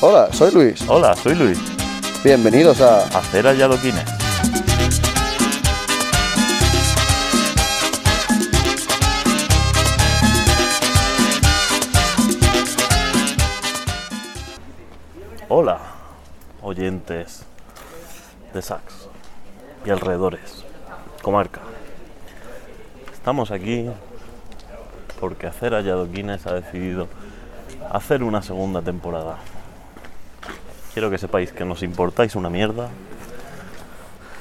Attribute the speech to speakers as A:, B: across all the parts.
A: Hola, soy Luis.
B: Hola, soy Luis.
A: Bienvenidos a
B: Hacer allá adoquines. Hola, oyentes de Sax y alrededores, comarca. Estamos aquí porque Hacer allá adoquines ha decidido hacer una segunda temporada. Quiero que sepáis que nos importáis una mierda,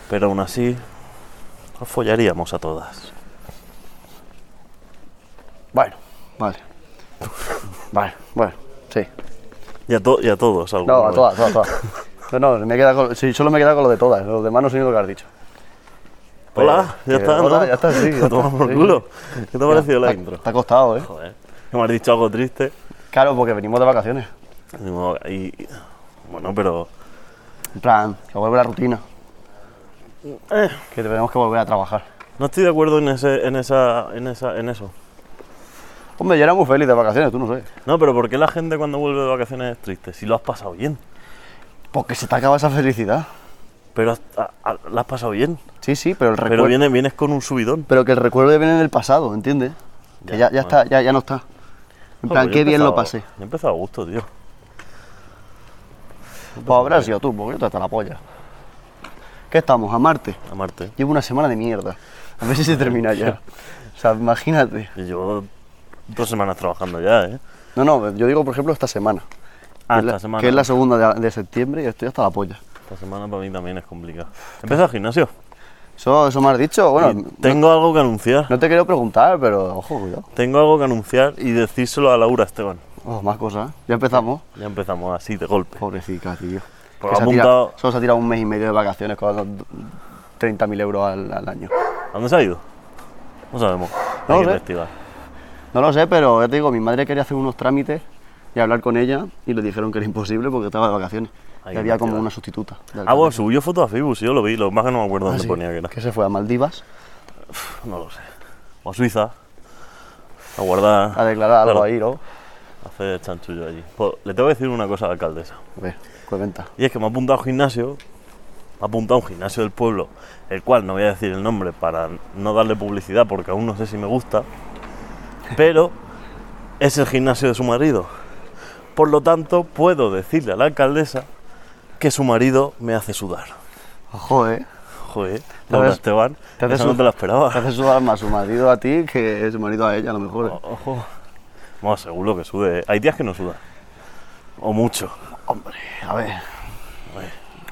B: pero aún así os follaríamos a todas.
A: Bueno, vale. Vale, bueno, sí.
B: Y a, to- y a todos, alguna
A: No, a
B: vez.
A: todas, todas, todas. No, no, me he quedado con, sí, solo me he quedado con lo de todas, los demás no sé ni lo que has dicho.
B: Hola, ya
A: Eh,
B: está, ¿no?
A: hola, ya está, sí, ya
B: A tomar
A: está,
B: por
A: sí. Ah.
B: culo. ¿Qué te ha parecido la
A: Te ha-
B: intro?
A: Te ha costado, ¿eh?
B: Joder, que me has dicho algo triste.
A: Claro, porque venimos de vacaciones.
B: No, Y, bueno, pero
A: En plan, que vuelve la rutina,
B: eh,
A: que tenemos que volver a trabajar.
B: no estoy de acuerdo en ese, en esa, en esa, en eso.
A: Hombre, yo era muy feliz de vacaciones, tú no sé.
B: No, pero ¿por qué la gente cuando vuelve de vacaciones es triste? Si lo has pasado bien,
A: Porque se te acaba esa felicidad.
B: pero has- a- a- lo has pasado bien.
A: Sí, sí, pero el recuerdo.
B: Pero viene, vienes con un subidón.
A: pero que el recuerdo viene en el pasado, ¿entiendes? Que ya,
B: Ya,
A: ya
B: bueno.
A: está, ya, ya no está. En
B: Joder,
A: plan,
B: yo he
A: qué bien lo pasé.
B: empezado- Yo he empezado a gusto, tío.
A: Pues habrás sido tú, porque yo hasta la polla. ¿Qué estamos? ¿A Marte?
B: A Marte.
A: Llevo una semana de mierda. A ver si se termina ya. O sea, imagínate.
B: Yo llevo dos semanas trabajando ya, ¿eh?
A: No, no, yo digo, por ejemplo, esta semana.
B: Ah,
A: que es la-
B: esta semana.
A: Que es la segunda de, de septiembre y estoy hasta la polla.
B: Esta semana para mí también es complicada.
A: Ah,
B: Empieza el gimnasio.
A: Eso, eso me has dicho. Bueno,
B: Y tengo algo que anunciar.
A: ah, no te quiero preguntar, pero ojo, cuidado.
B: Tengo algo que anunciar y decírselo a Laura Esteban.
A: Oh, más cosas. Ya empezamos.
B: Ya empezamos así de golpe.
A: Pobrecita, tío. Que se
B: Pues ha
A: ha
B: apuntado-
A: tirado- solo se ha tirado un mes y medio de vacaciones con los 30.000 euros al, al año.
B: ¿A dónde se ha ido? No sabemos.
A: No
B: Hay
A: lo
B: que
A: sé.
B: investigar.
A: No lo sé, pero ya te digo, mi madre quería hacer unos trámites y hablar con ella y le dijeron que era imposible porque estaba de vacaciones.
B: Ahí
A: y había
B: me
A: como
B: queda.
A: una sustituta. del
B: Ah, bueno,
A: trámite.
B: subió fotos a Facebook, sí, yo lo vi, lo más que no me acuerdo
A: Ah,
B: dónde
A: sí,
B: ponía que era.
A: que se fue a Maldivas
B: No lo sé. O a Suiza. A guardar.
A: a declarar algo
B: Claro,
A: ahí, ¿no?
B: a Hacer chanchullo allí. Pues, le tengo que decir una cosa a la alcaldesa.
A: A ver, cuenta.
B: Y es que me ha apuntado a un gimnasio, me ha apuntado a un gimnasio del pueblo, el cual no voy a decir el nombre para no darle publicidad porque aún no sé si me gusta, pero es el gimnasio de su marido. Por lo tanto, puedo decirle a la alcaldesa que su marido me hace sudar.
A: Ojo, ¿eh?
B: Joder, Laura
A: haces-
B: Esteban,
A: te haces
B: esa no
A: su-
B: te la
A: Te
B: esperaba.
A: hace sudar más su marido a ti que su marido a ella, a lo mejor. ¿eh?
B: Ojo. Bueno, seguro que sude. ¿eh? Hay días que no suda. O mucho.
A: Hombre, a ver.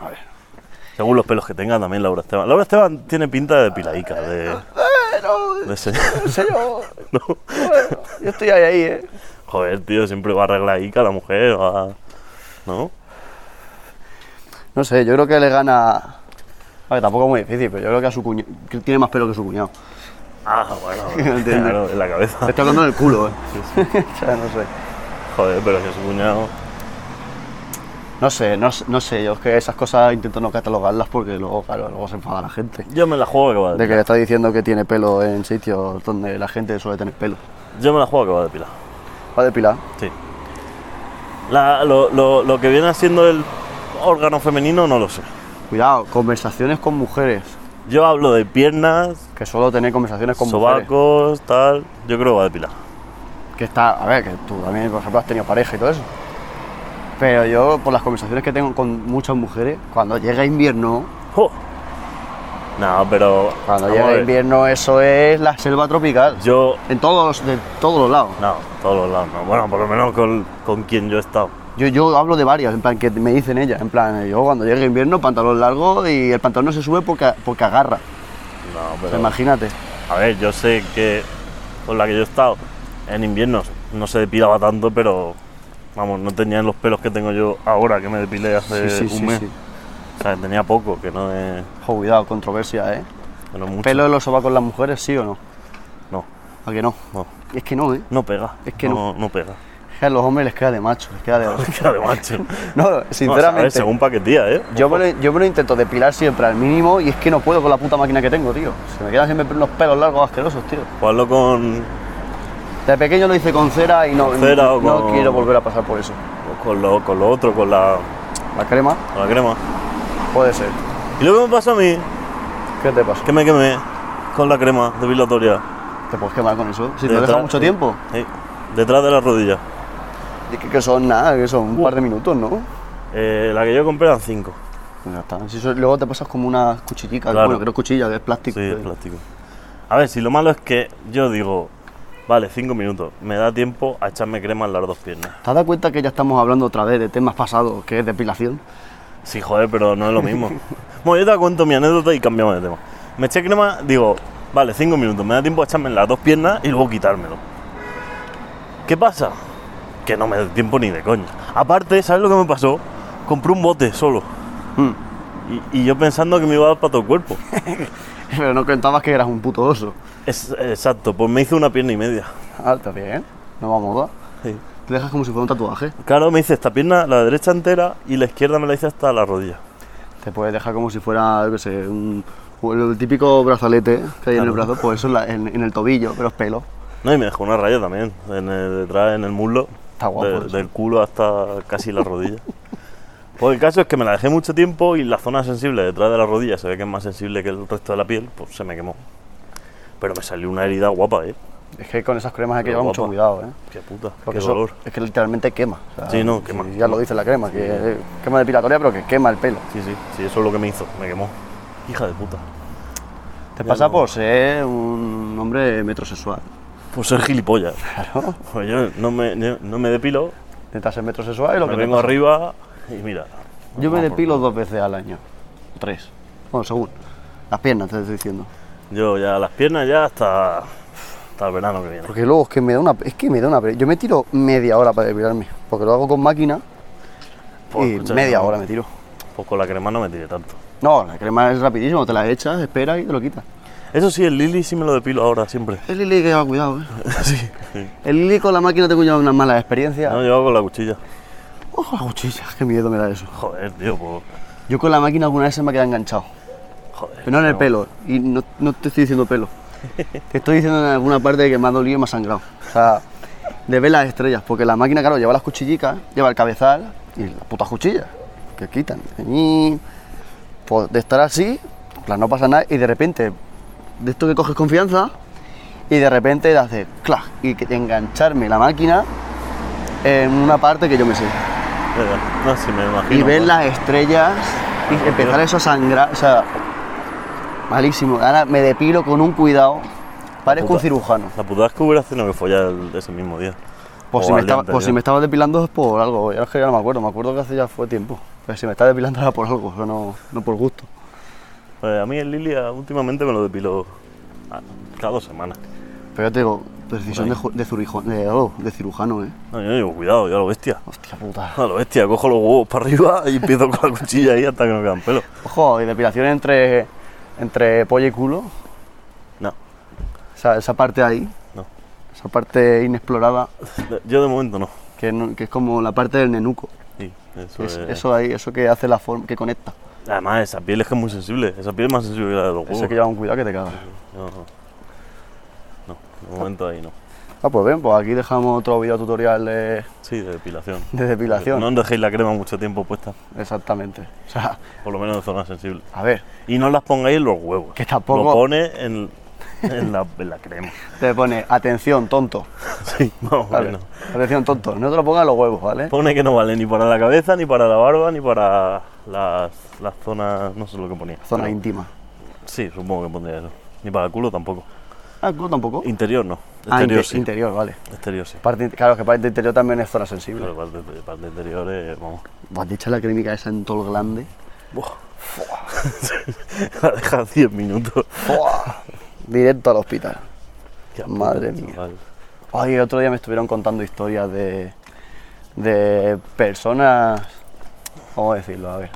A: A ver.
B: Según los pelos que tenga también Laura Esteban. Laura Esteban tiene pinta de pilaica, de,
A: Pero,
B: de se-
A: en serio,
B: ¿no?
A: bueno, yo estoy ahí, ahí, ¿eh?
B: Joder, tío, siempre va arregladica la mujer, va... ¿No?
A: No sé, yo creo que le gana. A ver, tampoco es muy difícil, pero yo creo que a su cuñado. Tiene más pelo que su cuñado.
B: Ah, bueno,
A: Entiendo.
B: claro, en la cabeza.
A: Está hablando en el culo, ¿eh? o sea, no sé.
B: Joder, pero que su cuñado...
A: No sé, no, sé- no sé, yo es que esas cosas intento no catalogarlas porque luego, claro, luego se enfada la gente.
B: Yo me la juego que va
A: De
B: de pila.
A: que le está diciendo que tiene pelo en sitios donde la gente suele tener pelo.
B: Yo me la juego que va de pila,
A: Va de pila.
B: sí. La- lo, lo- lo que viene siendo el órgano femenino no lo sé.
A: Cuidado, conversaciones con mujeres.
B: Yo hablo de piernas,
A: Que solo tener conversaciones con mujeres.
B: sobacos, tal... Yo creo que va de pila.
A: Que está, a ver, que tú también, por ejemplo, has tenido pareja y todo eso. Pero yo, por las conversaciones que tengo con muchas mujeres, cuando llega invierno,
B: ¡Jo! No, pero...
A: cuando
B: vamos a
A: llega
B: ver,
A: invierno, eso es la selva tropical.
B: Yo...
A: En todos, de todos los lados.
B: No, todos los lados no. Bueno, por lo menos con, con quien yo he estado.
A: Yo, yo hablo de varias, en plan, que me dicen ellas, en plan, yo cuando llegue invierno, pantalón largo y el pantalón no se sube porque, porque agarra,
B: No,
A: O
B: pero...
A: sea, imagínate.
B: A ver, yo sé que con la que yo he estado en invierno no se depilaba tanto, pero vamos, no tenían los pelos que tengo yo ahora que me depilé hace
A: sí, sí,
B: un
A: sí,
B: mes.
A: sí.
B: O sea, tenía poco, que no es,
A: Ojo, cuidado, controversia, ¿eh?
B: que no es mucho.
A: ¿Pelo de los sobacos las mujeres, sí o no?
B: No,
A: ¿A que no?
B: no,
A: Es que no, ¿eh?
B: no pega.
A: Es que
B: no, no pega.
A: Es que a los hombres les queda de macho, les queda de...
B: Queda de macho.
A: no,
B: No, o sea, a ver,
A: sinceramente,
B: según paquetía, ¿eh?
A: yo, me lo, yo me lo intento depilar siempre al mínimo y es que no puedo con la puta máquina que tengo, tío. Se me quedan siempre unos pelos largos asquerosos, tío.
B: Jugarlo con,
A: De pequeño lo hice con cera y no,
B: Con cera o
A: no
B: con-
A: quiero volver a pasar por eso.
B: o con lo, con lo otro, con la,
A: La crema
B: con la crema.
A: puede ser.
B: Y lo que me pasó a mí,
A: ¿Qué te pasa?
B: que me quemé con la crema depilatoria.
A: ¿Te puedes quemar con eso? Si no
B: Detrás-
A: deja mucho tiempo.
B: Sí, ¿eh? detrás de la rodilla.
A: Y que, que son nada, que son un par de minutos, ¿no?
B: Eh, la que yo compré eran 5.
A: Pues ya está. Si eso- luego te pasas como una cuchillica,
B: Claro.
A: bueno, que no es cuchilla, que es plástico. pues.
B: Sí, es
A: que-
B: plástico. A ver, si lo malo es que yo digo, vale, 5 minutos, me da tiempo a echarme crema en las dos piernas.
A: ¿Te has dado cuenta que ya estamos hablando otra vez de temas pasados, que es depilación?
B: Sí, joder, pero no es lo mismo. bueno, yo te cuento mi anécdota y cambiamos de tema. Me eché crema, digo, vale, 5 minutos, me da tiempo a echarme en las dos piernas y luego quitármelo. ¿Qué pasa? Que no me da tiempo ni de coña. Aparte, ¿sabes lo que me pasó? Compré un bote solo.
A: Mm.
B: Y, y yo pensando que me iba a dar para todo el cuerpo.
A: Pero no contabas que eras un puto oso.
B: Es- exacto, pues me hice una pierna y media.
A: Ah, está bien, no va a moda. Te dejas como si fuera un tatuaje.
B: Claro, me hice esta pierna, la derecha entera, y la izquierda me la hice hasta la rodilla.
A: Te puedes dejar como si fuera, yo qué sé, un, el típico brazalete que hay en el
B: Claro.
A: brazo, pues eso en, la- en- en el tobillo, pero es pelo.
B: No, y me dejó una raya también, en el, detrás, en el muslo.
A: Está guapo
B: de-
A: eso.
B: del culo hasta casi la rodilla. Pues el caso es que me la dejé mucho tiempo y la zona sensible detrás de la rodilla, se ve que es más sensible que el resto de la piel, pues se me quemó. Pero me salió una herida guapa, ¿eh?
A: Es que con esas cremas hay que
B: Pero
A: llevar mucho
B: guapa.
A: cuidado, ¿eh?
B: Qué puta,
A: Porque
B: qué
A: eso
B: dolor.
A: es que literalmente quema. o sea,
B: Sí, no, quema.
A: Ya lo dice la crema, que eh, quema depilatoria, pero que quema el pelo.
B: Sí, sí, sí, eso es lo que me hizo, me quemó. Hija de puta.
A: Te
B: Ya
A: pasa
B: no.
A: por ser un hombre metrosexual.
B: Por ser gilipollas.
A: Claro.
B: Pues yo no me, yo no me depilo,
A: Intentas ser metrosexual y lo
B: me
A: que te
B: vengo
A: pasa.
B: arriba y mira.
A: Yo me
B: Ah, por-
A: depilo dos veces al año. o Tres. Bueno, según. Las piernas, te estoy diciendo.
B: Yo ya las piernas ya hasta, hasta el verano que viene.
A: Porque luego es que me da una. Es que me da una. pereza. Yo me tiro media hora para depilarme. Porque lo hago con máquina.
B: Pues,
A: y
B: escucha,
A: media
B: no,
A: hora me tiro.
B: Pues con la crema no me tiré tanto.
A: No, la crema es rapidísimo. Te la echas, esperas y te lo quitas.
B: Eso sí, el Lili sí me lo depilo ahora siempre.
A: El Lili que lleva cuidado, ¿eh?
B: sí.
A: El Lili con la máquina tengo ya unas malas experiencias.
B: No, yo hago con la cuchilla.
A: Ojo, la cuchilla, qué miedo me da eso.
B: Joder, tío, pues.
A: Yo con la máquina alguna vez se me ha quedado enganchado.
B: Joder.
A: Pero no en el pelo. Y no, no te estoy diciendo pelo. Te estoy diciendo en alguna parte que me ha dolido y me ha sangrado. O sea, de ver las estrellas. Porque la máquina, claro, lleva las cuchillicas, lleva el cabezal y las putas cuchillas que quitan. Y, pues de estar así, claro, no pasa nada. Y de repente, de esto que coges confianza, y de repente de hacer clac y que- engancharme la máquina en una parte que yo me sé.
B: Venga, No, sí, me imagino. pues,
A: Y ver
B: joder.
A: las estrellas y
B: Claro,
A: empezar
B: tío.
A: eso a sangrar, o sea, malísimo. Ahora me depilo con un cuidado, parezco un
B: Puta.
A: cirujano.
B: La putada es que hubiera tenido que follar el- ese mismo día.
A: Pues
B: O
A: si, me
B: al día
A: estaba, pues si me
B: anterior.
A: estaba depilando es por algo, ya es que ya no me acuerdo, me acuerdo que hace ya fue tiempo. Pero si me estaba depilando era por algo, o sea, no, no por gusto.
B: Eh, a mí el Lili ah, últimamente me lo depilo ah, cada dos semanas.
A: Pero ya te digo, precisión
B: Por
A: de,
B: ahí.
A: ju- de, zurijo- de- oh, de cirujano, eh.
B: No, yo digo, cuidado, yo a lo bestia.
A: Hostia puta.
B: A lo bestia, cojo los huevos para arriba y empiezo con la cuchilla ahí hasta que no quedan pelos.
A: Ojo, y depilación entre, entre polla y culo,
B: No,
A: o sea, esa parte ahí,
B: no.
A: esa parte inexplorada,
B: Yo de momento no.
A: que, no- que es como la parte del nenuco.
B: Sí, eso
A: Es-
B: es-
A: eso ahí, eso que hace la forma, que conecta.
B: Además, Ah, esa piel es que es muy sensible. Esa piel es más sensible que la de los huevos.
A: Eso que lleva un cuidado que te cagas.
B: No, no. No, de momento ahí no.
A: Ah, pues bien, pues aquí dejamos otro video tutorial de,
B: Sí, de depilación.
A: de depilación.
B: No dejéis la crema mucho tiempo puesta,
A: Exactamente. O sea,
B: por lo menos en zona sensible.
A: a ver,
B: Y no las pongáis en los huevos.
A: Que tampoco-
B: Lo pone en, en, la, en la crema.
A: te pone atención tonto.
B: Sí, vamos
A: ¿vale? Atención tonto, no te lo pongas en los huevos, ¿vale?
B: Pone que no vale ni para la cabeza, ni para la barba, ni para las, las zonas. No sé lo que ponía.
A: Zona
B: Pero-
A: íntima.
B: Sí, supongo que pondría eso. Ni para el culo tampoco.
A: Ah, ¿cómo tampoco?
B: Interior no.
A: Ah,
B: Exterior
A: inte-
B: sí.
A: interior, vale.
B: Exterior sí.
A: Parte, in- claro, que parte interior también es zona sensible.
B: Pero parte, parte interior es. Vamos.
A: ¿Vos has dicho la clínica esa en todo el glande?
B: Buah. la deja 10 minutos.
A: ¡Buah! Directo al hospital.
B: Qué
A: Madre
B: puta,
A: mía.
B: chaval.
A: Ay, el otro día me estuvieron contando historias de, de personas... ¿Cómo decirlo? A ver.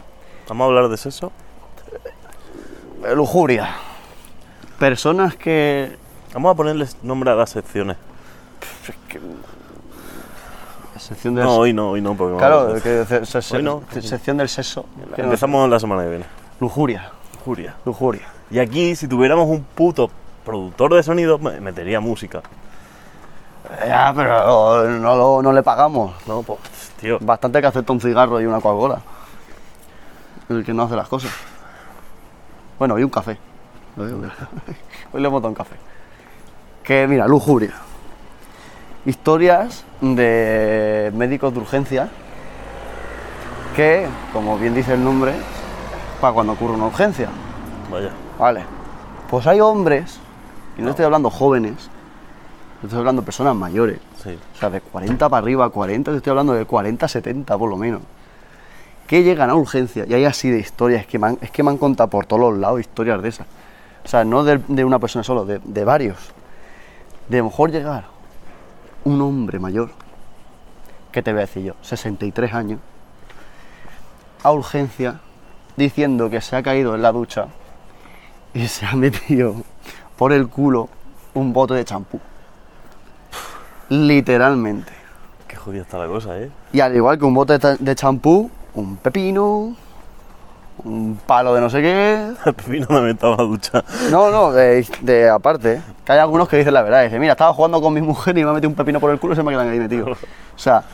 B: Vamos a hablar de sexo.
A: Eh, Lujuria. Personas que.
B: Vamos a ponerles nombre a las secciones.
A: Sección del
B: No, hoy no, hoy no, porque
A: Claro,
B: vamos a-
A: que se- se- se-
B: Hoy no.
A: sección del sexo. que no-
B: empezamos la semana que viene.
A: Lujuria.
B: Juria.
A: Lujuria.
B: Y aquí, si tuviéramos un puto productor de sonido, me- metería música.
A: Ya, pero no, lo- no le pagamos.
B: No, pues, tío.
A: Bastante que acepta un cigarro y una Coca-Cola. El que no hace las cosas. Bueno, y un café. Lo digo, mira. Hoy le hemos dado un café. Que mira, lujuria. Historias de médicos de urgencia que, como bien dice el nombre, para cuando ocurre una urgencia.
B: Vaya.
A: Vale. Pues hay hombres, y no, estoy hablando jóvenes, estoy hablando de personas mayores.
B: Sí.
A: O sea, de 40 para arriba, 40, te estoy hablando de 40, 70 por lo menos. Que llegan a urgencia y hay así de historias, que me han, es que me han contado por todos los lados historias de esas. O sea, no del- de, una persona solo, de, de varios. De a lo mejor llegar un hombre mayor, que te voy a decir yo, 63 años, a urgencia diciendo que se ha caído en la ducha y se ha metido por el culo un bote de champú. Literalmente.
B: Qué jodida está la cosa, ¿eh?
A: Y al igual que un bote de- de champú, un pepino, un palo de no sé qué.
B: El pepino también estaba en la ducha.
A: No, no, de, de aparte. Que hay algunos que dicen la verdad. Dicen, mira, estaba jugando con mi mujer y me ha metido un pepino por el culo y se me quedan ahí metido. O sea,
B: Yo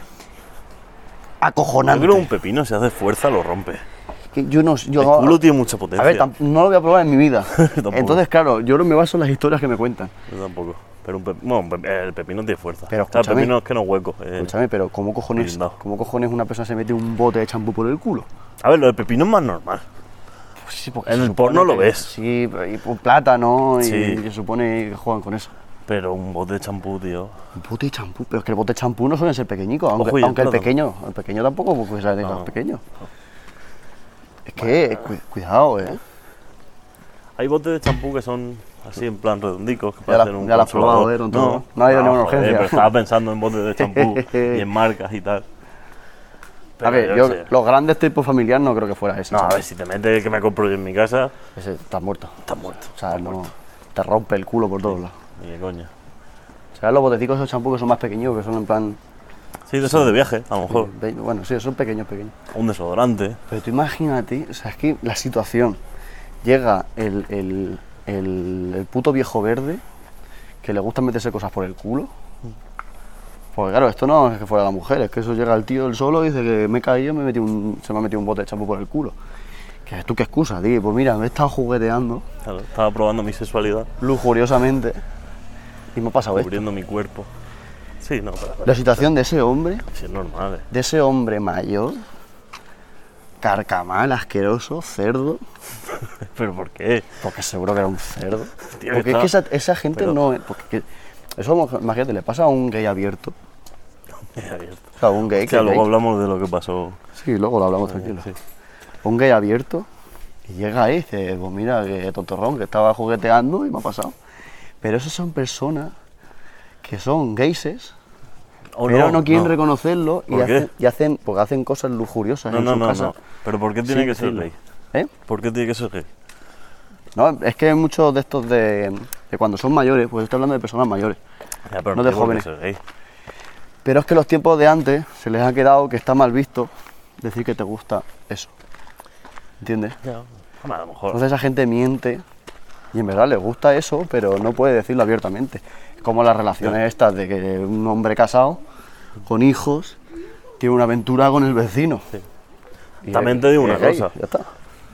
A: acojonante.
B: creo que un pepino, si hace fuerza, lo rompe.
A: Que yo no yo
B: El culo tiene mucha potencia.
A: A ver, tam- no lo voy a probar en mi vida.
B: Tampoco.
A: Entonces, claro, yo no me baso en las historias que me cuentan.
B: Yo tampoco. Pero un pepino, el pepino tiene fuerza.
A: Pero
B: O sea, el
A: escúchame.
B: pepino es que no es hueco. eh.
A: Escúchame, pero ¿cómo cojones,
B: Blindado.
A: ¿cómo cojones una persona se mete un bote de champú por el culo?
B: A ver, lo del pepino es más normal.
A: Pues sí, porque
B: En
A: se
B: el
A: supone
B: porno lo
A: que-
B: ves.
A: Sí, pero y por plátano y,
B: Sí.
A: y se supone que juegan con eso.
B: Pero un bote de champú, tío.
A: Un bote de champú, pero es que el bote de champú no suelen ser pequeñicos, aunque,
B: Ojo, y el
A: aunque el
B: plátano.
A: pequeño, el pequeño tampoco porque sale de
B: No.
A: los pequeños. Es que, eh, cu- cuidado, eh.
B: Hay botes de champú que son así en plan redondicos, que
A: Ya la-
B: parecen un
A: ya la has
B: consolador. Ah,
A: probado, eh, tonto, ¿no? No ha ido a ninguna
B: joder,
A: urgencia.
B: Pero estaba pensando en botes de champú y en marcas y tal.
A: a
B: Pero
A: ver,
B: yo
A: yo,
B: qué sé.
A: los grandes tipos familiares no creo que fuera ese.
B: No, a
A: chaval.
B: ver, si te metes el que me compro yo en mi casa,
A: Ese está muerto.
B: estás muerto.
A: O sea, no, te rompe el culo por todos lados.
B: Ni de coña.
A: O sea, los botecicos esos champú que son más pequeños, que son en plan...
B: Sí, de esos de viaje, a lo mejor.
A: ve- Bueno, sí, son pequeños, pequeños.
B: Un desodorante.
A: Pero tú imagínate, o sea, es que la situación. Llega el, el- el- el puto viejo verde que le gusta meterse cosas por el culo. Porque claro, esto no es que fuera la mujer, es que eso llega el tío el solo y dice que me he caído, me he metido un- se me ha metido un bote de champú por el culo. Que tú qué excusa, tío. Pues mira, me he estado jugueteando
B: Claro, estaba probando mi sexualidad,
A: lujuriosamente y me ha pasado esto.
B: cubriendo mi cuerpo. Sí, no, pero
A: La situación de ese hombre
B: sí, es normal, eh.
A: de ese hombre mayor, carcamal, asqueroso, cerdo,
B: ¿Pero por qué?
A: porque seguro que era un cerdo.
B: Tío,
A: porque es
B: está-
A: que esa, esa gente
B: pero-
A: no. eh, Porque que- eso, imagínate, le pasa a un gay abierto.
B: Abierto.
A: O sea, un gay
B: O sea,
A: que.
B: luego
A: gay-
B: hablamos de lo que pasó.
A: Sí, luego lo hablamos tranquilo.
B: Sí.
A: Un gay abierto y llega ahí y dice: Pues mira, que tontorrón, que estaba jugueteando y me ha pasado. Pero esas son personas que son gayses.
B: O
A: pero no, quieren
B: no.
A: reconocerlo y
B: ¿Por qué?
A: hacen, y hacen- porque hacen cosas lujuriosas
B: No,
A: en
B: no,
A: su
B: no,
A: casa.
B: no. Pero ¿por qué tiene
A: Sí,
B: que
A: sí,
B: ser
A: no.
B: gay?
A: ¿Eh?
B: ¿Por qué tiene que ser gay?
A: No, es que hay muchos de estos de, de cuando son mayores, pues estoy hablando de personas mayores.
B: Ya, pero
A: No de
B: tiene por qué
A: jóvenes.
B: ser gay.
A: Pero es que los tiempos de antes se les ha quedado que está mal visto decir que te gusta eso. ¿Entiendes?
B: Hombre, a lo mejor.
A: Entonces esa gente miente y en verdad les gusta eso, pero no puede decirlo abiertamente. Como las relaciones estas de que un hombre casado con hijos tiene una aventura con el vecino. Y
B: También
A: es-
B: te digo
A: y es
B: una
A: gay,
B: cosa.
A: Ya está.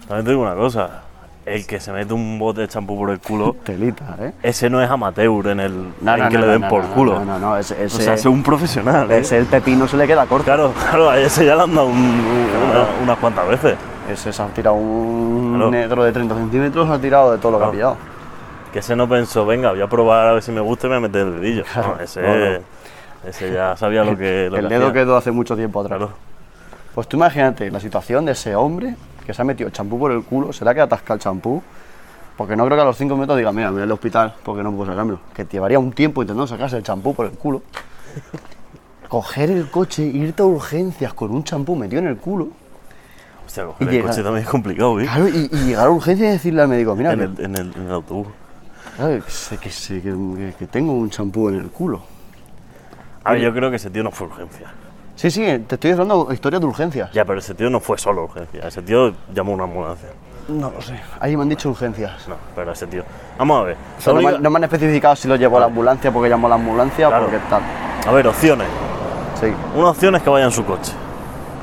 B: También te digo una cosa. El que se mete un bote de champú por el culo,
A: Telita, ¿eh?
B: ese no es amateur en el
A: No,
B: en
A: no,
B: Oh. que
A: no,
B: le
A: no,
B: den
A: no,
B: por
A: no,
B: culo.
A: No, no, no, ese,
B: O sea,
A: ese-
B: ese es un profesional. ¿eh?
A: ese el pepino se le queda corto.
B: Claro, claro, a ese ya le han dado un- una- unas cuantas veces.
A: Ese se ha tirado un
B: Claro.
A: negro de 30 centímetros, ha tirado de todo lo que ha pillado.
B: Que ese no pensó, venga, voy a probar a ver si me gusta y me voy a meter el dedillo. No, ese,
A: no,
B: ese ya sabía lo que. Lo
A: el
B: que
A: dedo
B: hacía.
A: quedó hace mucho tiempo atrás.
B: Claro.
A: Pues tú imagínate la situación de ese hombre que se ha metido champú por el culo, se le ha quedado atascado el champú, porque no creo que a los 5 minutos diga, mira, voy al hospital porque no puedo sacármelo. Que te llevaría un tiempo intentando sacarse el champú por el culo. Coger el coche, irte a urgencias con un champú metido en el culo.
B: Hostia,
A: Y
B: coger el
A: llega-
B: coche también es complicado, ¿eh?
A: Claro, y, y llegar a urgencias y decirle al médico, mira,
B: En
A: que-
B: el, en, el, en el autobús.
A: claro, que, sé- que sé que- que- que tengo un champú en el culo.
B: A ver, yo creo que ese tío no fue urgencia.
A: Sí, sí, te estoy hablando de historias de urgencias.
B: Ya, pero ese tío no fue solo urgencia. Ese tío llamó a una ambulancia.
A: No lo sé. Ahí me han dicho urgencias.
B: No, pero ese tío. Vamos a ver.
A: O sea,
B: La
A: no, me,
B: única-
A: han- no me han especificado si lo llevó a la ambulancia porque llamó a la ambulancia
B: Claro.
A: porque tal.
B: A ver, opciones.
A: Sí.
B: Una opción es que vaya en su coche.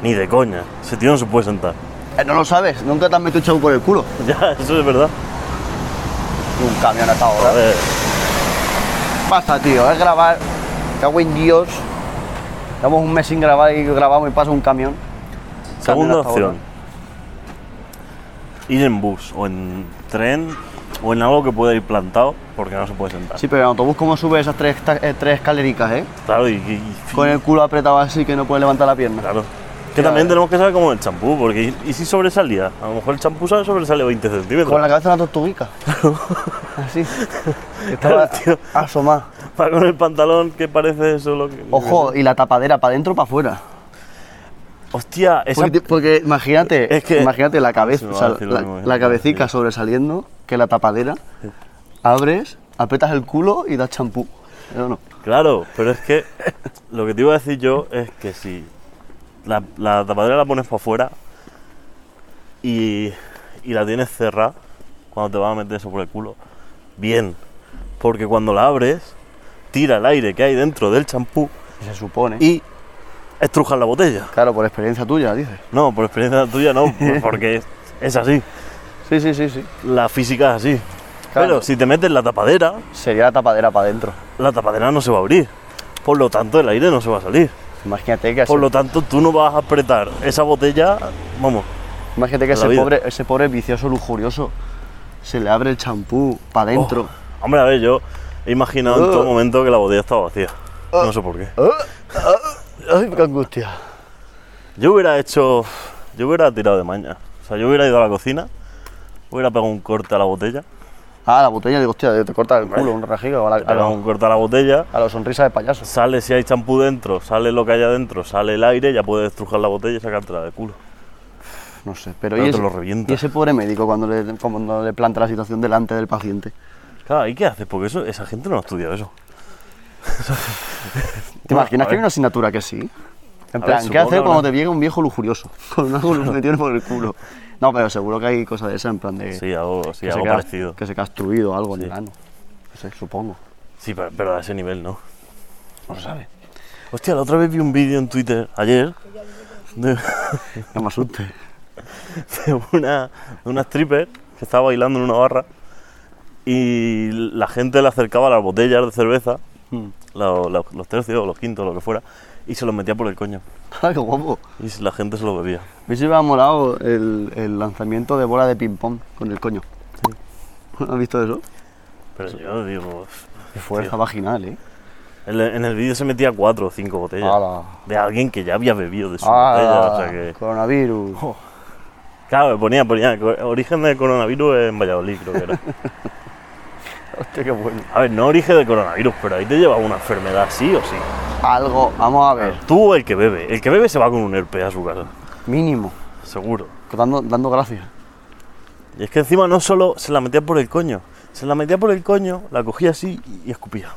B: Ni de coña. Ese tío no se puede sentar.
A: Eh, no lo sabes, nunca te has metido un chavo por el culo.
B: Ya, eso es verdad.
A: Un camión hasta
B: A
A: ahora.
B: ver,
A: Pasa, tío, es grabar. Cago en Dios. Llevamos un mes sin grabar y grabamos y pasa un camión.
B: segunda
A: hasta ahora.
B: opción. Ir en bus o en tren o en algo que pueda ir plantado porque no se puede sentar.
A: Sí, pero en autobús, ¿cómo sube esas tres, ta- eh, tres escalericas, eh?
B: Claro, y, y- y-
A: Con el culo apretado así que no puedes levantar la pierna.
B: claro. Que también tenemos que saber cómo es el champú, porque y, y si sobresalía, a lo mejor el champú sale- sobresale 20 centímetros.
A: Con la cabeza en la tortuguica. Así. Estaba
B: Claro, tío.
A: asomada.
B: Va con el pantalón que parece solo que.
A: Ojo, y la tapadera para adentro para afuera.
B: Hostia, esa.
A: Porque, te- porque imagínate,
B: Es que-
A: imagínate la
B: Sí,
A: cabeza, o
B: me va a
A: sea,
B: decir lo
A: la,
B: mismo, ¿eh?
A: la cabecita sobresaliendo, que la tapadera, abres, apretas el culo y das champú. ¿Eh o no?
B: Claro, pero es que lo que te iba a decir yo es que si la, la tapadera la pones para afuera y, y la tienes cerrada, cuando te vas a meter eso por el culo, bien. Porque cuando la abres, tira el aire que hay dentro del champú
A: Se supone.
B: y estrujas la botella.
A: claro, por experiencia tuya, dices.
B: No, por experiencia tuya no, porque es, es así.
A: Sí, sí, sí, sí.
B: La física es así.
A: Claro.
B: Pero si te metes la tapadera,
A: Sería la tapadera para adentro.
B: la tapadera no se va a abrir. Por lo tanto, el aire no se va a salir.
A: Imagínate que,
B: Por
A: ese,
B: lo tanto, tú no vas a apretar esa botella, vamos, oh.
A: imagínate que
B: la
A: ese
B: vida.
A: pobre, ese pobre vicioso lujurioso se le abre el champú para adentro.
B: Hombre, a ver, yo he imaginado en todo
A: Ugh.
B: momento que la botella estaba vacía.
A: Oh.
B: No sé por qué. Oh.
A: ¡Ay, qué angustia!
B: Yo hubiera hecho. Yo hubiera tirado de maña. O sea, yo hubiera ido a la cocina, hubiera pegado un corte a la botella,
A: Ah, la botella, digo, hostia, te corta el culo, un rajiga, a la, a
B: pegado
A: la,
B: un corte a la botella,
A: a la sonrisa de payaso.
B: sale si hay champú dentro, sale lo que haya dentro, sale el aire, ya puedes estrujar la botella y sacártela del culo.
A: No sé, pero
B: Claro,
A: y
B: te
A: ese,
B: lo revienta.
A: y ese pobre médico cuando le, cuando le planta la situación delante del paciente.
B: Claro, ¿y qué haces? Porque eso, esa gente no ha estudiado eso.
A: ¿Te imaginas
B: a
A: que hay
B: ver.
A: una asignatura que sí? En
B: A ver,
A: plan, ¿qué
B: supongo que
A: hacer cuando
B: habrá.
A: te llega un viejo lujurioso? Con una luz metido por el culo. No, pero seguro que hay cosas de esa, en plan de.
B: Sí, algo, sí,
A: que, se
B: algo
A: queda-
B: parecido.
A: que se castruido algo en el ano. No sé, supongo.
B: Sí, pero, pero a ese nivel no.
A: No se sabe.
B: Hostia, la otra vez vi un vídeo en Twitter, ayer, de,
A: No me asustes.
B: de una, de una stripper que estaba bailando en una barra y la gente le acercaba las botellas de cerveza,
A: Mm.
B: lo- lo- los tercios, los quintos, lo que fuera, y se los metía por el coño.
A: Ah, qué guapo.
B: Y la gente se lo bebía.
A: A mí se me ha molado el, el lanzamiento de bola de ping-pong con el coño. ¿Has visto eso?
B: Pero yo digo,
A: Qué fuerza vaginal, ¿eh?
B: en, el- en el vídeo se metía cuatro o cinco botellas
A: ¡Hala!
B: de alguien que ya había bebido de su botella.
A: ¡Ah!
B: O sea que, Oh.
A: Coronavirus.
B: claro, ponía, ponía origen del coronavirus en Valladolid, creo que era.
A: Hostia, qué bueno.
B: A ver, no origen del coronavirus, pero ahí te lleva una enfermedad, sí o sí.
A: Algo, vamos a ver,
B: Tú el que bebe. El que bebe se va con un herpes a su casa,
A: mínimo,
B: seguro.
A: dando, dando gracias.
B: Y es que encima no solo se la metía por el coño, se la metía por el coño, la cogía así y- y escupía.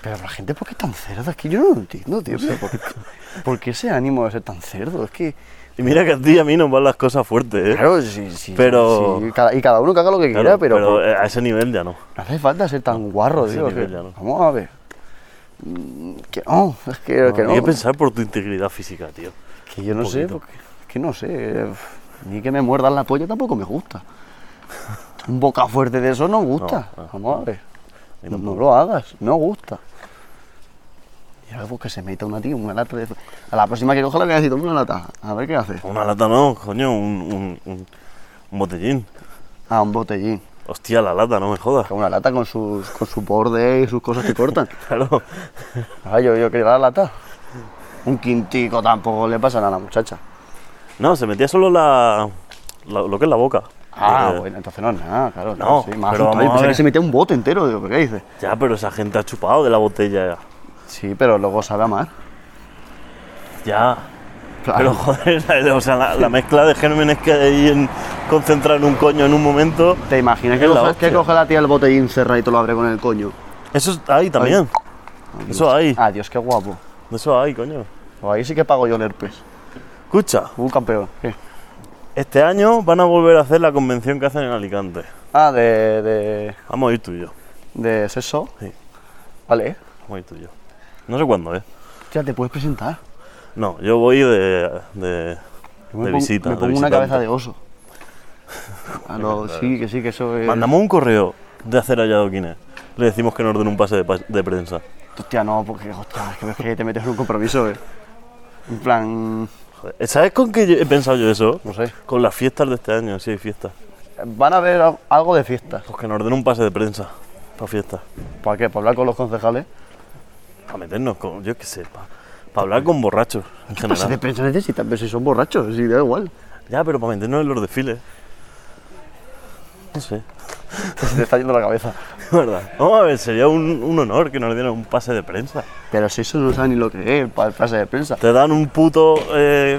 A: Pero la gente, ¿por qué es tan cerda? Es que yo no lo entiendo, tío. pero ¿por, qué- por qué ese ánimo de ser tan cerdo? Es que,
B: Y mira que a ti y a mí nos van las cosas fuertes, ¿eh?
A: claro, sí, sí.
B: Pero-
A: sí, cada- y cada uno que haga lo que
B: Claro,
A: quiera, pero,
B: eh, a ese nivel ya no.
A: no hace falta ser tan guarro,
B: ese
A: tío.
B: nivel
A: que-
B: ya no.
A: Vamos a ver. Mm, Que no, es que, que no.
B: Hay que pensar por tu integridad física, tío.
A: que yo no sé,
B: poquito.
A: porque, es que no sé. eh, Ni que me muerdan la polla tampoco me gusta. Un boca fuerte de eso no gusta.
B: No, no,
A: Vamos a ver.
B: Ni
A: No,
B: tampoco.
A: lo hagas, no gusta. Y algo que se meta una tía, una lata de... A la próxima que coja le voy a decir, toma una lata, a ver qué haces.
B: Una lata no, coño, un, un- un- un botellín.
A: Ah, un botellín.
B: Hostia, la lata, no me jodas.
A: Con una lata con sus, con su borde y sus cosas que cortan.
B: Claro.
A: Ah, yo, yo quería la lata. Un quintico tampoco le pasa nada a la muchacha.
B: No, se metía solo la, la- lo que es la boca.
A: Ah,
B: Eh,
A: bueno, entonces no es nada, claro.
B: No,
A: me ha
B: pero
A: asustado.
B: vamos
A: Yo
B: a
A: pensé que
B: ver.
A: se metía un bote entero, digo, ¿pero qué dices?
B: Ya, pero esa gente ha chupado de la botella.
A: Sí, pero luego sabe amar.
B: Ya.
A: Claro.
B: Pero joder, la- o sea, la, la mezcla de gérmenes que hay en concentrar en un coño en un momento.
A: ¿Te imaginas que,
B: Es la
A: coge,
B: hostia.
A: que coge la tía el botellín cerrado y te lo abre con el coño?
B: Eso es- hay también. Eso hay.
A: Adiós, qué guapo. Pues
B: Eso hay, coño.
A: Ahí sí que pago yo el herpes.
B: Escucha,
A: Un campeón. ¿Qué?
B: este año van a volver a hacer la convención que hacen en Alicante.
A: Ah, de, de,
B: Vamos a ir tú y yo.
A: de sexo.
B: Sí.
A: Vale.
B: Vamos a ir tú y yo. No sé cuándo, ¿eh?
A: Ya te puedes presentar.
B: No, yo voy de, de,
A: Yo me
B: de
A: pongo-
B: visita.
A: Me
B: de
A: pongo una
B: visitante.
A: cabeza de oso. A lo- sí, que sí, que eso es.
B: Mandamos un correo de hacer adoquines. Le decimos que nos den un pase de, pas- de prensa.
A: Hostia, no, porque hostia, es que ves que te metes en un compromiso, eh. En plan.
B: Joder, ¿Sabes con qué yo- he pensado yo eso?
A: No sé.
B: Con las fiestas de este año, si hay fiestas.
A: Van a haber al- algo de fiesta.
B: Pues que nos den un pase de prensa para fiestas.
A: ¿Para qué? ¿Para hablar con los concejales?
B: Para meternos con, yo qué sé, para hablar con borrachos en
A: Pase de
B: general.
A: prensa necesitan, pero si son borrachos, sí, da igual.
B: Ya, pero para meternos en los desfiles. No sé.
A: Se te está yendo la cabeza.
B: ¿Verdad? Vamos a ver, sería un, un honor que nos dieran un pase de prensa.
A: Pero si eso no sabe ni lo que es, para el pase de prensa.
B: Te dan un puto eh,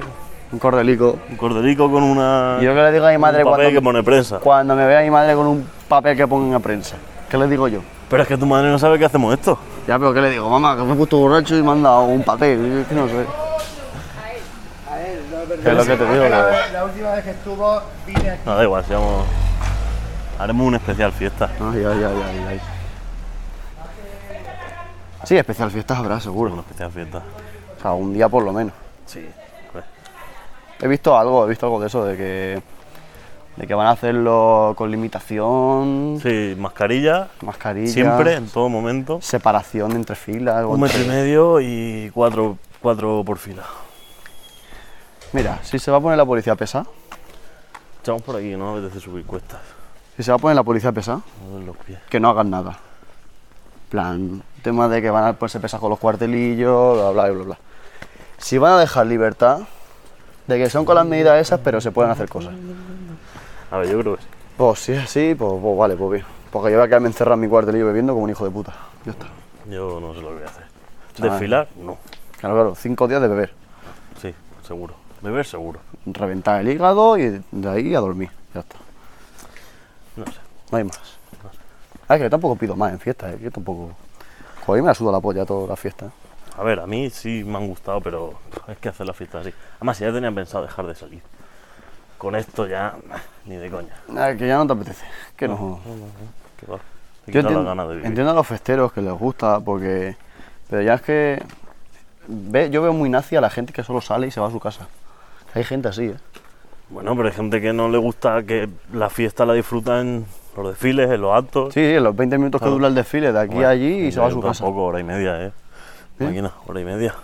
A: Un cordelico.
B: un cordelico con una.
A: Y yo que le digo a mi
B: un
A: madre
B: papel
A: cuando,
B: que pone prensa.
A: cuando me vea mi madre con un papel que ponga en prensa. ¿Qué le digo yo?
B: Pero es que tu madre no sabe que hacemos esto.
A: Ya, pero ¿qué le digo? Mamá, que me he puesto borracho y me han dado un papel. Yo es que no sé. ¿Qué es lo que te digo? que-
C: La última vez que estuvo vine aquí.
B: No, da igual, si vamos- Haremos un especial fiesta.
A: Ay, ay, ay, ay, ay. Sí, especial fiestas habrá, seguro.
B: Un especial fiesta.
A: O sea, un día por lo menos.
B: Sí.
A: He visto algo, he visto algo de eso, de que, de que van a hacerlo con limitación,
B: Sí, mascarilla,
A: mascarilla,
B: siempre, en todo momento.
A: separación entre filas.
B: Un metro y
A: entre-
B: medio y cuatro, cuatro por fila.
A: Mira, si se va a poner la policía pesada,
B: Echamos por aquí, no me apetece subir cuestas.
A: si se va a poner la policía pesada,
B: Me duelen los pies.
A: que no hagan nada. plan, tema de que van a ponerse pesas con los cuartelillos, bla, bla, bla, bla. Si van a dejar libertad, de que son con las medidas esas, pero se pueden hacer cosas.
B: A ver, yo creo que sí.
A: Pues si es así, pues, pues vale, pues bien. Porque yo voy a quedarme encerrado en mi cuartelillo bebiendo como un hijo de puta. Ya está.
B: Yo no sé lo que voy a hacer. Desfilar, no.
A: Claro, claro, cinco días de beber.
B: Sí, seguro. Beber, seguro.
A: Reventar el hígado y de ahí a dormir. Ya está.
B: No sé.
A: No hay más. Ah, que yo tampoco pido más en fiestas, ¿eh? Yo tampoco... Joder, me la suda la polla toda la fiesta. ¿eh?
B: A ver, a mí sí me han gustado, pero es que hacer la fiesta así. Además, si ya tenía pensado dejar de salir. Con esto ya, ni de coña.
A: Ah, que ya no te apetece. Que no.
B: Que va. Te
A: Yo
B: quita la
A: entiendo,
B: gana de vivir.
A: entiendo a los festeros que les gusta, porque. Pero ya es que. ve- yo veo muy nazi a la gente que solo sale y se va a su casa. Hay gente así, ¿eh?
B: Bueno, pero hay gente que no le gusta que la fiesta la disfruta en los desfiles, en los actos.
A: Sí, sí, los 20 minutos que dura el desfile, de aquí
B: Bueno,
A: a allí y se va a su
B: yo
A: casa.
B: Tampoco, hora y media, ¿eh? Imagina, hora y media.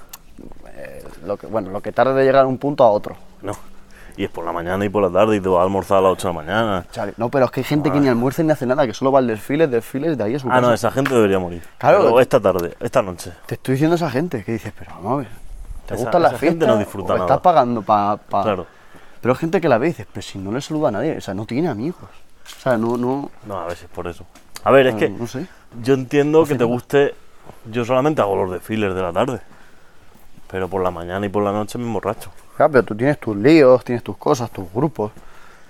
A: Lo que, bueno, lo que tarde de llegar a un punto a otro.
B: No. Y es por la mañana y por la tarde y te vas a almorzar a las 8 de la mañana.
A: Chale, No, pero es que hay gente que ni almuerza ni hace nada, que solo va al desfile, desfile, de ahí a su
B: Ah,
A: casa.
B: no, esa gente debería morir.
A: Claro.
B: Pero esta tarde, esta noche.
A: Te estoy diciendo esa gente que dices, pero vamos a ver. ¿Te
B: Esa-
A: gustan las
B: esa gente
A: fiestas?
B: no disfruta
A: o
B: nada.
A: Estás pagando para.
B: Claro.
A: Pero hay gente que la ve y dices, pero si no le saluda a nadie, o sea, no tiene amigos. O sea, no. no
B: No, a ver si es por eso. A ver, es que
A: no sé.
B: yo entiendo
A: Pues
B: que te guste. Yo solamente hago los desfiles de la tarde. Pero por la mañana y por la noche me emborracho.
A: Claro, pero tú tienes tus líos, tienes tus cosas, tus grupos,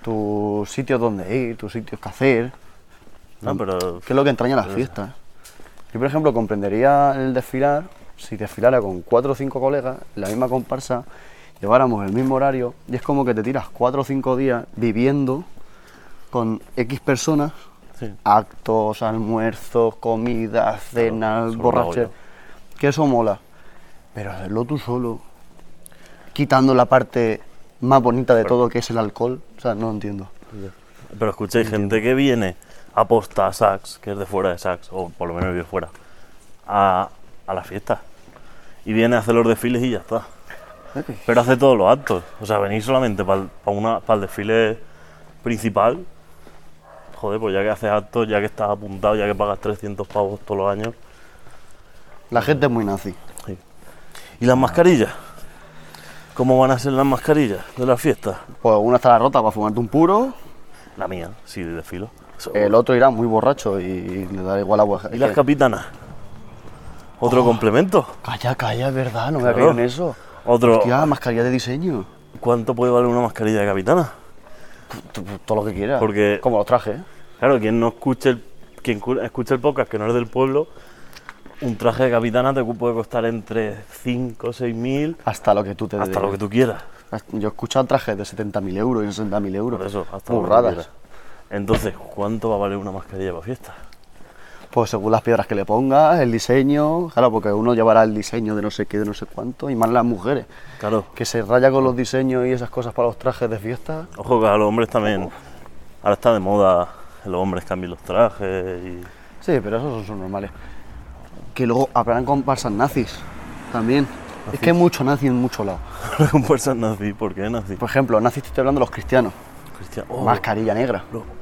A: tus sitios donde ir, tus sitios que hacer, Mm.
B: No, Ah, pero.
A: que es lo que entraña las fiestas. Yo, por ejemplo, comprendería el desfilar si desfilara con cuatro o cinco colegas, la misma comparsa, lleváramos el mismo horario, y es como que te tiras cuatro o cinco días viviendo con X personas,
B: Sí.
A: actos, almuerzos, comidas, cenas,
B: solo lo hago
A: borracheras, que eso mola. Pero hacerlo tú solo, quitando la parte más bonita de todo, que es el alcohol, o sea, no lo entiendo.
B: Pero escuché gente que viene aposta a Sax, que es de fuera de Sax, o por lo menos vive fuera, a, a la fiesta. Y viene a hacer los desfiles y ya está. Pero hace todos los actos. O sea, venir solamente para el desfile principal. Joder, pues ya que haces actos, ya que estás apuntado, ya que pagas 300 pavos todos los años.
A: La gente es muy nazi.
B: ¿Y las mascarillas? ¿Cómo van a ser las mascarillas de la fiesta?
A: Pues una estará rota para fumarte un puro,
B: La mía, sí, de desfilo. Eso-
A: el otro irá muy borracho y le dará igual agua.
B: ¿Y las capitanas?
A: Oh.
B: ¿Otro complemento?
A: Calla, calla, es verdad, no me había
B: Claro.
A: caído en eso.
B: Otro.
A: Hostia, mascarilla de diseño.
B: ¿Cuánto puede valer una mascarilla de capitana?
A: Tú- tú- Todo lo que quieras.
B: Porque-
A: Como los trajes. ¿eh?
B: Claro, quien no escuche el, quien cu- escuche el podcast que no es del pueblo, un traje de capitana te cu- puede costar entre 5 o 6 mil,
A: Hasta lo que tú te
B: hasta
A: dediques.
B: lo que tú quieras.
A: Yo he escuchado trajes de 70.000 euros y 60.000 euros.
B: Por eso, hasta lo que tú
A: Burradas.
B: quieras. Entonces, ¿cuánto va a valer una mascarilla para fiesta?
A: Pues según las piedras que le pongas, el diseño, claro, porque uno llevará el diseño de no sé qué, de no sé cuánto, y más las mujeres,
B: Claro.
A: que se raya con los diseños y esas cosas para los trajes de fiesta.
B: Ojo que a los hombres también. Ahora está de moda que los hombres cambien los trajes y.
A: Sí, pero esos son normales. Que luego hablarán comparsas nazis también. Es que hay mucho nazi en muchos lados.
B: Con fuerzas nazi, ¿por qué nazi?
A: Por ejemplo, nazis te estoy hablando de los cristianos,
B: Cristian- oh,
A: mascarilla negra.
B: no.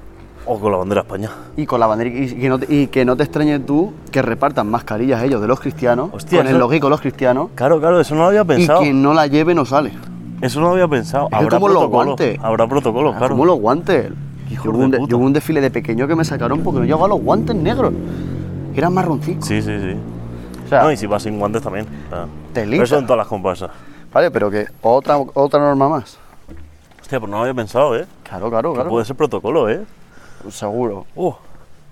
B: Oh, con la bandera de España.
A: Y con la bandera, y que, no te, y que no te extrañes tú que repartan mascarillas ellos de los cristianos,
B: Hostia,
A: con el
B: eso-
A: logico de los cristianos,
B: Claro, claro, eso no lo había pensado.
A: y quien no la lleve no sale.
B: Eso no lo había pensado.
A: que
B: Habrá
A: como los
B: protocolo.
A: guantes. Ah,
B: Habrá protocolo, claro.
A: Como los guantes.
B: Hijos
A: Yo hubo, un
B: de
A: de-
B: puta.
A: yo hubo un desfile de pequeño que me sacaron porque no llevaba los guantes negros. Eran marroncitos.
B: Sí, sí, sí.
A: O sea,
B: no, y si vas sin guantes también. claro.
A: Telita.
B: Pero eso en todas las comparsas.
A: Vale, pero que otra, otra norma más.
B: Hostia, pues no lo había pensado, ¿eh?
A: Claro, claro,
B: Que
A: claro.
B: Puede ser protocolo, ¿eh?
A: Seguro.
B: Uh,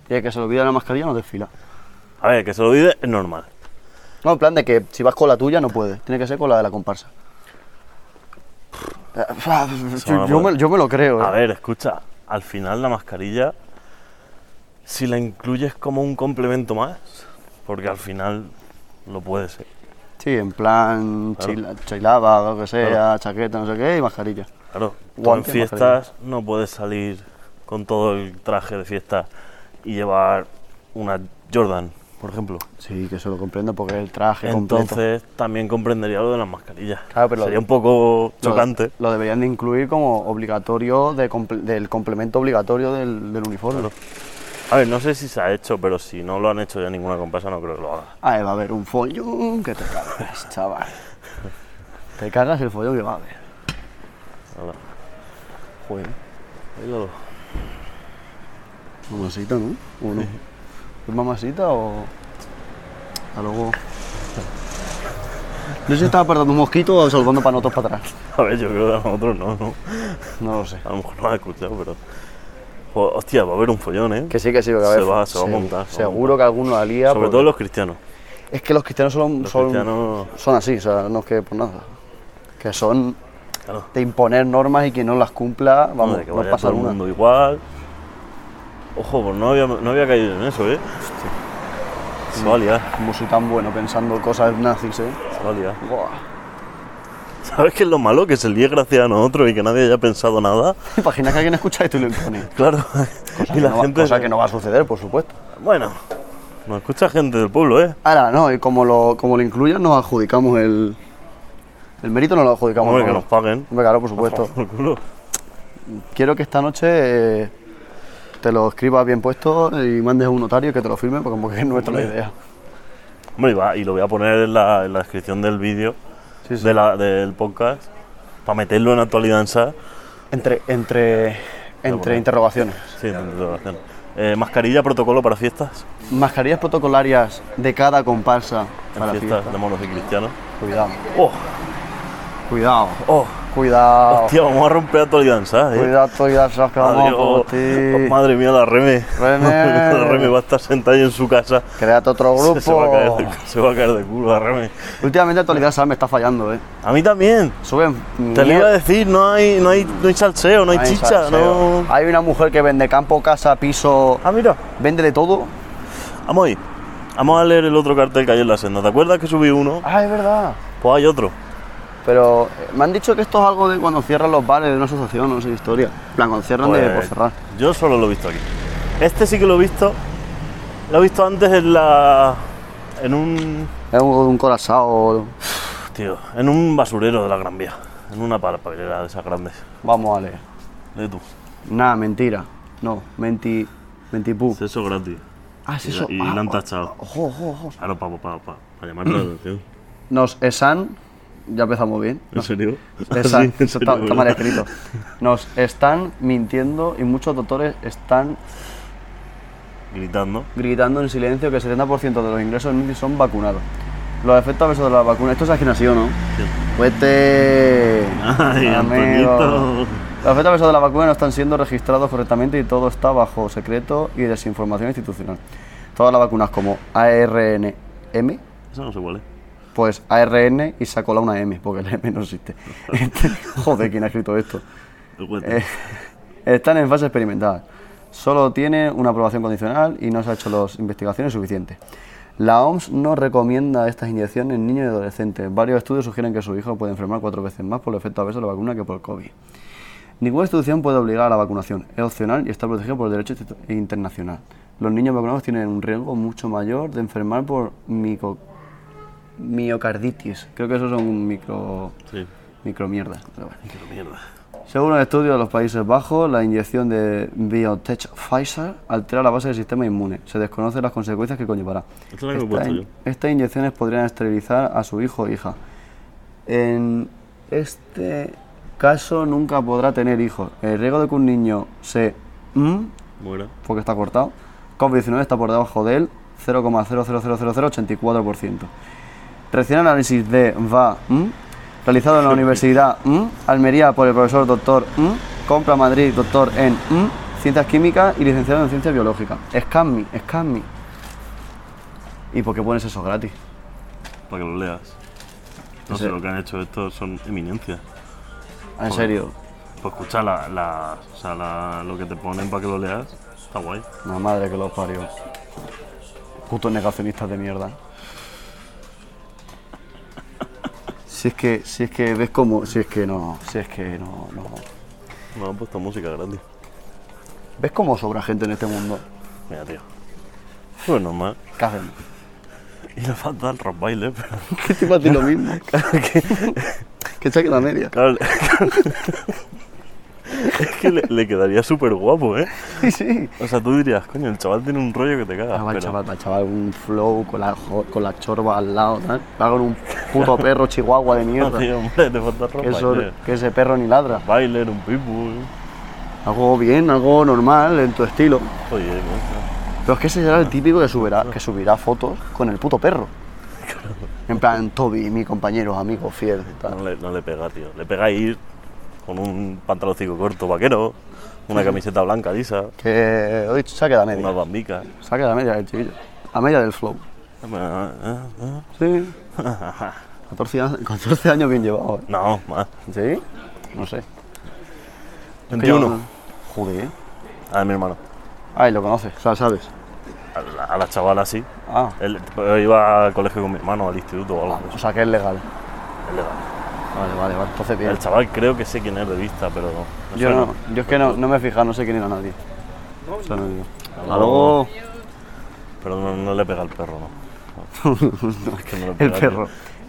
A: Y el que se le olvida la mascarilla no desfila.
B: A ver, que se lo olvide es normal.
A: No, en plan de que si vas con la tuya no puedes, tiene que ser con la de la comparsa. Ah, Yo, yo me, yo me lo creo.
B: A
A: eh.
B: ver, escucha, al final la mascarilla, si la incluyes como un complemento más, porque al final lo puede ser.
A: Sí, en plan chila- chilaba, lo que sea, chaqueta, no sé qué, y mascarilla.
B: Claro, tú
A: Guante,
B: en fiestas no puedes salir con todo el traje de fiesta y llevar una Jordan, por ejemplo.
A: Sí, que eso lo comprendo porque es el traje completo.
B: Entonces también comprendería lo de las mascarillas.
A: Claro, pero lo-
B: Sería un
A: Lo-
B: poco chocante.
A: Lo, deberían de incluir como obligatorio, de comple- del complemento obligatorio del, del uniforme.
B: A ver, no sé si se ha hecho, pero si no lo han hecho ya ninguna comparsa, no creo que lo haga.
A: Ah, va a haber un follón que te cagas, chaval. Te cagas el follón que va a haber.
B: Hala,
A: Joder,
B: bailalo.
A: mamasita, ¿no? ¿O no? ¿Es mamasita o...? Hasta luego. No sé si estaba apartando un mosquito o saludando para nosotros para atrás.
B: A ver, yo creo que a nosotros no, ¿no?
A: No lo sé.
B: A lo mejor no has escuchado, pero. Jo- hostia, va a haber un follón, ¿eh?
A: Que sí, que sí, que a
B: Se
A: ver,
B: va- se va a
A: segu-
B: montar, se va a
A: Seguro que alguno la lía.
B: Sobre
A: porque-
B: todo los cristianos.
A: Es que los cristianos son,
B: Los
A: son,
B: cristianos.
A: son así, o sea, no es que por nada. Que son
B: Claro.
A: de imponer normas y que no las cumpla, vamos,
B: Hombre, que
A: no
B: vaya
A: pasa
B: todo el
A: nada.
B: mundo igual. Ojo, pues no había, no había caído en eso, ¿eh? Se va a liar,
A: Como soy tan bueno pensando cosas nazis, ¿eh?
B: se va a liar.
A: Buah.
B: ¿Sabes qué es lo malo? Que se líe gracias a nosotros y que nadie haya pensado nada.
A: ¿Te imaginas que alguien escucha esto y lo impone?
B: Claro. y
A: Que
B: la
A: no va-
B: gente.
A: cosa que no va a suceder, por supuesto.
B: Bueno, nos escucha gente del pueblo, ¿eh?
A: Ahora, no, y como lo, como lo incluyan, nos adjudicamos el. El mérito nos lo adjudicamos.
B: Hombre, que nos
A: nosotros.
B: paguen.
A: Hombre, claro, por supuesto.
B: Por culo.
A: Quiero que esta noche eh, te lo escribas bien puesto y mandes a un notario que te lo firme, porque como que es nuestra la
B: Hombre.
A: idea.
B: Hombre, y va, y lo voy a poner en la, en la descripción del vídeo
A: Sí, sí.
B: de la- del podcast para meterlo en actualidad en SAR.
A: Entre, entre, entre interrogaciones.
B: Sí, te entiendo, Sebastián. Eh, mascarilla, protocolo para fiestas.
A: Mascarillas protocolarias de cada comparsa
B: En
A: para
B: fiestas
A: fiesta.
B: de monos y cristianos.
A: Cuidado,
B: ¡Oh!
A: cuidado,
B: ¡Oh!
A: cuidado.
B: Hostia, vamos a romper actualidad en SAR, ¿eh?
A: Cuidado, cuidado, sabes que vamos
B: Adiós.
A: por ti.
B: oh, Madre mía, la Reme.
A: Reme.
B: la Reme va a estar sentada ahí en su casa.
A: Créate otro
B: Se, se va a caer
A: grupo.
B: de, se va a caer de culo la Reme.
A: Últimamente actualidad ¿sabes? me está fallando, eh.
B: A mí también.
A: Suben.
B: Te lo
A: mierda.
B: iba a decir, no hay, no hay, no hay salseo, no hay,
A: Ahí
B: chicha,
A: salseo.
B: no.
A: Hay una mujer que vende campo, casa, piso.
B: Ah, mira.
A: Vende de todo.
B: Vamos ahí. Vamos a leer el otro cartel que hay en la senda. ¿Te acuerdas que subí uno?
A: Ah, es verdad.
B: Pues hay otro.
A: Pero eh, me han dicho que esto es algo de cuando cierran los bares de una asociación, no sé qué historia. En plan, cuando cierran de por
B: Pues,
A: cerrar.
B: Yo solo lo he visto aquí. Este sí que lo he visto. Lo he visto antes en la. En un.
A: Es un, un corazón.
B: Tío, en un basurero de la Gran Vía. En una parapelera de esas grandes.
A: Vamos a leer.
B: De tú.
A: Nada, mentira. No, menti. Mentipú.
B: Eso gratis.
A: Ah, es
B: Y-
A: eso.
B: y
A: Ah,
B: la han
A: o-
B: tachado.
A: Ojo, ojo, ojo.
B: Claro, para llamar la atención.
A: Nos esan. Ya empezamos bien.
B: ¿En serio?
A: Esa-
B: Sí, en
A: eso
B: serio,
A: está, está mal
B: ¿verdad?
A: escrito. Nos están mintiendo y muchos doctores están
B: Gritando.
A: gritando en silencio que el 70% de los ingresos en UCI son vacunados. Los efectos adversos de la vacuna. Esto es quién ha sido, ¿no? Vete.
B: Ay, Antonito.
A: Los efectos adversos de la vacuna no están siendo registrados correctamente y todo está bajo secreto y desinformación institucional. Todas las vacunas como ARNM,
B: Eso no sé cuál es.
A: pues ARN y se ha colado una M, porque la M no existe. Este, Joder, ¿quién ha escrito esto?
B: El cuento.
A: Eh, están en fase experimental. Solo tiene una aprobación condicional y no se ha hecho las investigaciones suficientes. La OMS no recomienda estas inyecciones en niños y adolescentes. Varios estudios sugieren que su hijo puede enfermar cuatro veces más por el efecto adverso de la vacuna que por COVID. Ninguna institución puede obligar a la vacunación. Es opcional y está protegido por el derecho inst- internacional. Los niños vacunados tienen un riesgo mucho mayor de enfermar por mico- miocarditis. Creo que eso son micro...
B: Sí.
A: micromierdas. pero bueno.
B: Pero mierda.
A: Según un estudio de los Países Bajos, la inyección de biotech Pfizer altera la base del sistema inmune. Se desconocen las consecuencias que conllevará.
B: Esta es la que me he
A: Esta
B: puesto
A: in-
B: yo.
A: Estas inyecciones podrían esterilizar a su hijo o hija. En este caso nunca podrá tener hijos. El riesgo de que un niño se... mm,
B: Muera.
A: porque está cortado. COVID-19 está por debajo del 0,0000084%. Recién análisis de VA, ¿m? realizado en la Universidad ¿m? Almería por el profesor doctor ¿m? Compra Madrid, doctor en ¿m? Ciencias Químicas y licenciado en Ciencias Biológicas. Escammi, Escammi. ¿Y por qué pones eso gratis?
B: Para que lo leas. No
A: Ese-
B: sé, lo que han hecho estos son eminencias.
A: En serio,
B: Pues escucha la, la- o sea, la- lo que te ponen para que lo leas. Está guay.
A: la madre que los parió. Putos negacionistas de mierda. Si es que, si es que ves como, si es que no, si es que no, no.
B: Me han puesto música gratis.
A: ¿Ves cómo sobra gente en este mundo?
B: Mira, tío. Pues normal.
A: ¿Qué hacen?
B: Y le falta el rock baile, pero.
A: ¿Qué te a ti lo mismo? que saque la media.
B: Claro, le- es que le, le quedaría súper guapo, ¿eh?
A: Sí, sí.
B: O sea, tú dirías, coño, el chaval tiene un rollo que te cagas.
A: Ah, va el
B: pero
A: chaval, va el chaval, un flow con la, jo- con la chorba al lado, tal. Va con un puto perro chihuahua de
B: no,
A: mierda.
B: Ah, tío, hombre, te falta el rock
A: Que, eso-
B: baile.
A: que ese perro ni ladra.
B: Bailer, un pitbull.
A: Algo bien, algo normal en tu estilo.
B: Oye, ¿no?
A: Pero es que ese será el típico que subirá, que subirá fotos con el puto perro. En plan, Toby, mi compañero, amigo, fiel y tal.
B: no le, no le pega, tío. Le pega ir con un pantaloncico corto vaquero, una camiseta blanca lisa,
A: Que hoy se ha quedado a media.
B: unas bambicas.
A: Se ha quedado a media del chiquillo. A media del flow. Sí. 14 años, 14 años bien llevado. ¿eh?
B: No, más.
A: ¿Sí? No sé. Es que
B: 21.
A: yo- Joder.
B: A mi hermano.
A: Ay, lo conoces, o sea, sabes.
B: A la, a la chavala sí.
A: Ah,
B: Él pero iba al colegio con mi hermano, al instituto o algo. de
A: o
B: eso.
A: sea que es legal.
B: Él era-
A: Vale, vale, vale. Entonces bien.
B: El chaval creo que sé quién es de vista, pero no. me
A: Yo
B: suena.
A: no, yo es que no, no me he fijado, no sé quién era nadie. O sea, no digo.
B: Hasta luego. Pero no, no le pega al perro, no. No, es que no le
A: El
B: pega, tío.
A: perro.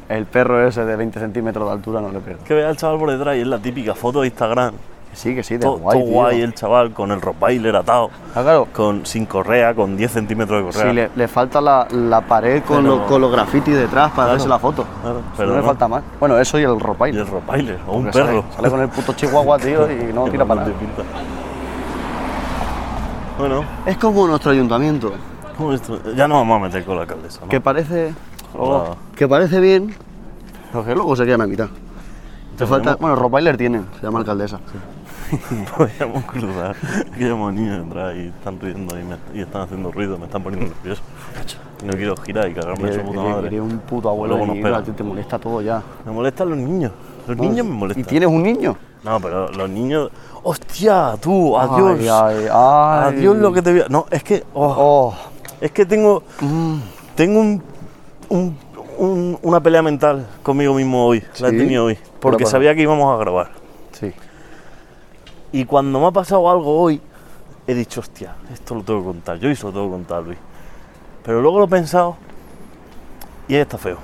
A: El perro ese de 20 centímetros de altura no le pega.
B: Que vea al chaval por detrás y es la típica foto de Instagram.
A: Que Sí, que sí, de
B: Todo todo
A: guay,
B: guay,
A: tío.
B: el chaval con el rottweiler atado,
A: Ah, claro.
B: con, sin correa, con 10 centímetros de correa.
A: Si le, le falta la, la pared con,
B: Pero-
A: lo- con los grafitis detrás para darse la foto.
B: Claro,
A: Pero
B: pero
A: no, le
B: no.
A: falta más. Bueno, eso y el ropail.
B: Y el rottweiler, o un
A: Porque sale-
B: perro.
A: Sale, con el puto chihuahua, tío, y no
B: Que
A: tira
B: no
A: para
B: te
A: nada.
B: pinta. Bueno,
A: Es como nuestro ayuntamiento,
B: ¿cómo esto? ya no vamos a meter con la alcaldesa, ¿no?
A: que parece. Oh.
B: Hola.
A: Que parece bien, pero que luego se queda en la mitad. Te
B: Podríamos-
A: falta, bueno, Ropailer tienen, se llama alcaldesa.
B: Podríamos cruzar. Que llamo niños detrás y están riendo y, me- y están haciendo ruido, me están poniendo nervioso. Y No quiero girar y cagarme en su
A: Quiere-
B: puta
A: quiere-
B: madre.
A: quiere un puto abuelo
B: Luego nos
A: y
B: pega.
A: a ti te molesta todo ya.
B: Me molestan los niños. Los niños me molestan.
A: ¿Y tienes un niño?
B: No, pero los niños. ¡Hostia! Tú, adiós.
A: Ay, ay, ay.
B: Adiós lo que te voy a- No, es que. oh,
A: Oh,
B: Es que tengo. Tengo un, un- un- una pelea mental conmigo mismo hoy. La he
A: ¿Sí?
B: tenido hoy.
A: ¿Qué te
B: Porque
A: pasa?
B: sabía que íbamos a grabar.
A: sí.
B: Y cuando me ha pasado algo hoy, he dicho, hostia, esto lo tengo que contar yo y se lo tengo que contar a Luis. Pero luego lo he pensado y ahí está feo.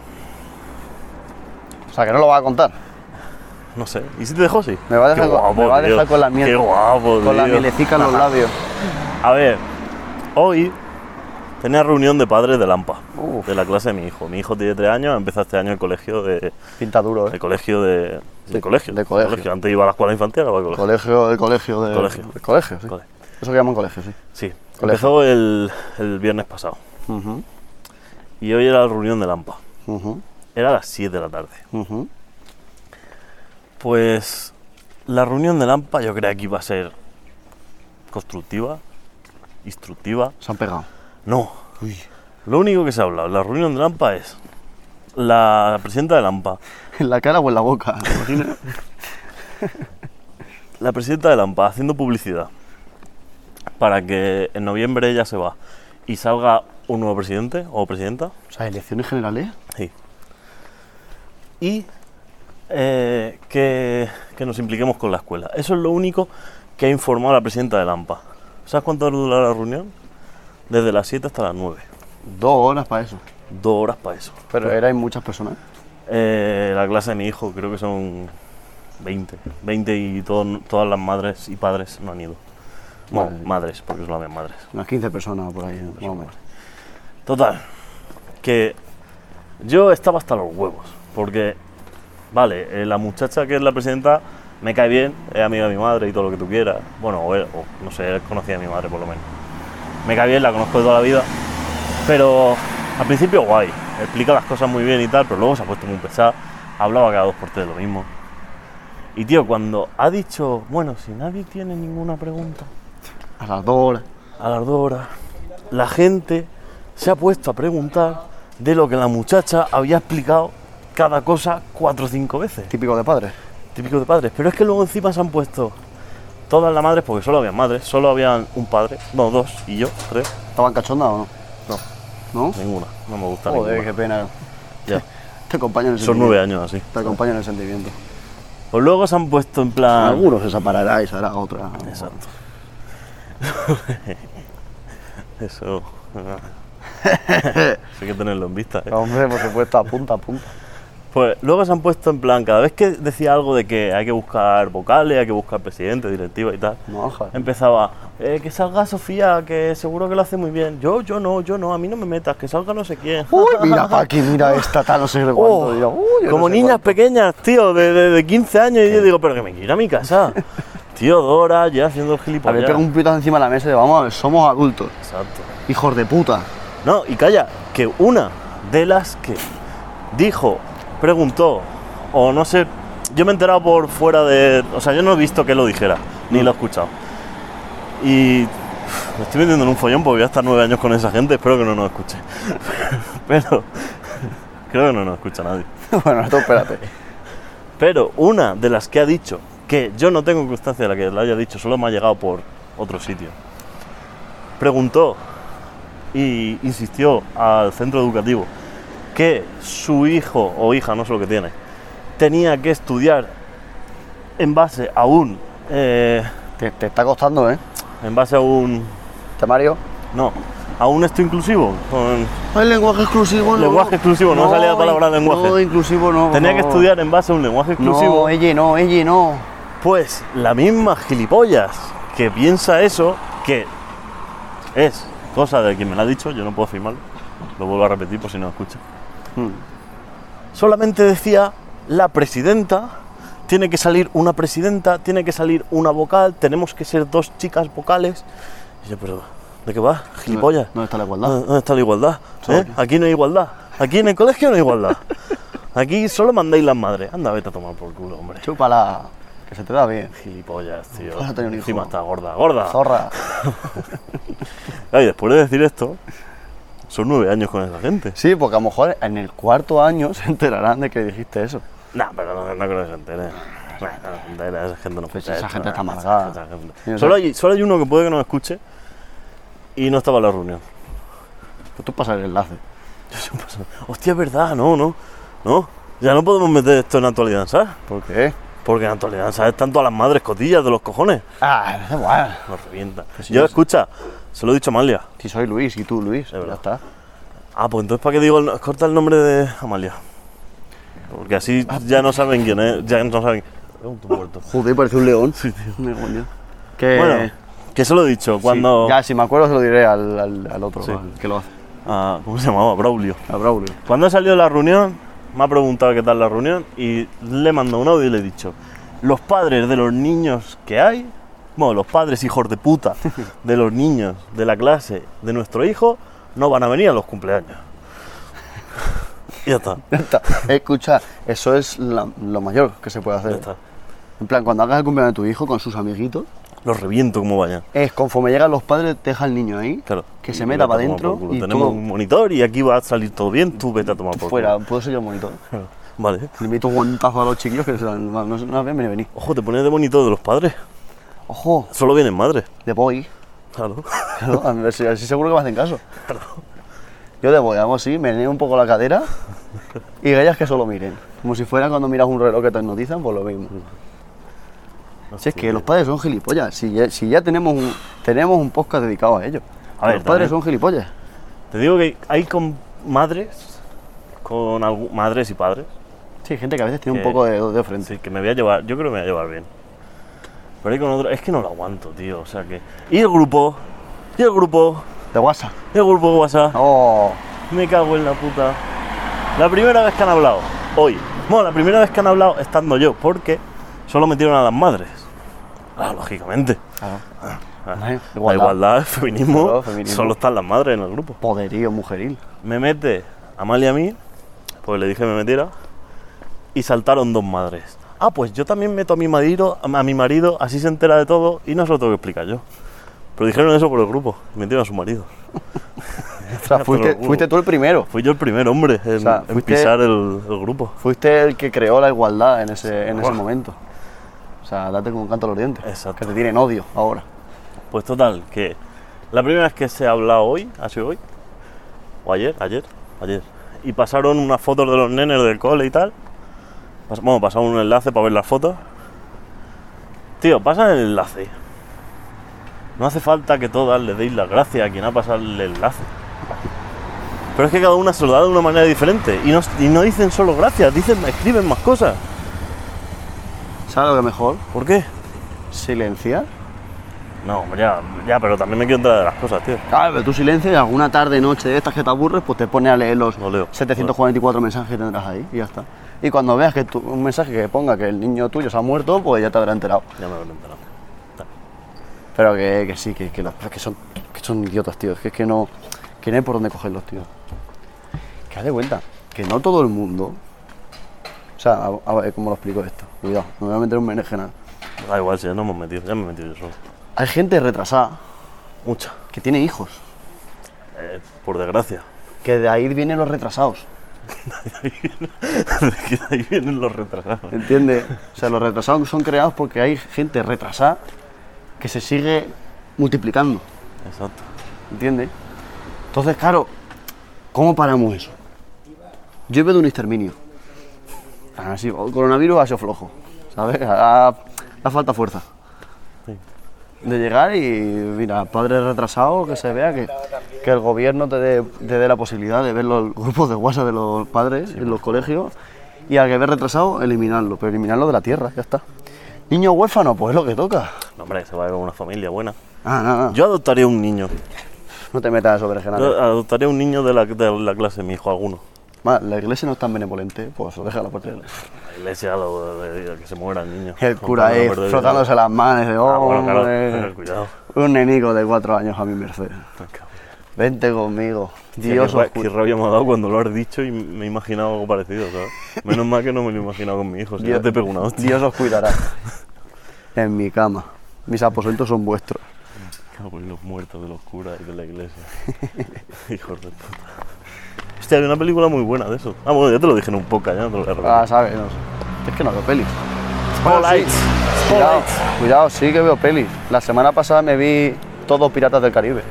A: O sea, que no lo vas a contar.
B: No sé. ¿Y si te dejó sí?
A: Me va a dejar
B: Qué
A: con-
B: guapo,
A: me va a dejar
B: tío.
A: con la miel-
B: Qué guapo,
A: Con la
B: tío.
A: mielecica en los labios.
B: A ver, hoy tenía reunión de padres de Lampa,
A: Uf.
B: de la clase de mi hijo. Mi hijo tiene tres años, empieza este año el colegio de.
A: Pinta duro,
B: El
A: ¿eh?
B: colegio de.
A: De-
B: de colegio.
A: de colegio.
B: Antes iba a la escuela infantil, ahora va al colegio.
A: Colegio, de colegio, de
B: Colegio.
A: de colegio, sí.
B: Colegio.
A: Eso que llaman colegio, sí.
B: Sí.
A: Colegio.
B: Empezó el, el viernes pasado.
A: Ujú,
B: Y hoy era la reunión de Lampa.
A: ujú,
B: Era a las 7 de la tarde.
A: ujú.
B: Pues la reunión de Lampa yo creía que iba a ser constructiva, instructiva.
A: Se han pegado.
B: No. Lo único que se ha hablado en la reunión de Lampa es la presidenta de Lampa.
A: ¿En la cara o en la boca?
B: La presidenta de Lampa haciendo publicidad para que en noviembre ella se va y salga un nuevo presidente o presidenta.
A: O sea, elecciones generales.
B: Sí. Y eh, que, que nos impliquemos con la escuela. Eso es lo único que ha informado la presidenta de AMPA. ¿Sabes cuánto durará la reunión? Desde las 7 hasta las 9.
A: Dos horas para eso.
B: Dos horas para eso.
A: Pero eran muchas personas.
B: Eh, la clase de mi hijo creo que son 20. 20 y todo- todas las madres y padres no han ido. Bueno,
A: Madre.
B: madres, porque solo había madres.
A: Unas 15 personas por ahí. más o menos.
B: Total, que yo estaba hasta los huevos, porque, vale, eh, la muchacha que es la presidenta me cae bien, es amiga de mi madre y todo lo que tú quieras. Bueno, o, era- o, no sé, conocía a mi madre por lo menos. Me cae bien, la conozco de toda la vida, pero al principio guay, explica las cosas muy bien y tal, pero luego se ha puesto muy pesada, hablaba cada dos por tres de lo mismo. Y tío, cuando ha dicho, bueno, si nadie tiene ninguna pregunta,
A: A las dos horas.
B: a las dos horas, la gente se ha puesto a preguntar de lo que la muchacha había explicado cada cosa cuatro o cinco veces.
A: Típico de padres.
B: Típico de padres. Pero es que luego encima se han puesto todas las madres, porque solo había madres, solo habían un padre, no, dos, y yo, creo.
A: ¿Estaban cachondados o no? No. ¿No?
B: Ninguna, no me gusta
A: Joder,
B: ninguna.
A: qué pena.
B: Ya.
A: Te acompaño en el
B: Son
A: sentimiento.
B: nueve años así.
A: Te acompaño en el sentimiento.
B: Pues luego se han puesto en plan...
A: Algunos se separará y se hará otra.
B: Ah. Exacto. Eso... Hay que tenerlo en vista, ¿eh?
A: Hombre, por supuesto, a punta, a punta.
B: Pues luego se han puesto en plan, cada vez que decía algo de que hay que buscar vocales, hay que buscar presidente, directiva y tal,
A: No, joder.
B: empezaba, "Eh, que salga Sofía, que seguro que lo hace muy bien. Yo, yo no, yo no, a mí no me metas, que salga no sé quién.
A: Uy, mira pa' aquí, mira esta, tal, no sé cuánto.
B: Oh,
A: Digo, uy, yo
B: como
A: no sé
B: niñas
A: cuánto.
B: pequeñas, tío, de, de- de 15 años, y yo digo, pero que me quiero a mi casa. tío, Dora, ya haciendo el
A: A ver,
B: gilipollas.
A: pega un pitazo encima de la mesa y digo, vamos a ver, somos adultos.
B: Exacto.
A: Hijos de puta.
B: No, y calla, que una de las que dijo, preguntó, o no sé, yo me he enterado por fuera de. O sea, yo no he visto que lo dijera, ni lo he escuchado. Y. uf, Me estoy metiendo en un follón porque voy a estar nueve años con esa gente, espero que no nos escuche. Pero. Creo que no nos escucha nadie.
A: bueno, tú espérate.
B: Pero una de las que ha dicho, que yo no tengo constancia de la que la haya dicho, solo me ha llegado por otro sitio, preguntó y insistió al centro educativo que su hijo o hija, no sé lo que tiene, tenía que estudiar en base a un... eh,
A: Te, te está costando, ¿eh?
B: en base a un...
A: Temario.
B: no, a un esto inclusivo. con-
A: El lenguaje exclusivo no.
B: Lenguaje exclusivo, no salía la palabra
A: in-
B: lenguaje.
A: No, inclusivo no.
B: tenía
A: no.
B: que estudiar en base a un lenguaje exclusivo.
A: No, ella no, ella no.
B: Pues la misma gilipollas que piensa eso, que es cosa de quien me lo ha dicho, yo no puedo afirmarlo, lo vuelvo a repetir por si no lo escucha.
A: Hmm.
B: Solamente decía la presidenta, tiene que salir una presidenta, tiene que salir una vocal, tenemos que ser dos chicas vocales. Y yo, pero, ¿de qué va? Gilipollas.
A: ¿Dónde está la igualdad?
B: ¿Dónde dónde está la igualdad?
A: Solo
B: ¿Eh?
A: aquí.
B: Aquí no hay igualdad. Aquí en el colegio no hay igualdad. Aquí solo mandáis las madres. Anda, vete a tomar por culo, hombre.
A: Chúpala, que se te da bien.
B: Gilipollas, tío.
A: Vas a tener un hijo.
B: Encima está gorda, gorda.
A: Zorra.
B: Claro, y después de decir esto, son nueve años con esa gente.
A: Sí, porque a lo mejor en el cuarto año se enterarán de que dijiste eso.
B: Nah, pero no, no creo que se entere. Nah, no se entera, esa gente no
A: Pues
B: escucha
A: esa
B: esto,
A: gente está
B: nah,
A: amargada.
B: esa gente-
A: Y no
B: Solo,
A: sé.
B: hay, solo hay uno que puede que no me escuche y no estaba en la reunión.
A: Pues tú pasas el enlace.
B: Yo pensaba, Hostia, es verdad, no, no, no. Ya no podemos meter esto en actualidad, ¿sabes?
A: ¿Por qué?
B: Porque en actualidad, ¿sabes? Están todas las madres cotillas de los cojones.
A: Ah, da igual.
B: Nos revienta.
A: Pues sí,
B: Yo,
A: no sé.
B: escucha, se lo he dicho a Amalia.
A: Si soy Luis y tú Luis, ya
B: verdad.
A: está.
B: Ah, pues entonces, ¿para qué digo? el no- Corta el nombre de Amalia. Porque así
A: Ah,
B: ya no saben quién es. Ya no saben. Es un muerto.
A: Joder, parece un león. Sí, tío. Que...
B: Eh, Bueno, que se lo he dicho cuando.
A: sí, ya, si me acuerdo se lo diré al, al- al otro
B: Sí.
A: al que lo hace.
B: a- Ah, ¿Cómo se llamaba? Braulio.
A: A Braulio.
B: Cuando ha salido de la reunión, me ha preguntado qué tal la reunión y le he mandado un audio y le he dicho: Los padres de los niños que hay, bueno, los padres hijos de puta de los niños de la clase de nuestro hijo, no van a venir a los cumpleaños. Y ya está.
A: Ya está. Escucha, eso es la- lo mayor que se puede
B: Ya
A: hacer.
B: está.
A: En plan, cuando hagas el cumpleaños de tu hijo con sus amiguitos,
B: Los reviento como vayan.
A: es conforme llegan los padres, te deja el niño ahí,
B: Claro.
A: que
B: Y
A: se meta
B: vete a
A: para
B: tomar
A: adentro
B: por culo.
A: y
B: Tenemos
A: todo
B: un monitor y aquí va a salir todo bien, tú vete a tomar por
A: fuera.
B: culo.
A: Puedo ser yo el monitor.
B: Vale.
A: Le meto un guantazo a los chiquillos que se dan, no, no ven venir.
B: Ojo, te pones de monitor de los padres.
A: Ojo,
B: Solo vienen madres.
A: de boy.
B: Claro.
A: Claro, a ver si- así seguro que me hacen caso. Yo de voy, hago así, meneo un poco la cadera y ellas que solo miren. Como si fuera cuando miras un reloj que te hipnotizan, pues lo mismo. Si es que los padres son gilipollas, si ya, si ya tenemos, un, tenemos un podcast dedicado a ello.
B: A ver,
A: los padres
B: también-
A: son gilipollas.
B: Te digo que hay con madres, con algu- madres y padres,
A: Sí, gente que a veces tiene
B: Que-
A: un poco de, de frente.
B: sí, que me voy a llevar, yo creo que me voy a llevar bien. Pero hay con otro, es que no lo aguanto, tío, o sea que... Y el grupo, y el grupo,
A: De WhatsApp.
B: y el grupo de WhatsApp,
A: Oh,
B: me cago en la puta. La primera vez que han hablado, hoy, bueno, la primera vez que han hablado estando yo, porque solo metieron a las madres. Claro, lógicamente.
A: claro.
B: Ah,
A: Hombre,
B: La
A: igualdad.
B: igualdad, el feminismo,
A: Claro, feminismo.
B: solo están las madres en el grupo.
A: Poderío mujeril.
B: Me mete Amalia a mí, pues le dije que me metiera, y saltaron dos madres. Ah, pues yo también meto a mi marido, a mi marido, así se entera de todo y no se lo tengo que explicar yo. Pero dijeron eso por el grupo, y metieron a su marido.
A: O sea, fuiste,
B: Pero-
A: fuiste tú el primero.
B: Fui yo el primer hombre en,
A: sea,
B: en
A: fuiste-
B: pisar el, el grupo.
A: Fuiste el que creó la igualdad en ese, en ese
B: Buah.
A: momento. O sea, date con un canto a los dientes.
B: Exacto.
A: Que te tienen odio ahora.
B: Pues total, que la primera vez que se ha hablado hoy, ha sido hoy, o ayer, ayer, ayer, y pasaron unas fotos de los nenes del cole y tal. Pas- bueno, pasaron un enlace para ver las fotos. Tío, pasan el enlace. No hace falta que todas le deis las gracias a quien ha pasado el enlace. Pero es que cada una se lo da de una manera diferente. Y no, y no dicen solo gracias, dicen, escriben más cosas.
A: ¿Sabes lo que mejor?
B: ¿Por qué?
A: Silenciar.
B: No, hombre, ya, ya, pero también me quiero entrar de las cosas, tío.
A: Claro, pero tú silencias y alguna tarde, noche de estas que te aburres, pues te pones a leer los
B: Lo leo.
A: 744 mensajes que tendrás ahí y ya está. Y cuando veas que tu- un mensaje que ponga que el niño tuyo se ha muerto, pues ya te habrá enterado.
B: Ya me lo he enterado.
A: Pero que, que sí, que, que, los- que son, que son idiotas, tío. Es que, es que no, que no hay por dónde cogerlos, tío. Que haz de cuenta, que no todo el mundo. O sea, a, a ver cómo lo explico esto. Cuidado, no me voy a meter un berenjenal.
B: Da igual, si ya nos hemos metido, ya me he metido yo solo.
A: Hay gente retrasada
B: Mucha.
A: que tiene hijos,
B: Eh, por desgracia.
A: que de ahí vienen los retrasados.
B: Que ahí vienen los retrasados.
A: ¿Entiendes? O sea, los retrasados son creados porque hay gente retrasada que se sigue multiplicando.
B: Exacto.
A: ¿Entiendes? Entonces, claro, ¿cómo paramos eso? Yo veo de un exterminio. Ah, sí, el coronavirus ha sido flojo, ¿sabes? Ha, ha falta fuerza.
B: Sí.
A: De llegar y, mira, padre retrasado, que se vea que, que el gobierno te dé, te dé la posibilidad de ver los grupos de WhatsApp de los padres en los colegios y al que ve retrasado, eliminarlo, pero eliminarlo de la tierra, ya está. Niño huérfano, pues es lo que toca.
B: No, hombre, se va con una familia buena.
A: Ah, no, no,
B: Yo adoptaría un niño.
A: no te metas sobre general.
B: Yo adoptaría un niño de la, de la clase de mi hijo, alguno.
A: Ma, la iglesia no es tan benevolente, pues lo deja a la puerta.
B: La iglesia, lo de, de- que se muera el niño.
A: El cura ahí
B: Hombre,
A: frotándose las manos, de,
B: Ah, bueno, claro,
A: "Hombre,
B: cuidado.
A: un enemigo de cuatro años a mi merced. Vente conmigo,
B: Dios,
A: Dios
B: qué, ra- qué
A: oscuro.
B: rabia me ha dado cuando lo has dicho y me he imaginado algo parecido, ¿sabes? Menos mal que no me lo he imaginado con mi hijo, si no te pego una hostia.
A: Dios os cuidará. En mi cama. Mis aposentos son vuestros.
B: Cago en pues, los muertos de los curas y de la iglesia. Hijos de puta. Hostia, hay una película muy buena de eso. Ah, bueno, ya te lo dije en un podcast, ya no te lo voy a repetir.
A: Ah, sabes, no sé. Es que no veo pelis.
B: Spotlight.
A: Bueno, sí. Cuidado, cuidado, sí que veo pelis. La semana pasada me vi todos Piratas del Caribe.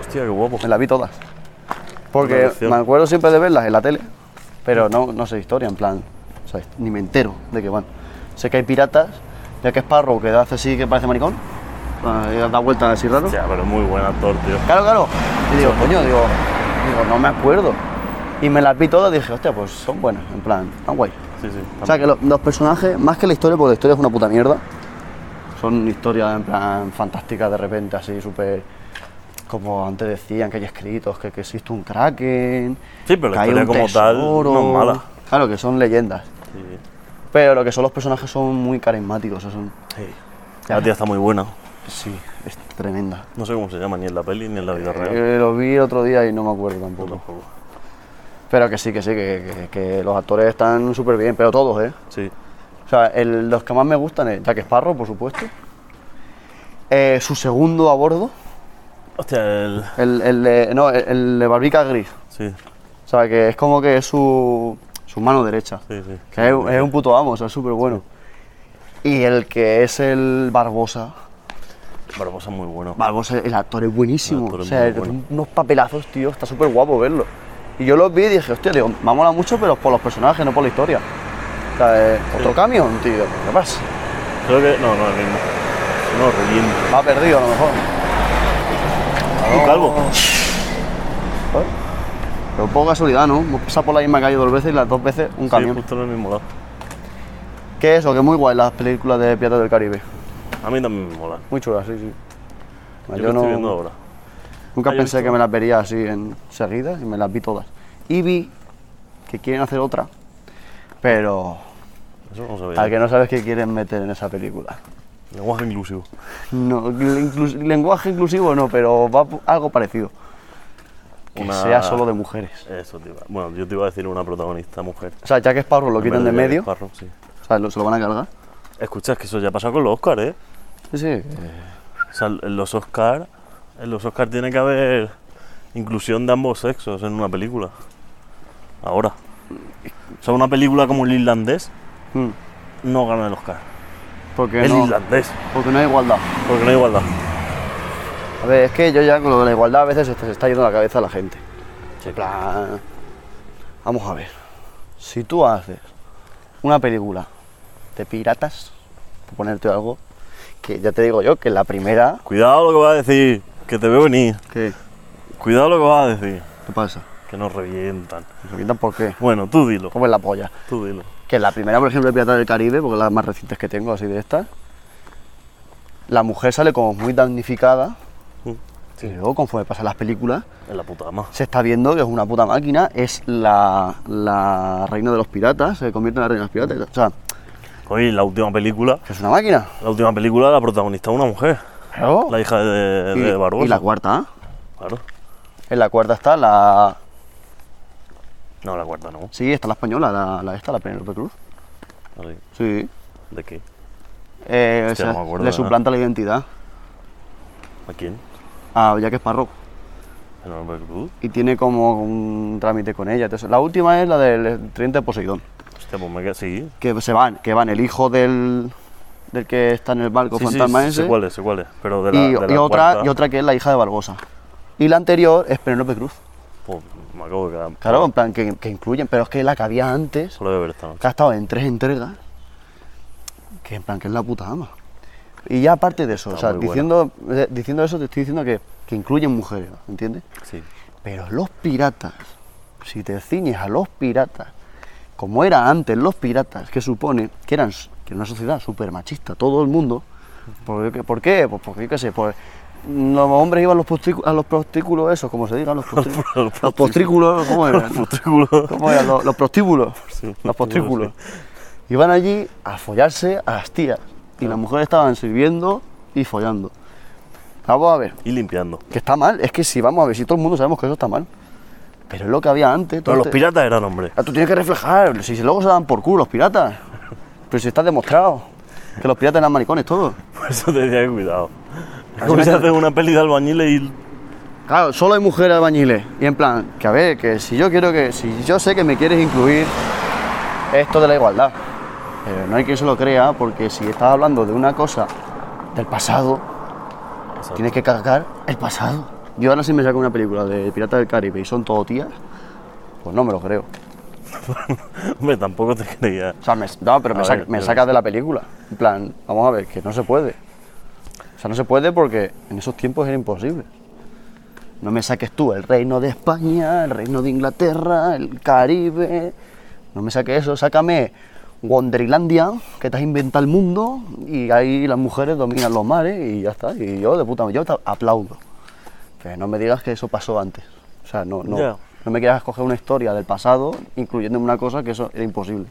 B: Hostia, qué guapo.
A: Me las vi todas.
B: Buena
A: Porque
B: elección.
A: me acuerdo siempre de verlas en la tele, pero no, no sé historia, en plan, o sea, ni me entero de que van. Sé que hay piratas, ya que es Sparrow que hace así que parece maricón, eh, da vueltas así raro.
B: Hostia, pero muy buen actor, tío.
A: Claro, claro. Y digo, coño, digo, digo, no me acuerdo. Y me las vi todas y dije, hostia, pues son buenas, en plan, tan guay.
B: Sí, sí.
A: O sea, que lo- los personajes, más que la historia, porque la historia es una puta mierda, son historias en plan fantásticas de repente, así súper. Como antes decían, que hay escritos, que, que existe un kraken.
B: Sí, pero la
A: que hay
B: historia
A: un
B: como tal
A: tesoro.
B: no es mala.
A: Claro, que son leyendas.
B: Sí,
A: Pero lo que son los personajes son muy carismáticos, o sea, son.
B: sí. La tía está muy buena.
A: Sí, es tremenda.
B: No sé cómo se llama ni en la peli ni en la vida real.
A: Eh, lo vi otro día y no me acuerdo tampoco.
B: Tampoco.
A: Pero que sí, que sí, que, que- que los actores están súper bien, pero todos, ¿eh?
B: Sí.
A: O sea, el- los que más me gustan es Jack Sparrow, por supuesto. Eh, su segundo a bordo,
B: Hostia, el.
A: el, el de, no, el, el de Barbica Gris.
B: Sí,
A: O sea, que es como que es su, su mano derecha.
B: sí, sí.
A: Que es, es un puto amo, o sea, es súper bueno. Y el que es el Barbosa,
B: Barbosa es muy bueno.
A: Barbosa, el actor es buenísimo.
B: El actor es
A: o sea,
B: muy
A: es
B: bueno.
A: unos papelazos, tío, está súper guapo verlo. Y yo los vi y dije, hostia, digo, me ha molado mucho, pero por los personajes, no por la historia. O sea, eh, otro camión, tío, ¿qué pasa?
B: Creo que. No, no, el mismo. No, reviento.
A: Va perdido a lo mejor. Oh,
B: Un calvo.
A: Joder. Pero poca casualidad, ¿no? Hemos pasado por la misma calle dos veces y las dos veces un
B: Sí, pues.
A: camión.
B: justo en el mismo lado.
A: Que eso, que muy guay las películas de Piratas del Caribe.
B: A mí también me mola.
A: Muy chulas, sí, sí.
B: Yo,
A: Yo
B: lo
A: no-
B: estoy viendo ahora.
A: Nunca
B: Ah, yo he
A: pensé
B: visto-
A: que me las vería así en seguidas y me las vi todas. Y vi que quieren hacer otra, pero
B: Eso no se
A: al
B: veía.
A: que no sabes qué quieren meter en esa película.
B: Lenguaje inclusivo.
A: No, le- inclus- lenguaje inclusivo no, pero va p- algo parecido. Que
B: Una-
A: sea solo de mujeres.
B: Eso, te iba- Bueno, yo te iba a decir una protagonista mujer.
A: O sea, ya que Sparrow lo quitan de
B: En vez
A: medio,
B: Jack Sparrow, sí.
A: o sea, lo- se lo van a cargar.
B: Escucha, es que eso ya ha pasado con los Oscars, ¿eh?
A: Sí, sí.
B: O sea, en los Oscars. En los Oscars tiene que haber inclusión de ambos sexos en una película. Ahora. O sea, una película como el irlandés
A: Mm,
B: no gana el Oscar.
A: Porque
B: El
A: no,
B: irlandés.
A: porque no hay igualdad.
B: Porque no hay igualdad.
A: A ver, es que yo ya con lo de la igualdad a veces se se está yendo la cabeza a la gente. En plan, Vamos a ver. Si tú haces una película de piratas, por ponerte algo, que ya te digo yo que la primera.
B: Cuidado lo que vas a decir. Que te veo venir.
A: ¿Qué?
B: Cuidado lo que vas a decir.
A: ¿Qué pasa?
B: Que nos revientan.
A: ¿Me revientan por qué?
B: Bueno, tú dilo.
A: Como en la polla.
B: Tú dilo.
A: Que la primera, por ejemplo, de Piratas del Caribe, porque las más recientes que tengo, así de estas, la mujer sale como muy damnificada. Y luego, conforme pasan las películas,
B: En la puta ama.
A: se está viendo que es una puta máquina, es la, la reina de los piratas, se convierte en la reina de los piratas. O sea,
B: Oye, la última película.
A: que es una máquina.
B: La última película la protagonista una mujer. La hija de,
A: Y-
B: de Barbosa.
A: Y la cuarta, ¿eh?
B: Claro.
A: En la cuarta está la.
B: No, la cuarta no.
A: Sí, está la española, la, la esta, la Penélope Cruz.
B: Vale.
A: Sí.
B: ¿De qué?
A: Eh,
B: Hostia,
A: o sea,
B: no me acuerdo,
A: le
B: ¿eh?
A: suplanta la identidad
B: ¿A quién?
A: a Jack Sparrow
B: ¿En Albert Cruz?
A: y tiene como un trámite con ella. Entonces, la última es la del tridente de Poseidón,
B: Hostia, pues me queda. Sí.
A: que se van, que van el hijo del, del que está en el barco
B: Sí, sí,
A: fantasma
B: sí,
A: ese
B: sé cuál es, sé cuál es. Pero de la,
A: y,
B: de la
A: y otra,
B: cuarta-
A: y otra que es la hija de Barbosa. Y la anterior es Penélope Cruz.
B: Pues, me acabo de quedar.
A: Claro, en plan que, que incluyen, pero es que la que había antes
B: Solo de ver esta noche.
A: que ha estado en tres entregas, que en plan que es la puta ama. Y ya aparte de eso,
B: Está
A: o sea,
B: muy buena.
A: diciendo, eh, diciendo eso te estoy diciendo que, que incluyen mujeres, ¿no? ¿entiendes?
B: Sí.
A: Pero los piratas, si te ciñes a los piratas, como era antes los piratas, que supone que eran s- que era una sociedad súper machista, todo el mundo, ¿por qué? por qué? Pues porque yo qué sé, pues los hombres iban a los, postricu- a los prostíbulos, esos, como se diga, los
B: los
A: postrículos, los postrículos, ¿cómo eran?
B: Futrículo.
A: ¿Cómo eran? Los, los prostíbulos. los
B: los
A: postrículos.
B: prostíbulos,
A: Iban allí a follarse a las tías. Y las mujeres estaban sirviendo y follando. Vamos a ver,
B: Y limpiando.
A: que está mal. Es que si vamos a ver, si todo el mundo sabemos que eso está mal. Pero es lo que había antes. todo
B: Pero los
A: este-
B: piratas eran hombres.
A: Ah, Tú tienes que reflejar. Si luego se dan por culo los piratas. Pero si está demostrado que los piratas eran maricones todos.
B: Por eso te decía que cuidado. Es
A: me
B: como si
A: está-
B: haces una peli de albañiles y
A: Claro, solo hay mujeres albañiles. Y en plan, que a ver, que si yo quiero que. Si yo sé que me quieres incluir esto de la igualdad. Pero no hay quien se lo crea, porque si estás hablando de una cosa del pasado, tienes que cargar el pasado. Yo ahora si me saco una película de Pirata del Caribe y son todo tías, pues no me lo creo.
B: Hombre, tampoco te creía.
A: O sea, me, no, pero me,
B: A
A: sac-
B: ver,
A: me
B: yo-
A: sacas de la película. En plan, vamos a ver, que no se puede. O sea, no se puede porque en esos tiempos era imposible. No me saques tú el reino de España, el reino de Inglaterra, el Caribe. No me saques eso, sácame Wonderlandia, que te has inventado el mundo y ahí las mujeres dominan los mares y ya está. Y yo de puta madre, yo te aplaudo. Pero no me digas que eso pasó antes. O sea, no, no,
B: Ya.
A: no me quieras coger una historia del pasado incluyendo una cosa que eso era imposible.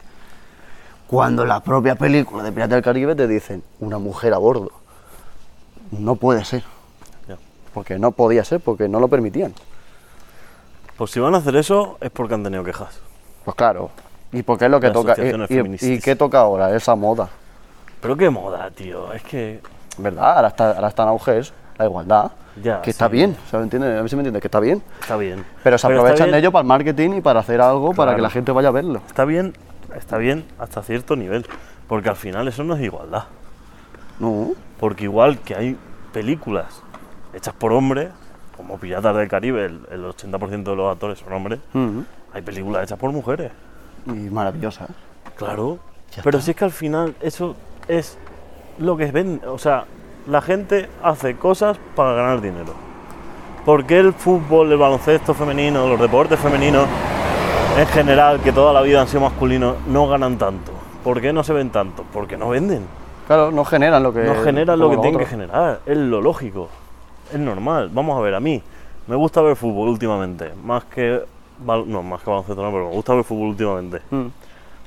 A: Cuando en la propia película de Piratas del Caribe te dicen una mujer a bordo. No puede ser.
B: Ya.
A: Porque no podía ser, porque no lo permitían.
B: Pues si van a hacer eso es porque han tenido quejas.
A: Pues claro. ¿Y por qué es lo que
B: Las
A: toca?
B: asociaciones
A: Y, y-
B: feministas.
A: y qué toca ahora? Esa moda.
B: Pero qué moda, tío. Es que.
A: ¿Verdad? Ahora está, ahora está en auge eso, la igualdad.
B: Ya,
A: que está
B: sí.
A: bien. O sea, ¿me entiendes? A mí se me entiende que está bien.
B: Está bien.
A: Pero se
B: está
A: aprovechan
B: bien-
A: de ello para el marketing y para hacer algo para que
B: Claro.
A: la gente vaya a verlo.
B: Está bien, está bien hasta cierto nivel. Porque al final eso no es igualdad.
A: No.
B: Porque igual que hay películas hechas por hombres, como Piratas del Caribe, el, el 80% de los actores son hombres,
A: Mm.
B: hay películas hechas por mujeres.
A: Y maravillosa. ¿eh?
B: Claro.
A: Ya
B: Pero
A: está.
B: si es que al final eso es lo que ven. O sea, la gente hace cosas para ganar dinero. ¿Por qué el fútbol, el baloncesto femenino, los deportes femeninos en general, que toda la vida han sido masculinos, no ganan tanto? ¿Por qué no se ven tanto? Porque no venden.
A: Claro, no generan lo que.
B: No generan lo
A: como
B: que tienen que
A: otros.
B: generar. Es lo lógico. Es normal. Vamos a ver, a mí me gusta ver fútbol últimamente. Más que. bal- No, más que baloncesto, no, pero me gusta ver fútbol últimamente.
A: Mm.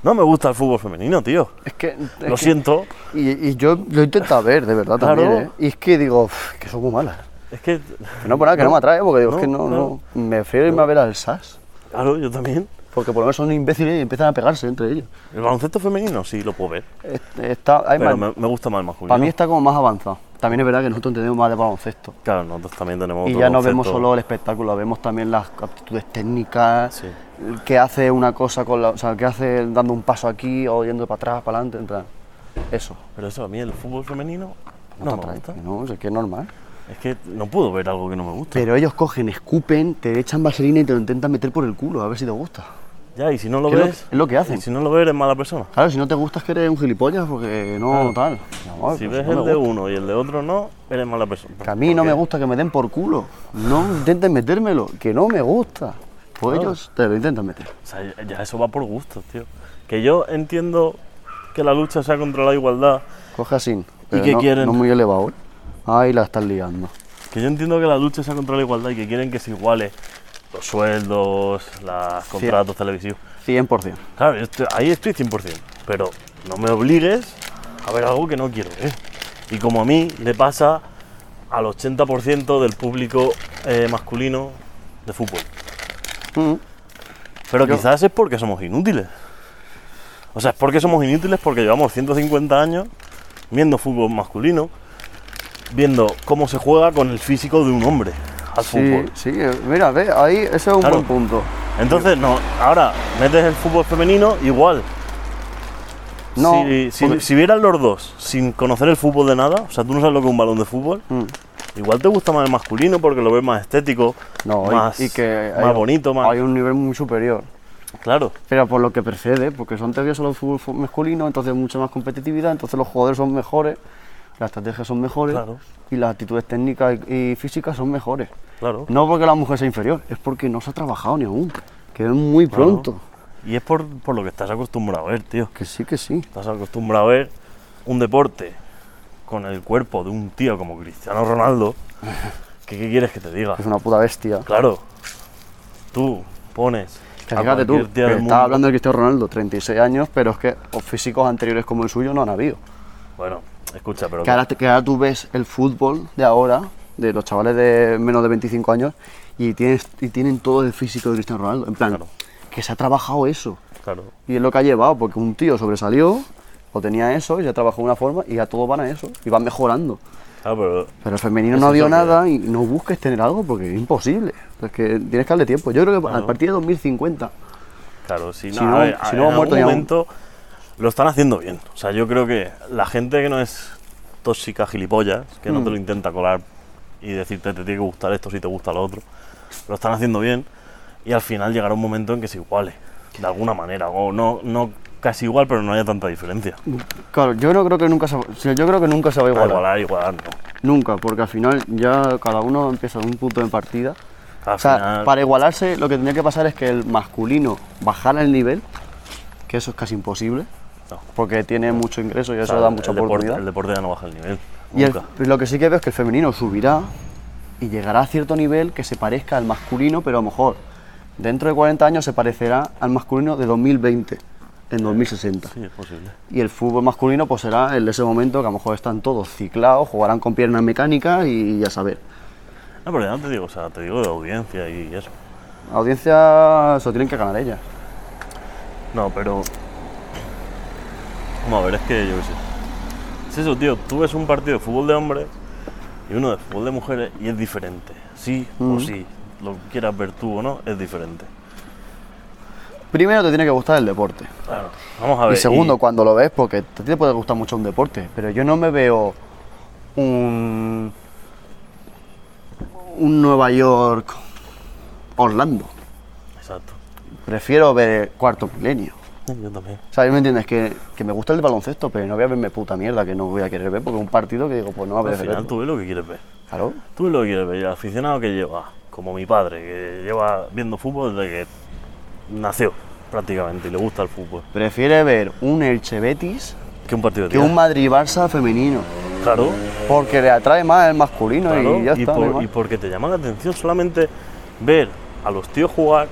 B: No me gusta el fútbol femenino, tío.
A: Es que. es
B: lo
A: que-
B: siento.
A: Y, y yo lo he intentado ver, de verdad
B: Claro.
A: también. ¿eh? Y es que digo, "Uf, que son muy malas.
B: Es que.
A: Que no, por nada, que no, me atrae, porque digo,
B: No,
A: es que no,
B: claro.
A: no. Me prefiero irme a ver al SAS.
B: Claro, yo también.
A: Porque por lo menos son imbéciles y empiezan a pegarse entre ellos.
B: El baloncesto femenino sí lo puedo ver.
A: Es- Está, hay
B: Pero
A: más-
B: me, me gusta más el masculino.
A: para mí está como más avanzado. También es verdad que nosotros entendemos más de baloncesto.
B: Claro, nosotros también tenemos.
A: Y
B: otro
A: ya no vemos
B: concepto.
A: solo el espectáculo, vemos también las aptitudes técnicas,
B: Sí.
A: qué hace una cosa con la, o sea, qué hace dando un paso aquí o yendo para atrás, para adelante, en plan. Eso.
B: Pero eso, a mí el fútbol femenino
A: te
B: no, me
A: atrae.
B: gusta.
A: No, es que es normal.
B: Es que no puedo ver algo que no me gusta.
A: Pero ellos cogen, escupen, te echan vaselina y te lo intentan meter por el culo, a ver si te gusta.
B: Ya, y si no lo
A: Es lo-
B: ves.
A: es lo que hacen.
B: Y si no lo ves, eres mala persona.
A: Claro, si no te gusta es que eres un gilipollas porque no tal. No,
B: Ah. si
A: pues
B: ves
A: no me
B: el de
A: gusta.
B: uno y el de otro no, eres mala persona.
A: Que a mí no me gusta que me den por culo. No intenten metérmelo, que no me gusta. Pues ellos te lo intentan meter.
B: O sea, ya- ya eso va por gustos, tío. Que yo entiendo que la lucha sea contra la igualdad.
A: Coge así. pero
B: qué
A: no,
B: quieren?
A: No muy elevado. ¿eh? Ahí la están liando.
B: Que yo entiendo que la lucha sea contra la igualdad y que quieren que se iguale los sueldos, los contratos televisivos.
A: 100%.
B: Claro, yo estoy- ahí estoy 100%, pero no me obligues a ver algo que no quiero ver. Y como a mí le pasa al 80% del público eh, masculino de fútbol.
A: Mm.
B: Pero
A: Yo-
B: quizás es porque somos inútiles. O sea, es porque somos inútiles porque llevamos 150 años viendo fútbol masculino, viendo cómo se juega con el físico de un hombre al
A: Sí,
B: fútbol.
A: sí, eh, mira, ve, ahí ese es un
B: Claro.
A: buen punto.
B: Entonces, no, ahora metes el fútbol femenino igual.
A: No,
B: si, si-
A: porque-
B: si vieran los dos sin conocer el fútbol de nada, o sea, tú no sabes lo que es un balón de fútbol,
A: Mm.
B: igual te gusta más el masculino porque lo ves más estético,
A: No, y-
B: más,
A: y, que
B: más
A: hay-
B: bonito, más.
A: Hay un nivel muy superior.
B: Claro,
A: Pero por lo que precede, porque son teorías solo fútbol fu- masculino, entonces mucha más competitividad, entonces los jugadores son mejores, las estrategias son mejores
B: Claro.
A: y las actitudes técnicas y y físicas son mejores.
B: claro.
A: No porque la mujer sea inferior, es porque no se ha trabajado ni aún, que es muy pronto.
B: Y es por, por lo que estás acostumbrado a ver, tío.
A: Que sí, que sí.
B: Estás acostumbrado a ver un deporte con el cuerpo de un tío como Cristiano Ronaldo. que qué quieres que te diga?
A: Es una puta bestia.
B: Claro, tú pones.
A: Que
B: a
A: fíjate tú,
B: cualquier tío
A: que
B: del mundo-
A: estaba hablando de Cristiano Ronaldo, 36 años, pero es que los físicos anteriores como el suyo no han habido.
B: Bueno, escucha, pero.
A: Que ahora, te- que ahora tú ves el fútbol de ahora, de los chavales de menos de 25 años, y, tienes, y tienen todo el físico de Cristiano Ronaldo. En plan,
B: Claro.
A: que se ha trabajado eso.
B: Claro,
A: Y es lo que ha llevado, porque un tío sobresalió, o tenía eso, y se trabajó de una forma, y a todos van a eso, y van mejorando.
B: claro, Ah, pero
A: Pero el femenino
B: Eso
A: no
B: es
A: dio
B: lo que-
A: nada y no busques tener algo porque es imposible. Es que tienes que darle tiempo. Yo creo que a
B: Claro.
A: partir de 2050,
B: Claro, si no,
A: Si
B: a
A: no-
B: ver,
A: si
B: en
A: no ha
B: algún
A: muerto ya un-
B: momento lo están haciendo bien. O sea, yo creo que la gente que no es tóxica gilipollas, que no te
A: Mm.
B: lo intenta colar y decirte te tiene que gustar esto si te gusta lo otro, lo están haciendo bien y al final llegará un momento en que se iguale, de alguna manera, o no, no casi igual, pero no haya tanta diferencia.
A: claro, yo no creo que nunca se, o sea, yo creo que nunca se va a
B: Para
A: igualar.
B: igualar, igualar, no.
A: Nunca, porque al final ya cada uno empieza de un punto de partida.
B: Al
A: O sea,
B: final-
A: para igualarse lo que tendría que pasar es que el masculino bajara el nivel, que eso es casi imposible,
B: No.
A: porque tiene mucho ingreso y
B: O
A: eso
B: sea,
A: da mucha
B: el deporte,
A: oportunidad.
B: el deporte ya no baja el nivel.
A: Y el-
B: nunca.
A: lo que sí que veo es que el femenino subirá y llegará a cierto nivel que se parezca al masculino, pero a lo mejor dentro de 40 años se parecerá al masculino de 2020, en 2060.
B: Sí, es posible.
A: Y el fútbol masculino pues será el de ese momento que a lo mejor están todos ciclados, jugarán con piernas mecánicas y ya saber.
B: No, pero ya no te digo, o sea, te digo de audiencia y eso.
A: Audiencia se lo tienen que ganar ellas.
B: No, pero. Vamos a ver, es que yo qué sé. Es eso, tío. Tú ves un partido de fútbol de hombres y uno de fútbol de mujeres y es diferente. Sí o sí. Lo quieras ver tú o no, es diferente.
A: Primero te tiene que gustar el deporte.
B: Claro. Vamos a
A: Y
B: ver.
A: segundo, cuando lo ves, porque a ti te puede gustar mucho un deporte, pero yo no me veo un un Nueva York Orlando.
B: Exacto.
A: Prefiero ver cuarto milenio.
B: Yo también.
A: O sea, ¿me entiendes? Que, que me gusta el baloncesto, pero no voy a verme puta mierda que no voy a querer ver porque es un partido que digo, pues no me
B: Al
A: apetece
B: final
A: verlo.
B: tú ves lo que quieres ver.
A: Claro.
B: Tú ves lo que quieres ver. Y el aficionado que lleva, como mi padre, que lleva viendo fútbol desde que nació prácticamente y le gusta el fútbol.
A: Prefiere ver un Elche Betis
B: Que un partido de
A: que
B: día.
A: un Madrid Barça femenino.
B: Claro,
A: Porque le atrae más el masculino
B: claro.
A: y ya está. no hay
B: por-
A: más.
B: y porque te llama la atención solamente ver a los tíos jugar.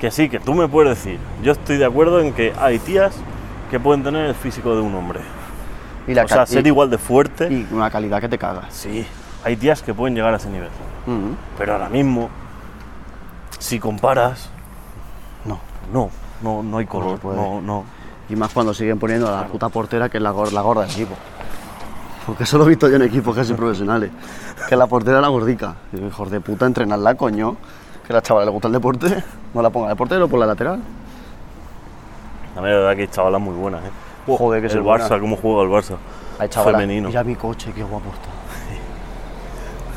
B: Que sí, que tú me puedes decir. Yo estoy de acuerdo en que hay tías que pueden tener el físico de un hombre.
A: Y la
B: o sea,
A: ca-
B: ser
A: y-
B: igual de fuerte.
A: y una calidad que te cagas.
B: Sí, hay tías que pueden llegar a ese nivel.
A: Mm,
B: Pero ahora mismo, si comparas,
A: No.
B: no, no, no hay
A: No se
B: color.
A: puede.
B: No, no.
A: Y más cuando siguen poniendo a la puta portera que es la, gor- la gorda del equipo. Porque eso lo he visto yo en equipos casi profesionales. Que la portera era gordica. Y digo, hijos de puta, entrenarla, coño. Que a la chavala le gusta el deporte. No la ponga de portero, por la lateral.
B: La verdad que hay chavalas muy buenas, ¿eh?
A: Joder, que
B: el
A: se
B: Barça, cómo juega el Barça.
A: Hay chavala.
B: Femenino.
A: Mira mi coche, qué guapo está.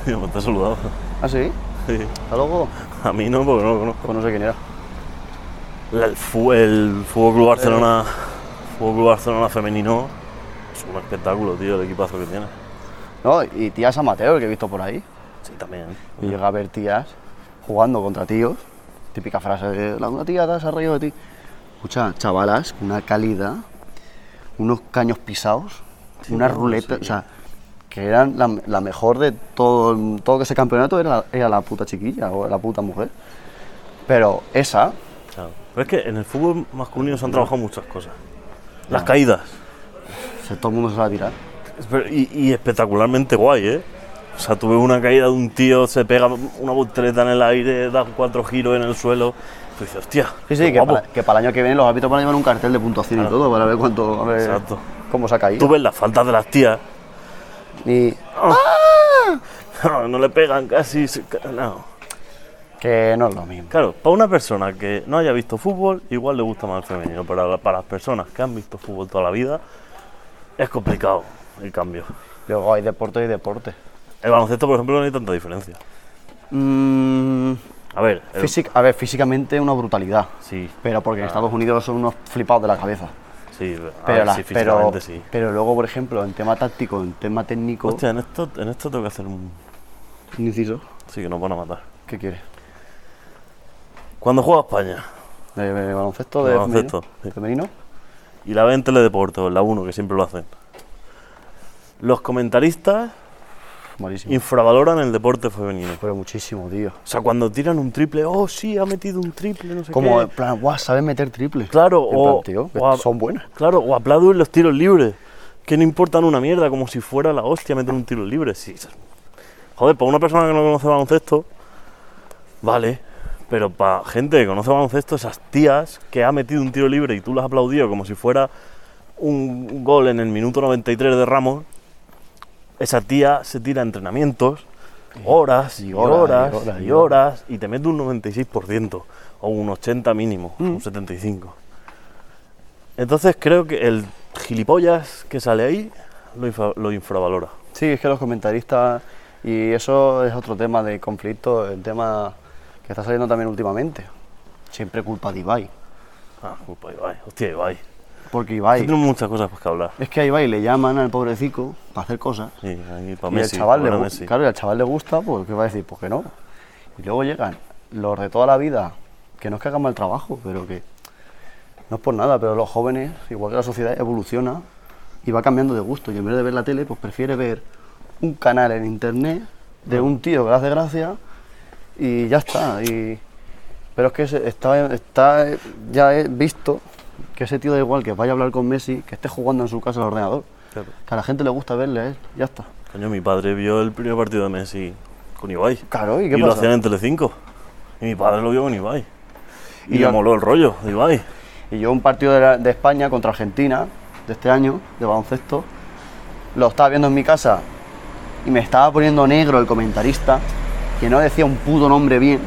B: Yo te he saludado.
A: ¿Ah, sí?
B: Sí.
A: ¿Hasta luego?
B: A mí no, porque no lo conozco.
A: Pues no sé quién era.
B: La- El, fu- el Fútbol Club Barcelona, Fútbol Club Barcelona femenino, es un espectáculo, tío, el equipazo que tiene.
A: No, y tías amateur que he visto por ahí.
B: Sí, también. ¿eh?
A: Y llega a ver tías jugando contra tíos. Típica frase de la una tía da, se ha reído de ti. Escucha, chavalas, una calidad, unos caños pisados, una ruleta, o sea, que eran la, la mejor de todo, todo ese campeonato era, era la puta chiquilla o la puta mujer. Pero esa,
B: Claro. Pero es que en el fútbol masculino se han trabajado muchas cosas. Las caídas.
A: se- todo el mundo se la va a tirar.
B: Espe- Y, y espectacularmente guay, ¿eh? O sea, tuve una caída de un tío, se pega una voltereta en el aire, da cuatro giros en el suelo. Tú dices, hostia.
A: Sí, sí,
B: qué
A: que
B: guapo.
A: para, que para el año que viene los árbitros van a llevar un cartel de puntuación y todo para ver cuánto, a ver
B: Exacto.
A: cómo se ha caído.
B: Tú ves las faltas de las tías.
A: Y
B: No, no le pegan casi. se ca- No.
A: que no es lo mismo.
B: Claro, para una persona que no haya visto fútbol, igual le gusta más el femenino. Pero la- para las personas que han visto fútbol toda la vida, es complicado el cambio.
A: Luego hay deporte y deporte.
B: El baloncesto, por ejemplo, no hay tanta diferencia.
A: Mm,
B: A ver, el-
A: físic- a ver, físicamente una brutalidad.
B: sí,
A: Pero porque en Estados Unidos son unos flipados de la cabeza.
B: sí, a
A: Pero,
B: ver,
A: la-
B: sí,
A: pero,
B: físicamente sí.
A: pero luego, por ejemplo, en tema táctico, en tema técnico.
B: Hostia, en esto, en esto tengo que hacer un.
A: un inciso.
B: Sí, que nos van a matar.
A: ¿Qué quieres?
B: Cuando juega España
A: ¿De, de baloncesto? ¿De
B: De baloncesto,
A: femenino?
B: sí.
A: femenino?
B: y la ve en Teledeporte, o en la 1, que siempre lo hacen, los comentaristas
A: Malísimo.
B: infravaloran el deporte femenino.
A: Pero muchísimo, tío.
B: O sea, cuando tiran un triple, oh, sí, ha metido un triple, no sé
A: Como en
B: qué.
A: plan, guau, sabes meter triple.
B: Claro,
A: En
B: o,
A: plan, tío, que
B: o a-
A: son buenas.
B: Claro, o aplauden los tiros libres, que no importan una mierda, como si fuera la hostia meter un tiro libre. Sí, eso- joder, para una persona que no conoce baloncesto, vale, pero para gente que conoce baloncesto, esas tías que ha metido un tiro libre y tú las has aplaudido como si fuera un gol en el minuto 93 de Ramos, esa tía se tira a entrenamientos horas y horas y horas y, te mete un 96% o un 80 mínimo, un 75. Entonces creo que el gilipollas que sale ahí lo, infra- lo infravalora.
A: Sí, es que los comentaristas. Y eso es otro tema de conflicto, el tema que está saliendo también últimamente. Siempre culpa de Ibai.
B: Ah, culpa de Ibai. Hostia, Ibai.
A: Porque Ibai.
B: Tenemos muchas cosas pues, que hablar.
A: Es que a Ibai le llaman al pobrecico para hacer cosas.
B: Sí, ahí para
A: Y
B: Pues Messi.
A: el chaval le,
B: bueno,
A: gu-
B: Messi.
A: claro, y al chaval le gusta, pues ¿qué va a decir? Pues que no. Y luego llegan los de toda la vida, que no es que hagan mal trabajo, pero que no es por nada, pero los jóvenes, igual que la sociedad, evoluciona y va cambiando de gusto. Y en vez de ver la tele, pues prefiere ver un canal en internet de un tío que le hace gracia y ya está. Y... Pero es que se- está, está ya he visto que ese tío da igual que vaya a hablar con Messi, que esté jugando en su casa al ordenador.
B: Claro.
A: Que a la gente le gusta verle a él, ya está.
B: Coño, mi padre vio el primer partido de Messi con Ibai.
A: Claro, ¿y qué
B: y lo
A: pasa?
B: hacían en Telecinco. Y mi padre lo vio con Ibai. Y,
A: Y
B: le
A: yo-
B: moló el rollo de Ibai.
A: Y yo un partido de, la- de España contra Argentina de este año, de baloncesto, lo estaba viendo en mi casa y me estaba poniendo negro el comentarista, que no decía un puto nombre bien.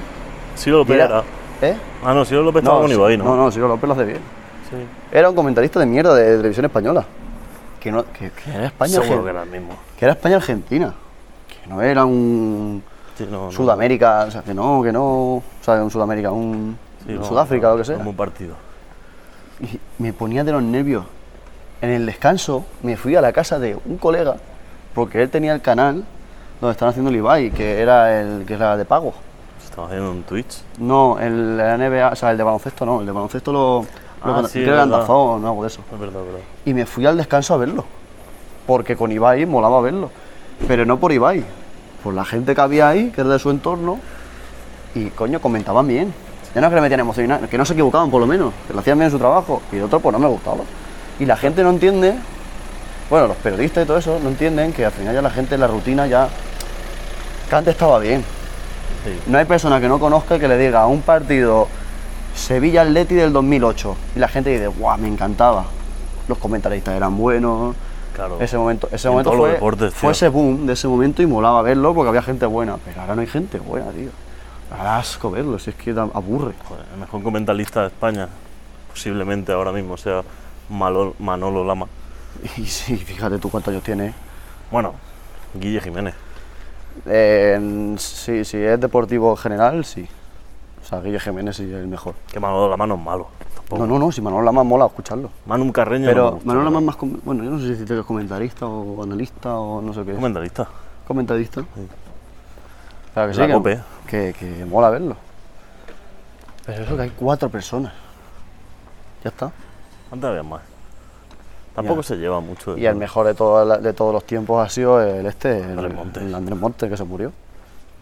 B: Ciro López
A: Y era-
B: era...
A: ¿Eh?
B: Ah, no, Ciro López estaba con
A: sí-
B: Ibai, ¿no?
A: no, no, Ciro López lo hace bien.
B: Sí.
A: Era un comentarista de mierda de, televisión española. Que, no, que, que era España
B: Seguro
A: Argen-
B: que era el mismo.
A: que era España Argentina. Que no era un.
B: Sí, no, no.
A: Sudamérica, o sea, que no, que no. O sea, un Sudamérica, un.
B: Sí,
A: un
B: no,
A: Sudáfrica,
B: no,
A: lo que sea.
B: Como un partido.
A: Y me ponía de los nervios. En el descanso me fui a la casa de un colega, porque él tenía el canal donde estaban haciendo el Ibai, que era el que era de pago.
B: Estaba haciendo un Twitch.
A: No, el la NBA, o sea, el de baloncesto no, el de baloncesto lo. lo
B: Ah,
A: con- creo
B: sí, es
A: que era
B: verdad.
A: Andazón o no, algo de eso.
B: Es verdad, verdad.
A: Y me fui al descanso a verlo, porque con Ibai molaba verlo, pero no por Ibai, por la gente que había ahí, que era de su entorno, y coño, comentaban bien. Ya no es que le metían emoción, ni nada, que no se equivocaban por lo menos, que lo hacían bien su trabajo, y el otro pues no me gustaba. Y la gente no entiende, bueno, los periodistas y todo eso no entienden que al final ya la gente en la rutina ya, que antes estaba bien.
B: Sí.
A: No hay persona que no conozca que le diga a un partido Sevilla Atleti del 2008 y la gente dice, guau, me encantaba. Los comentaristas eran buenos.
B: Claro.
A: Ese momento, ese
B: En
A: momento
B: todos los
A: fue,
B: deportes,
A: fue
B: tío.
A: ese boom de ese momento y molaba verlo porque había gente buena. Pero ahora no hay gente buena, tío. Ahora da asco verlo, si es que da- aburre.
B: Joder, el mejor comentarista de España, posiblemente ahora mismo sea Malo- Manolo Lama.
A: Y sí, fíjate tú cuántos años tiene.
B: Bueno, Guille Jiménez.
A: Eh, sí, sí, es deportivo en general, sí. O sea, Guille Jiménez sí es el mejor.
B: Que Manolo Lama no es malo.
A: No,
B: Tampoco.
A: no, no, si Manolo Lama mola escucharlo.
B: Manu Carreño. no me
A: Pero
B: gusta,
A: Manolo
B: pero
A: Lama es, com- bueno, yo no sé si te- que es comentarista o analista o no sé qué. es.
B: es Comentarista.
A: Comentarista. Claro que
B: La
A: sí,
B: COPE.
A: que, que, que mola verlo. Pero eso que hay cuatro personas. Ya está.
B: Antes había más. Tampoco
A: Ya.
B: se lleva mucho. de
A: Y el
B: todo.
A: mejor de, toda la- de todos los tiempos ha sido el este, el,
B: Andrés Montes.
A: el Andrés Montes, que se murió.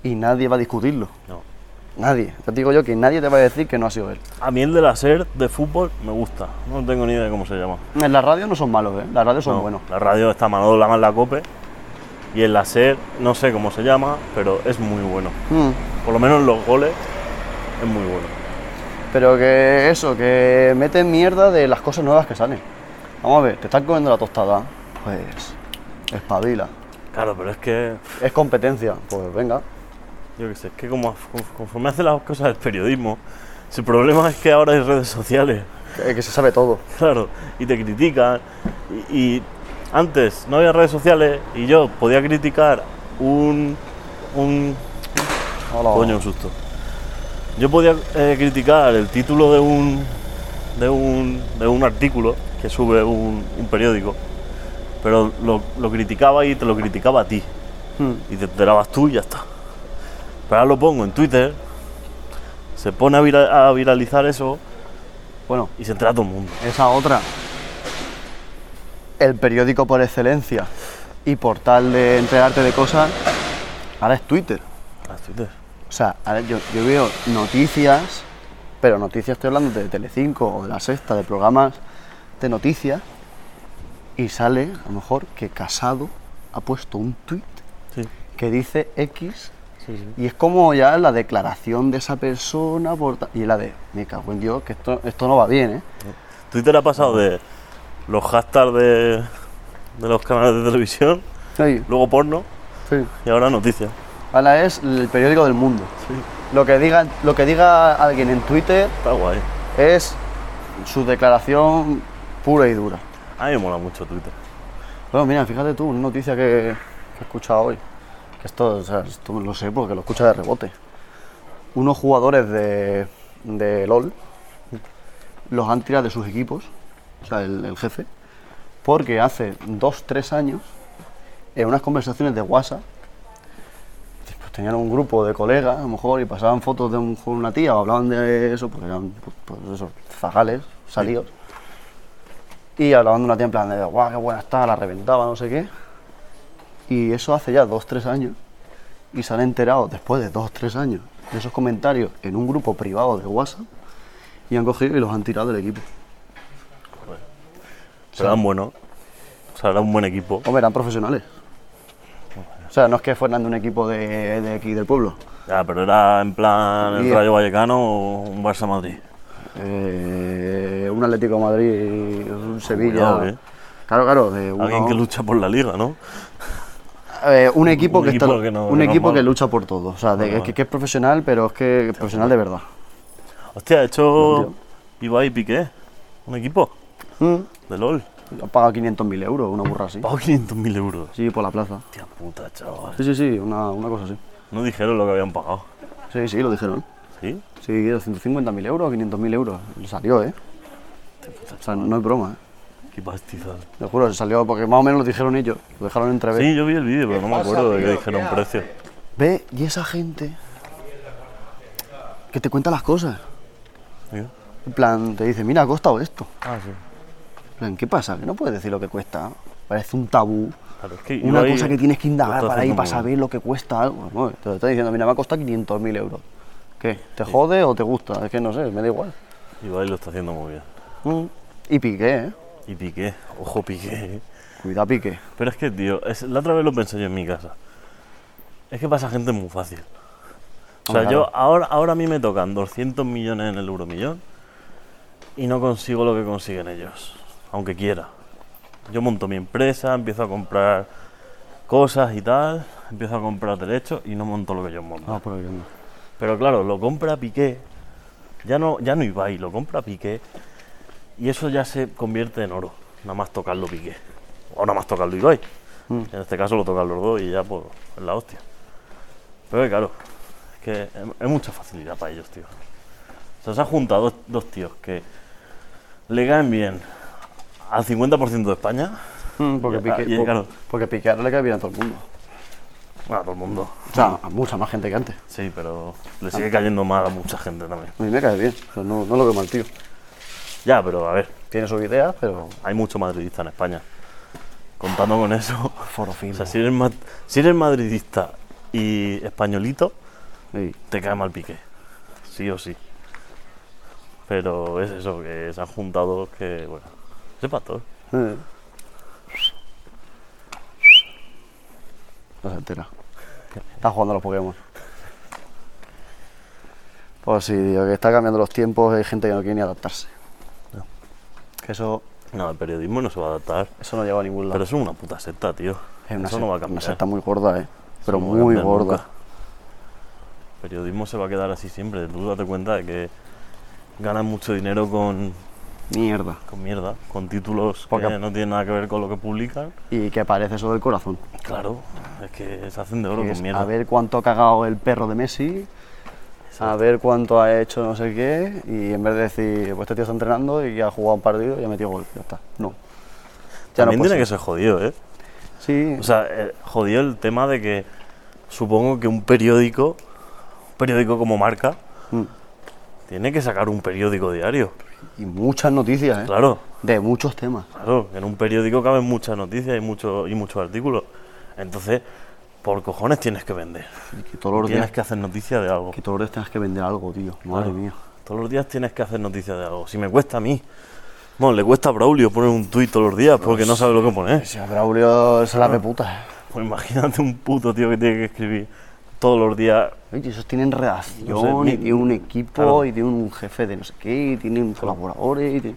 A: Y nadie va a discutirlo.
B: No.
A: Nadie. Te digo yo que nadie te va a decir que no ha sido él.
B: A mí el de la SER de fútbol me gusta. No tengo ni idea de cómo se llama.
A: En la radio no son malos, ¿eh? Las radios son
B: No,
A: buenos.
B: La radio está Manolo Lama en la COPE. Y en la SER, no sé cómo se llama, pero es muy bueno.
A: Mm.
B: Por lo menos los goles es muy bueno.
A: Pero que eso, que meten mierda de las cosas nuevas que salen. Vamos a ver, te están comiendo la tostada. Pues espabila.
B: Claro, pero es que,
A: Es competencia. Pues venga.
B: yo qué sé, es que como, conforme hace las cosas el periodismo, si el problema es que ahora hay redes sociales,
A: Que, que se sabe todo.
B: claro, y te critican. Y, y antes no había redes sociales y yo podía criticar un. un
A: Hola.
B: Coño, un susto. Yo podía eh, criticar el título de un, de un, de un artículo que sube un, un periódico, pero lo, lo criticaba y te lo criticaba a ti.
A: Mm.
B: Y te enterabas tú y ya está. Pero ahora lo pongo en Twitter, se pone a, vira- a viralizar eso
A: Bueno,
B: y se entera todo el mundo.
A: esa otra. El periódico por excelencia y portal de enterarte de cosas. Ahora es Twitter.
B: A Ah, Twitter.
A: O sea, ahora yo, yo veo noticias, pero noticias estoy hablando de Telecinco o de La Sexta, de programas de noticias, y sale a lo mejor que Casado ha puesto un tuit
B: Sí.
A: que dice X,
B: Sí, sí.
A: y es como ya la declaración de esa persona, por ta- y la de, me cago en Dios, que esto, esto no va bien, ¿eh?
B: Twitter ha pasado de los hashtags de, de los canales de televisión,
A: Sí,
B: luego porno
A: sí.
B: y ahora noticias.
A: Ahora es el periódico del mundo.
B: Sí.
A: Lo que diga, lo que diga alguien en Twitter
B: Está guay.
A: es su declaración pura y dura.
B: A mí me mola mucho Twitter.
A: Bueno, mira, fíjate tú, una noticia que, que he escuchado hoy, que esto, o sea, esto lo sé porque lo escucha de rebote. Unos jugadores de, de LOL los han tirado de sus equipos, o sea, el, el jefe, porque hace dos, tres años, en unas conversaciones de WhatsApp, pues, tenían un grupo de colegas, a lo mejor, y pasaban fotos de un, con una tía o hablaban de eso, porque eran pues, esos zagales, salidos. Y hablaban de una tía en plan de, guau, qué buena está, la reventaba, no sé qué. Y eso hace ya dos, tres años. Y se han enterado después de dos, tres años de esos comentarios en un grupo privado de WhatsApp. Y han cogido y los han tirado del equipo.
B: Serán buenos. O sea, era un buen equipo.
A: Hombre, eran profesionales. O sea, no es que fueran de un equipo de, de aquí del pueblo.
B: Ya, pero era en plan el
A: Bien.
B: Rayo Vallecano o un Barça Madrid.
A: Eh, un Atlético de Madrid, un Sevilla.
B: Cuidado, eh.
A: Claro, claro. de uno-
B: Alguien que lucha por la liga, ¿no?
A: Eh, un equipo
B: Un
A: que está-
B: equipo que no-
A: un
B: que no
A: equipo que
B: mola.
A: lucha por todo. O sea, de-
B: Vale,
A: que-
B: vale.
A: que, es profesional, pero es que profesional de verdad.
B: Hostia, ha hecho
A: No,
B: Ibai Piqué. Un equipo
A: Mm.
B: de LOL.
A: Ha pagado 500.000 euros, una burra así.
B: Pago 500.000 euros.
A: Sí, por la plaza.
B: Hostia puta, chaval.
A: Sí, sí, sí, una, una cosa así.
B: No dijeron lo que habían pagado.
A: Sí, sí, lo dijeron.
B: ¿Sí?
A: Sí, 250.000 euros, 500.000 euros. Le salió, ¿eh? O sea, no es broma, ¿eh?
B: Qué pastizal.
A: Te juro, se salió porque más o menos lo dijeron ellos. Lo dejaron entrever.
B: Sí, yo vi el vídeo, pero no me
C: pasa,
B: acuerdo de que
C: tío?
B: dijeron
C: ¿Qué
B: precio.
A: Ve, y esa gente que te cuenta las cosas.
B: Mira.
A: En plan, te dice, mira, ha costado esto.
B: Ah, sí.
A: En plan, ¿qué pasa? Que no puedes decir lo que cuesta. Parece un tabú.
B: Claro, es que yo
A: Una
B: ahí
A: cosa que tienes que
B: lo
A: indagar
B: estoy
A: para ahí,
B: haciendo
A: para
B: muy
A: saber lo que cuesta algo. No, te lo estoy diciendo, mira, me ha costado 500.000 euros. ¿Qué? ¿Te jode o te gusta? Es que no sé, me da igual.
B: bien. Ibai lo está haciendo muy bien.
A: Mm. Y piqué, ¿eh?
B: Y Piqué, ojo Piqué.
A: Cuidado, piqué.
B: Pero es que, tío, es- la otra vez lo pensé yo en mi casa. Es que pasa gente muy fácil. O sea,
A: Hombre,
B: yo ahora, ahora a mí me tocan 200 millones en el euromillón y no consigo lo que consiguen ellos, aunque quiera. Yo monto mi empresa, empiezo a comprar cosas y tal, empiezo a comprar derechos y no monto lo que yo monto.
A: Ah, por ahí anda.
B: Pero claro, lo compra Piqué, ya no, ya no Ibai, lo compra Piqué y eso ya se convierte en oro, nada más tocarlo Piqué, o nada más tocarlo Ibai.
A: Mm.
B: En este caso lo tocan los dos y ya pues es la hostia. Pero que claro, es que es, es mucha facilidad para ellos, tío. O sea, se han juntado dos, dos tíos que le caen bien al 50% de España,
A: Mm, porque,
B: Ya,
A: piqué,
B: y
A: po-
B: claro.
A: porque piqué ahora le cae bien a todo el mundo.
B: bueno, a todo el mundo,
A: O sea, a mucha más gente que antes.
B: sí, pero le sigue cayendo mal a mucha gente también.
A: A mí me cae bien. O sea, no, no lo veo mal, tío.
B: Ya, pero a ver,
A: Tiene sus ideas, pero.
B: hay mucho madridista en España. Contando con eso,
A: Forofino.
B: o sea, si eres, ma- si eres madridista y españolito,
A: Sí.
B: te cae mal pique, sí o sí. Pero es eso, que se han juntado dos que, bueno, sepa todo.
A: Eh. No se entera. Está jugando a los Pokémon. Pues sí, digo, que está cambiando los tiempos, hay gente que no quiere ni adaptarse. Que eso,
B: No, el periodismo no se va a adaptar.
A: eso no lleva a ningún lado.
B: Pero eso es una puta secta, tío.
A: Es una
B: eso
A: sec-
B: no va a
A: Una
B: cambiar.
A: secta muy gorda, ¿eh? Pero
B: no va a
A: muy
B: cambiar
A: gorda.
B: nunca. El periodismo se va a quedar así siempre. Tú date cuenta de que ganan mucho dinero con,
A: Mierda.
B: con mierda, con títulos
A: Porque-
B: que no tienen nada que ver con lo que publican.
A: Y que parece eso del corazón.
B: Claro, es que se hacen de oro
A: Que
B: con
A: es,
B: mierda.
A: a ver cuánto ha cagado el perro de Messi, a ver cuánto ha hecho no sé qué, y en vez de decir, pues este tío está entrenando y ha jugado un partido y ha metido gol, ya está. No. Ya
B: También
A: puede
B: tiene que
A: ser.
B: ser jodido, ¿eh?
A: Sí,
B: O sea, eh, jodido el tema de que supongo que un periódico, un periódico como marca,
A: Mm.
B: tiene que sacar un periódico diario.
A: y muchas noticias, ¿eh?
B: Claro,
A: De muchos temas.
B: claro, en un periódico caben muchas noticias y, mucho, y muchos artículos. Entonces, por cojones tienes que vender.
A: Y que todos los
B: Tienes
A: días,
B: que hacer noticia de algo.
A: que todos los días tengas que vender algo, tío. Madre mía.
B: Todos los días tienes que hacer noticia de algo. Si me cuesta a mí. Bueno, le cuesta a Braulio poner un tuit todos los días porque no sabe lo que poner.
A: Si a Braulio se la reputa.
B: Pues imagínate un puto tío que tiene que escribir todos los días
A: Oye, esos tienen redacción
B: No sé,
A: y
B: mi-
A: tienen un equipo
B: claro.
A: y tienen un jefe de no sé qué, y tienen colaboradores y tienen-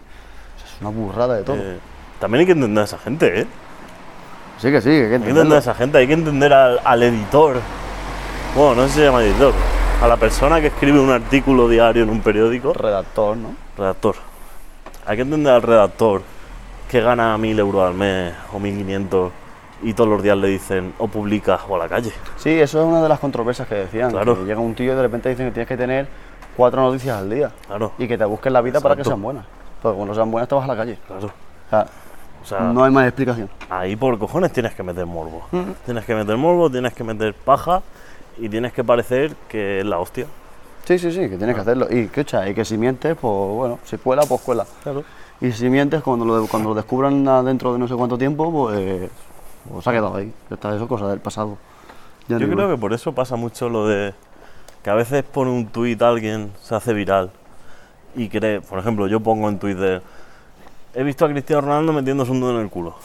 A: o sea, Es una burrada de todo.
B: Eh, también hay que entender a esa gente, ¿eh?
A: Sí, que sí, que hay que
B: Hay que entender
A: entenderlo.
B: a esa gente, hay que entender al, al editor. Bueno, no sé si se llama editor. A la persona que escribe un artículo diario en un periódico,
A: redactor, ¿no?
B: redactor. Hay que entender al redactor que gana 1000 euros al mes o 1500 y todos los días le dicen o publicas o a la calle.
A: Sí, eso es una de las controversias que decían.
B: Claro.
A: que llega un tío y de repente dicen que tienes que tener cuatro noticias al día.
B: Claro.
A: Y que te busques la vida para que
B: Exacto.
A: sean buenas. Porque cuando sean buenas te vas a la calle.
B: Claro.
A: O sea,
B: O sea,
A: no hay más explicación.
B: ahí por cojones tienes que meter morbo. Tienes que meter morbo, tienes que meter paja y tienes que parecer que es la hostia.
A: Sí, sí, sí, que tienes que hacerlo. Y que, y que si mientes, pues bueno, si cuela, pues cuela.
B: Claro.
A: Y si mientes, cuando lo, cuando lo descubran a- dentro de no sé cuánto tiempo, pues, pues se ha quedado ahí. Ya Está eso es cosa del pasado. Ya
B: Yo
A: digo,
B: creo que por eso pasa mucho lo de que a veces pone un tuit alguien, se hace viral y cree, por ejemplo, yo pongo en Twitter, he visto a Cristiano Ronaldo metiéndose un dedo en el culo.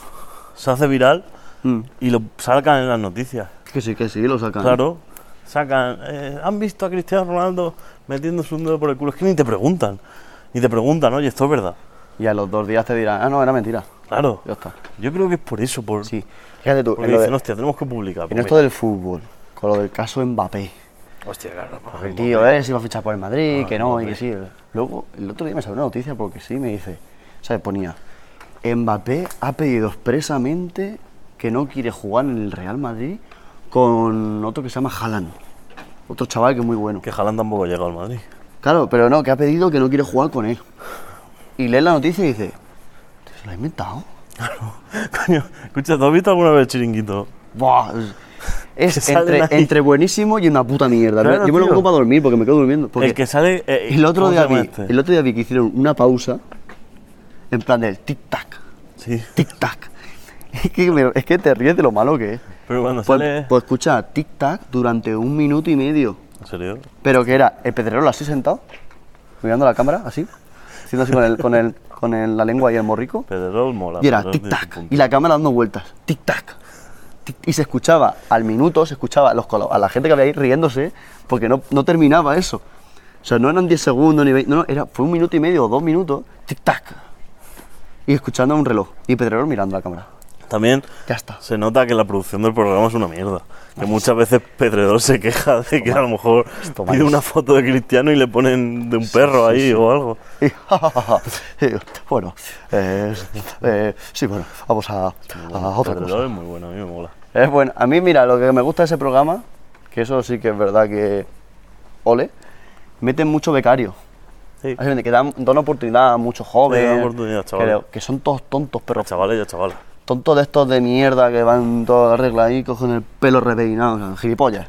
B: Se hace viral
A: Mm,
B: y lo sacan en las noticias.
A: que sí, que sí, lo sacan.
B: Claro, sacan, eh, han visto a Cristiano Ronaldo metiéndose un dedo por el culo. Es que ni te preguntan, ni te preguntan, oye, esto es verdad.
A: Y a los dos días te dirán, ah, no, era mentira.
B: Claro,
A: Ya está.
B: yo creo que es por eso, por,
A: Sí. Fíjate tú,
B: porque
A: en lo de-
B: dicen, hostia, tenemos que publicar. Pues
A: En esto del fútbol, con lo del caso Mbappé.
B: Hostia, claro,
A: El tío, eh, si va a fichar por el Madrid,
B: Ah,
A: que no, y que sí. Luego, el otro día me salió una noticia porque sí, me dice, ¿sabes? Ponía, Mbappé ha pedido expresamente que no quiere jugar en el Real Madrid con otro que se llama Haaland. Otro chaval que es muy bueno.
B: Que Jalan tampoco llega al Madrid.
A: Claro, pero no, que ha pedido que no quiere jugar con él. Y lees la noticia y dices, ¿se lo ha inventado?
B: Coño, escucha, ¿tú has visto alguna vez el chiringuito?
A: Buah, es-
B: Que
A: es
B: salen
A: entre,
B: ahí.
A: entre buenísimo y una puta mierda.
B: Claro,
A: Yo me lo
B: tío.
A: pongo para dormir porque me quedo durmiendo. porque
B: El que sale. eh,
A: el otro
B: ¿cómo se
A: día
B: llama
A: vi,
B: este?
A: el otro día vi que hicieron una pausa en plan del tic tac,
B: Sí.
A: tic tac. Es que, me- es que te ríes de lo malo que es.
B: Pero cuando sale.
A: Pues, pues escucha, tic tac durante un minuto y medio.
B: ¿En serio?
A: Pero que era el pedrero así sentado, mirando la cámara, así, haciendo así con, el, con, el, con el- la lengua y el morrico.
B: Pedrerol mola.
A: Y era
B: Pedrerol tiene un
A: tic-tac.
B: punto.
A: Y la cámara dando vueltas. Tic-tac. tic, Y se escuchaba al minuto, se escuchaba a, los, colo- a la gente que había ahí riéndose, porque no, no terminaba eso. O sea, no eran 10 segundos ni 20. No, no, era, fue un minuto y medio o dos minutos. Tic-tac. Y escuchando un reloj. Y Pedrerol mirando a la cámara.
B: También
A: Ya está.
B: se nota que la producción del programa es una mierda. Que muchas veces Pedredor se queja de que a lo mejor
A: Toma
B: pide
A: eso.
B: una foto de Cristiano y le ponen de un perro ahí o algo.
A: Y, ja, ja, ja, ja. Y yo, bueno, eh, eh, sí, bueno, vamos a, a Ah, otra cosa.
B: Pedrerol es muy bueno, a mí me mola.
A: Es bueno. A mí, mira, lo que me gusta de ese programa, que eso sí que es verdad que. Ole, meten mucho becario.
B: Sí.
A: Así que dan, dan oportunidad a muchos jóvenes.
B: dan oportunidad, chaval.
A: creo, Que, son todos tontos, pero
B: Chavales ya chavales.
A: tontos de estos de mierda que van toda la regla ahí, cogen el pelo repeinado, o sea, gilipollas.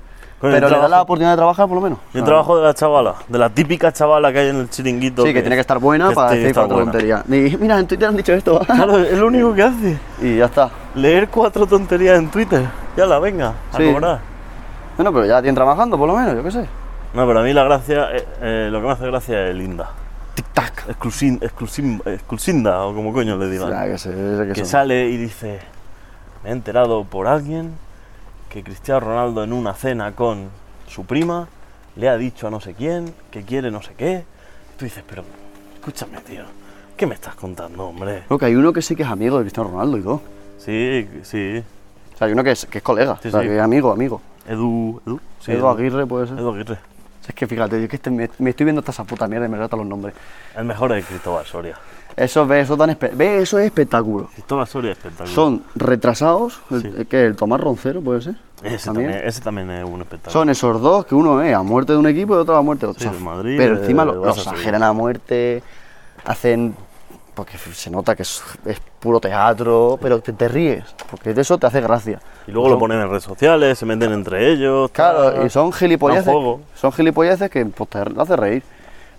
A: pero
B: Coño, el
A: le dan la
B: trabajo-
A: oportunidad de trabajar, por lo menos.
B: Yo
A: O sea,
B: trabajo de la chavala, de la típica chavala que hay en el chiringuito.
A: Sí, que tiene que estar buena
B: que
A: para
B: tiene que
A: decir
B: estar
A: cuatro
B: buena.
A: tonterías. Y mira, en Twitter han dicho esto.
B: Claro, es lo único que hace.
A: y ya está.
B: Leer cuatro tonterías en Twitter. Ya la venga, a
A: Sí.
B: cobrar.
A: Bueno, pero ya tienen trabajando, por lo menos, yo qué sé.
B: No, pero a mí la gracia, eh, eh, lo que me hace gracia es Linda.
A: Tic-tac.
B: Exclusin, exclusin- exclusinda, o como coño le digan.
A: Ya, que sé, que
B: que
A: son.
B: sale y dice, me he enterado por alguien que Cristiano Ronaldo en una cena con su prima le ha dicho a no sé quién que quiere no sé qué. Y tú dices, pero escúchame, tío, ¿qué me estás contando, hombre?
A: No, que hay uno que sí que es amigo de Cristiano Ronaldo y todo.
B: Sí, sí,
A: O sea, hay uno que es, que es colega,
B: Sí,
A: o sea,
B: sí.
A: que es amigo, amigo.
B: Edu, Edu, sí,
A: Edu Aguirre puede ser.
B: Edu Aguirre.
A: O sea, Es que fíjate, yo es que este- me, me estoy viendo hasta esa puta mierda y me rata los nombres.
B: El mejor es Cristóbal Soria.
A: Eso, ve, eso, dan espe- ve, eso es espectáculo.
B: Cristóbal Soria es espectacular.
A: Son retrasados, el,
B: Sí.
A: el que el Tomás Roncero puede ser.
B: ese,
A: también.
B: también. ese también es un espectáculo.
A: Son esos dos que uno es a muerte de un equipo y otro a muerte de otro.
B: Sí, del Madrid,
A: pero
B: del
A: encima lo, lo
B: Barça, sí.
A: exageran a muerte, hacen. Porque se nota que es, es puro teatro, pero te, te ríes, porque de eso te hace gracia.
B: Y luego lo
A: Son-
B: ponen en redes sociales, se meten entre ellos.
A: Claro,
B: tal.
A: y son gilipolleces.
B: Dan juego.
A: Son gilipolleces que pues, te hace reír.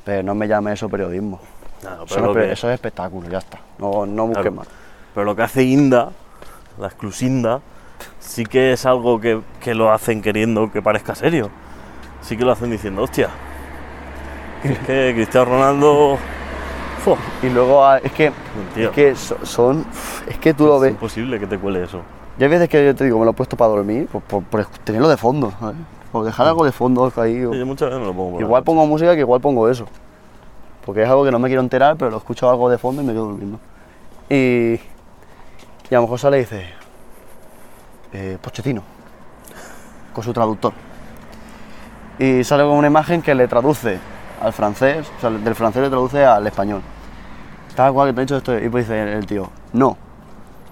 A: Pero no me llame eso periodismo.
B: Claro,
A: Eso,
B: pero
A: no es
B: lo
A: pe-
B: que-
A: eso es espectáculo, ya está. No, no busques
B: Claro.
A: más.
B: Pero lo que hace Inda, la exclusinda, sí que es algo que, que lo hacen queriendo que parezca serio. Sí que lo hacen diciendo, hostia, es que Cristiano Ronaldo. fu,
A: Y luego ah, es que,
B: Tío.
A: es que so- son. Es que tú lo
B: es
A: ves.
B: imposible que te cuele eso.
A: Yo hay veces que yo te digo, me lo he puesto para dormir por, por- por tenerlo de fondo, ¿sabes? Por dejar algo de fondo ahí. o-
B: Mm. Sí, Yo muchas veces me lo pongo. por la
A: Igual
B: noche.
A: pongo música que igual pongo eso. Porque es algo que no me quiero enterar, pero lo escucho algo de fondo y me quedo durmiendo. Y, y a lo mejor sale y dice, eh, Pochettino, con su traductor. Y sale con una imagen que le traduce al francés, o sea, del francés le traduce al español. Tal cual que te he dicho esto, y pues dice el tío, no.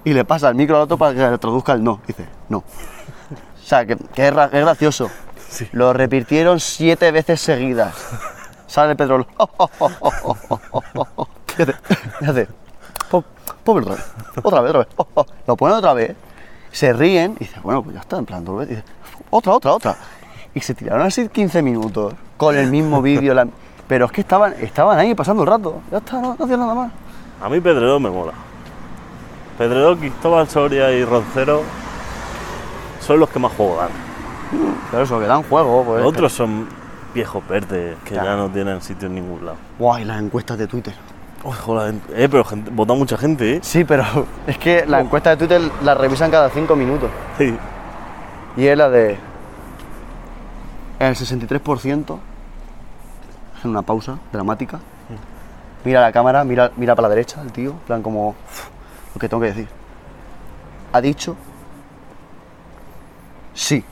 A: Y le pasa el micro al otro para que le traduzca el no. Y dice, no. O sea, que, que es, ra- es gracioso.
B: Sí.
A: Lo repitieron siete veces seguidas. Sale Pedro. Oh, oh, oh, oh, oh, oh, oh, oh, oh. Y hace- y hace, po- Pobre otra vez. Otra vez, otra vez. Oh, oh. Lo ponen otra vez. Se ríen y dice, bueno, pues ya está, en plan, dos veces. Y dice, otra, otra, otra. Y se tiraron así 15 minutos con el mismo vídeo. la- Pero es que estaban, estaban ahí pasando el rato. Ya está, no, no hacían nada más.
B: A mí Pedredor me mola. Pedredor, Cristóbal Soria y Roncero son los que más juegan.
A: Pero eso, que dan juego, pues.
B: Los otros son viejos verdes que
A: Ya.
B: ya no tienen sitio en ningún lado.
A: Guay, las encuestas de Twitter.
B: Uy, joder, eh, pero gente, vota mucha gente, ¿eh?
A: Sí, pero es que las encuestas de Twitter las revisan cada 5 minutos.
B: Sí.
A: Y es la de. El 63%. Hacen una pausa dramática. Mira la cámara, mira, mira para la derecha el tío. en plan, como. "Uf, Lo que tengo que decir. Ha dicho. Sí.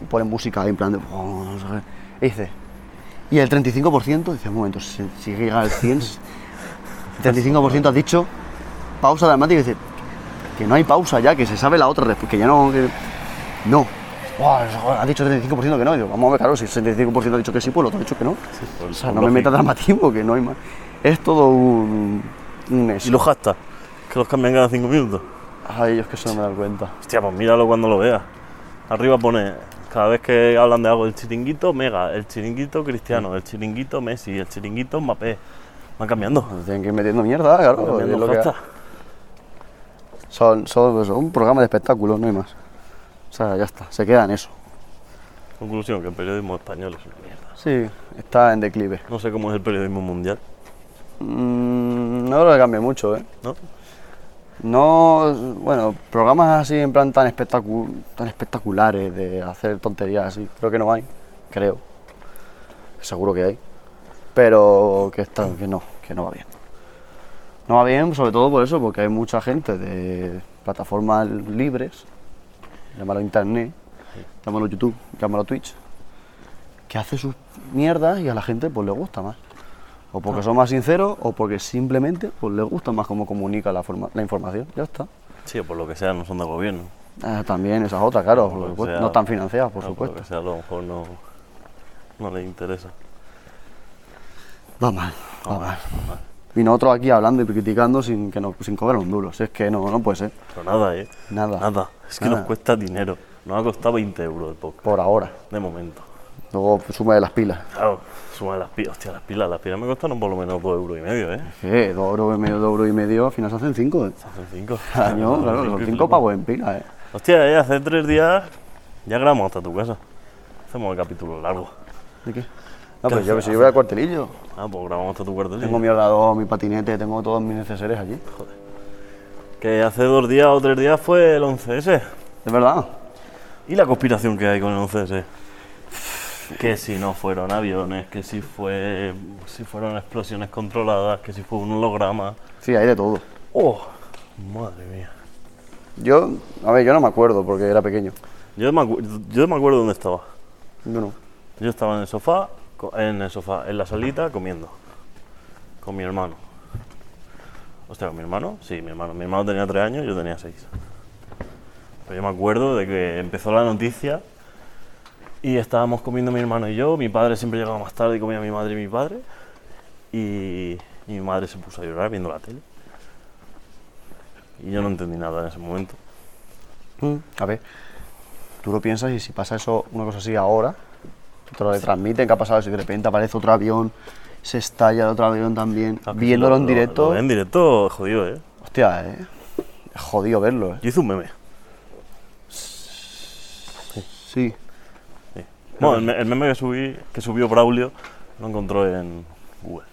A: Y Ponen música ahí en plan de. Y dice. Y el 35% dice: un momento, si, si llega al 100. El 35% ha dicho. Pausa dramática y dice. Que no hay pausa ya, que se sabe la otra respuesta. Que ya no. que- no, "Buah, has dicho 35% que no. Y yo, vamos a ver, claro, si el 35% ha dicho que sí, pues el otro ha dicho que no.
B: pues,
A: o sea, no
B: lógico.
A: me meta dramatismo, que no hay más. Es todo un. un eso.
B: Y los hashtags, que los cambian cada cinco minutos.
A: Ay, ellos que eso no me dan cuenta.
B: Hostia, pues míralo cuando lo veas. Arriba pone, cada vez que hablan de algo, el chiringuito Mega, el chiringuito Cristiano, el chiringuito Messi, el chiringuito Mbappé. Van cambiando.
A: Pues Tienen que ir metiendo mierda, claro.
B: van
A: es
B: cambiando
A: lo que-
B: hashtag.
A: son, son, eso, un programa de espectáculos, no hay más. O sea, ya está, se queda en eso.
B: Conclusión, que el periodismo español es una mierda.
A: Sí, está en declive.
B: No sé cómo es el periodismo mundial,
A: Mm, no creo que cambie mucho, ¿eh?
B: ¿no?
A: No, bueno, programas así en plan tan, espectacu- tan espectaculares de hacer tonterías así, creo que no hay, creo. Seguro que hay, pero que, está, que no, que no va bien. No va bien, sobre todo por eso, porque hay mucha gente de plataformas libres, llámalo internet, llámalo YouTube, llámalo Twitch, que hace sus mierdas y a la gente pues le gusta más. O porque son más sinceros o porque simplemente pues, les gusta más cómo comunica la, forma- la información. Ya está.
B: Sí, o por lo que sea, no son del gobierno.
A: Ah, también esas otras, claro.
B: Por
A: por
B: lo que
A: supuesto,
B: sea.
A: no están financiadas, por
B: Ah,
A: supuesto.
B: lo que sea, a lo mejor no, no les interesa.
A: Va mal, va mal. Y nosotros aquí hablando y criticando sin, que no, sin cobrar un duro. Si es que no, no puede ser.
B: Pero nada, ¿eh?
A: Nada.
B: Nada. Es que
A: Nada.
B: nos cuesta dinero. Nos ha costado 20 euros el podcast,
A: Por ahora.
B: de momento.
A: Luego suma de las pilas.
B: Claro, suma las pilas. Hostia, las pilas. Las pilas me costaron por lo menos 2 euros y medio, ¿eh?
A: Eh, dos euros y medio, dos euros y medio, al final se hacen cinco. eh.
B: Son 5.
A: Al año, claro, son cinco pavos en pila, eh.
B: Hostia, eh, hace 3 días ya grabamos hasta tu casa. Hacemos el capítulo largo.
A: ¿De qué? No,
B: ¿Qué
A: pero yo
B: hace-
A: si yo voy al cuartelillo.
B: Ah, pues grabamos hasta tu cuartelillo.
A: Tengo mi ordenador, mi patinete, tengo todos mis neceseres allí.
B: Que hace 2 días o 3 días fue el 11S.
A: Es verdad.
B: ¿Y la conspiración que hay con el 11S? Que si no fueron aviones, que si fue si fueron explosiones controladas, que si fue un holograma.
A: Sí, hay de todo.
B: ¡Oh! Madre mía.
A: Yo, a ver, yo no me acuerdo porque era pequeño.
B: Yo me, acu- yo me acuerdo dónde estaba.
A: Yo no.
B: Yo estaba en el sofá, co- en el sofá, en la salita comiendo. Con mi hermano. Hostia, ¿con mi hermano? Sí, mi hermano. Mi hermano tenía tres años, yo tenía seis. Pero yo me acuerdo de que empezó la noticia y estábamos comiendo mi hermano y yo. Mi padre siempre llegaba más tarde y comía mi madre y mi padre. Y, y mi madre se puso a llorar viendo la tele. Y yo no entendí nada en ese momento. Mm.
A: A ver, tú lo piensas y si pasa eso, una cosa así ahora, te lo transmiten, ¿qué ha pasado? Si de repente aparece otro avión, se estalla el otro avión también,
B: Ah, que sí,
A: viéndolo
B: lo-
A: en
B: lo- lo
A: directo,
B: ve en directo, jodido, ¿eh?
A: hostia, eh, es jodido verlo, eh.
B: Yo hice un meme.
A: Sí,
B: Sí. Bueno, el, me- el meme que, subí, que subió Braulio lo encontró en Google.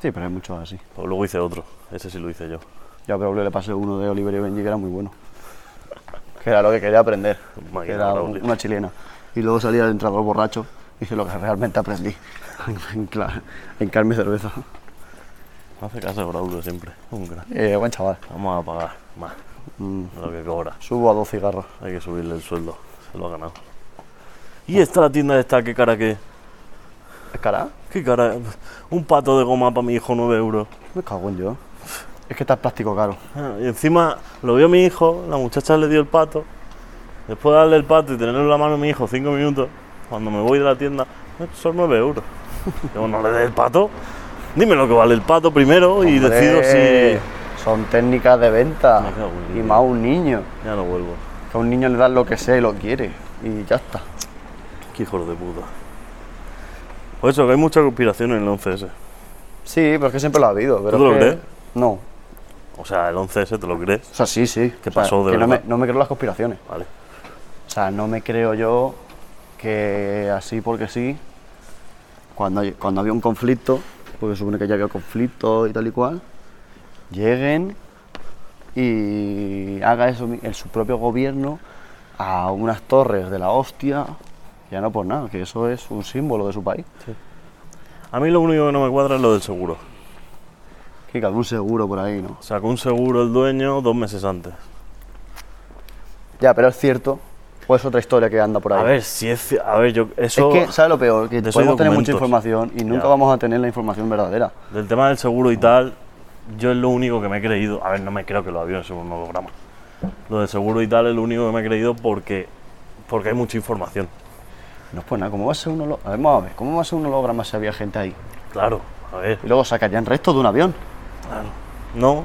A: sí, pero hay muchos así.
B: Pero luego hice otro. Ese sí lo hice yo.
A: Yo a Braulio le pasé uno de Oliverio Benji que era muy bueno, que era lo que quería aprender,
B: Máquina,
A: que era un-
B: Braulio.
A: una chilena. Y luego salía el entrador borracho y hice lo que realmente aprendí en, cla- en Carmen Cerveza.
B: No hace caso de Braulio siempre. Un gran.
A: Eh, buen chaval.
B: Vamos a pagar más de lo que cobra.
A: Mm, Subo a dos cigarros.
B: Hay que subirle el sueldo. Se lo ha ganado. Y esta la tienda esta, qué cara que.
A: ¿Es cara?
B: Qué cara. Un pato de goma para mi hijo, 9 euros.
A: Me cago en yo. Es que está el plástico caro.
B: Ah, Y encima lo vio mi hijo, la muchacha le dio el pato. Después de darle el pato y tenerlo en la mano a mi hijo cinco minutos, cuando me voy de la tienda, "Eh, son 9 euros. Digo, no le des el pato. Dime lo que vale el pato primero y decido
A: Eh,
B: si.
A: Son técnicas de venta.
B: Me cago en
A: Y
B: Dios.
A: más a un niño.
B: Ya no vuelvo.
A: Que a un niño le das lo que sea y lo quiere. Y ya está.
B: Qué hijos de puta. Por eso, que hay mucha conspiración en el 11S.
A: Sí, pero es que siempre lo ha habido. Pero
B: ¿Tú te
A: es
B: lo
A: que-
B: crees?
A: No. O
B: O sea, el 11S, ¿te lo crees?
A: sea, sí, sí.
B: ¿Qué
A: O sea,
B: pasó de
A: que no me,
B: verdad?
A: no me creo las conspiraciones.
B: Vale.
A: O sea, no me creo yo que así porque sí, cuando, hay- cuando había un conflicto, porque supone que ya había conflicto y tal y cual, lleguen y haga eso mi- en su propio gobierno a unas torres de la hostia, ya no por nada, que eso es un símbolo de su país.
B: A mí lo único que no me cuadra es lo del seguro.
A: Que algún seguro por ahí, ¿no?
B: Sacó un seguro el dueño dos meses antes.
A: Ya, pero es cierto, o es otra historia que anda por ahí.
B: A ver, si es. ci- A ver, yo.
A: es
B: Eso.
A: que, ¿sabes lo peor? Que
B: de eso hay
A: podemos tener mucha
B: documentos.
A: información y nunca
B: Ya.
A: vamos a tener la información verdadera.
B: Del tema del seguro y tal, yo es lo único que me he creído. A ver, no me creo que los aviones son un holograma. Lo del seguro y tal es lo único que me he creído porque porque hay mucha información.
A: No, pues nada, ¿cómo va a ser un holo- a ver, vamos a ver, ¿cómo va a ser un holograma si había gente ahí?
B: Claro, a ver.
A: Y luego sacarían restos de un avión.
B: No.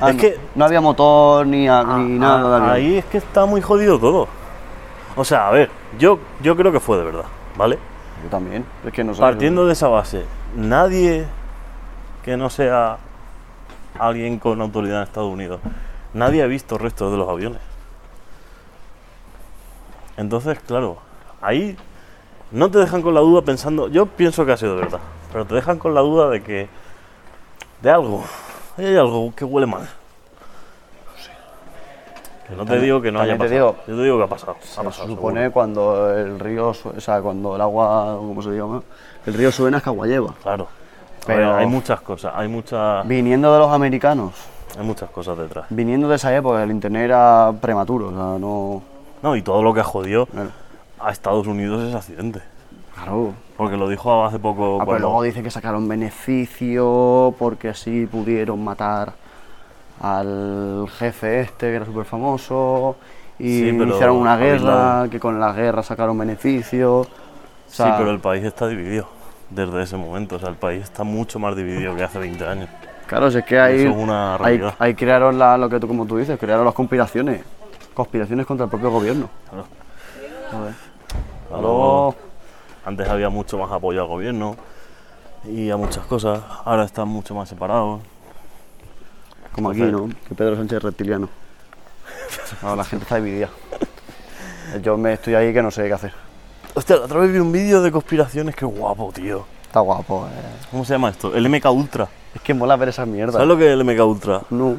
A: Ah,
B: es
A: no,
B: que Ah,
A: no había motor ni, a- ni nada de avión.
B: ahí es que está muy jodido todo. O sea, a ver, yo, yo creo que fue de verdad, ¿vale?
A: Yo también. Es que no sé.
B: Partiendo de esa base, nadie que no sea alguien con autoridad en Estados Unidos, nadie ha visto restos de los aviones. Entonces, claro, ahí no te dejan con la duda pensando, yo pienso que ha sido de verdad, pero te dejan con la duda de que de algo, ahí hay algo que huele mal. Que no te
A: También-
B: digo que no haya
A: también
B: pasado.
A: te
B: yo te digo que ha pasado. ha
A: Se
B: pasado,
A: supone
B: seguro.
A: cuando el río, su- o sea, cuando el agua, ¿cómo se llama? El río suena es que agua lleva.
B: Claro. Pero
A: Pero-
B: hay muchas cosas, hay muchas,
A: Viniendo de los americanos,
B: hay muchas cosas detrás.
A: viniendo de esa época, el internet era prematuro, o sea, no.
B: No, y todo lo que ha jodido
A: Claro.
B: a Estados Unidos es accidente.
A: Claro.
B: Porque lo dijo hace poco.
A: Ah, pero
B: cuando-
A: luego dice que sacaron beneficio porque así pudieron matar al jefe este que era súper famoso y
B: Sí, pero
A: iniciaron una
B: Bin
A: guerra
B: Laden.
A: que con la guerra sacaron beneficio. O
B: sí,
A: sea,
B: pero el país está dividido desde ese momento. O sea, el país está mucho más dividido que hace 20 años.
A: Claro, si es que ahí,
B: Eso es una
A: ahí-
B: realidad.
A: ahí crearon la- lo que tú, como tú dices, crearon las conspiraciones. Conspiraciones contra el propio gobierno.
B: Claro.
A: Joder.
B: Claro,
A: Luego,
B: Antes había mucho más apoyo al gobierno y a muchas cosas. Ahora están mucho más separados.
A: como aquí, ¿no? Que Pedro Sánchez es reptiliano. Ahora la gente está dividida. Yo me estoy ahí que no sé qué hacer.
B: Hostia, la otra vez vi un vídeo de conspiraciones. Qué guapo, tío.
A: Está guapo, eh.
B: ¿Cómo se llama esto? El MK Ultra.
A: Es que mola ver esas mierdas.
B: ¿Sabes lo que es el MK Ultra?
A: No.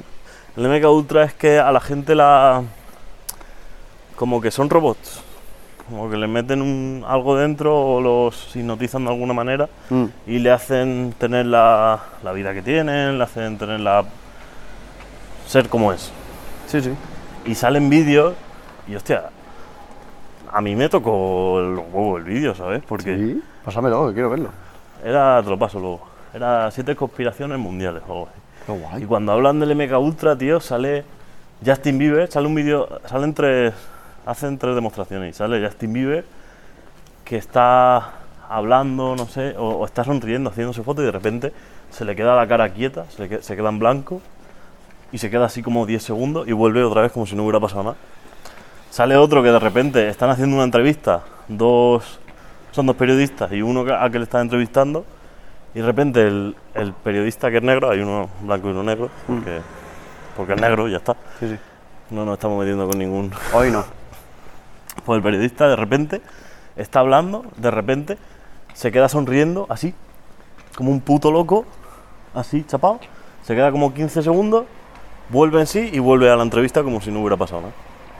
B: El MK Ultra es que a la gente la. como que son robots. Como que le meten un- algo dentro o los hipnotizan de alguna manera
A: Mm.
B: y le hacen tener la, la vida que tienen, le hacen tener la. ser como es.
A: Sí, sí.
B: Y salen vídeos y hostia. A mí me tocó el huevo el vídeo, ¿sabes? Porque
A: ¿Sí? Pásamelo, que quiero verlo.
B: era, te lo paso luego, era siete conspiraciones mundiales o algo así.
A: Qué
B: Y
A: guay.
B: cuando hablan del MK Ultra, tío, sale Justin Bieber, sale un vídeo, salen tres, hacen tres demostraciones y sale Justin Bieber que está hablando, no sé, o, o está sonriendo, haciendo su foto y de repente se le queda la cara quieta, se, le que- se queda en blanco y se queda así como 10 segundos y vuelve otra vez como si no hubiera pasado nada. Sale otro que de repente están haciendo una entrevista, dos, son dos periodistas y uno que- a que le están entrevistando y de repente el, el periodista que es negro, hay uno blanco y uno negro,
A: Mm.
B: porque, porque es negro, ya está.
A: Sí, sí.
B: No nos estamos metiendo con ningún.
A: Hoy no.
B: Pues el periodista de repente está hablando, de repente se queda sonriendo así, como un puto loco, así chapado. Se queda como 15 segundos, vuelve en sí y vuelve a la entrevista como si no hubiera pasado nada.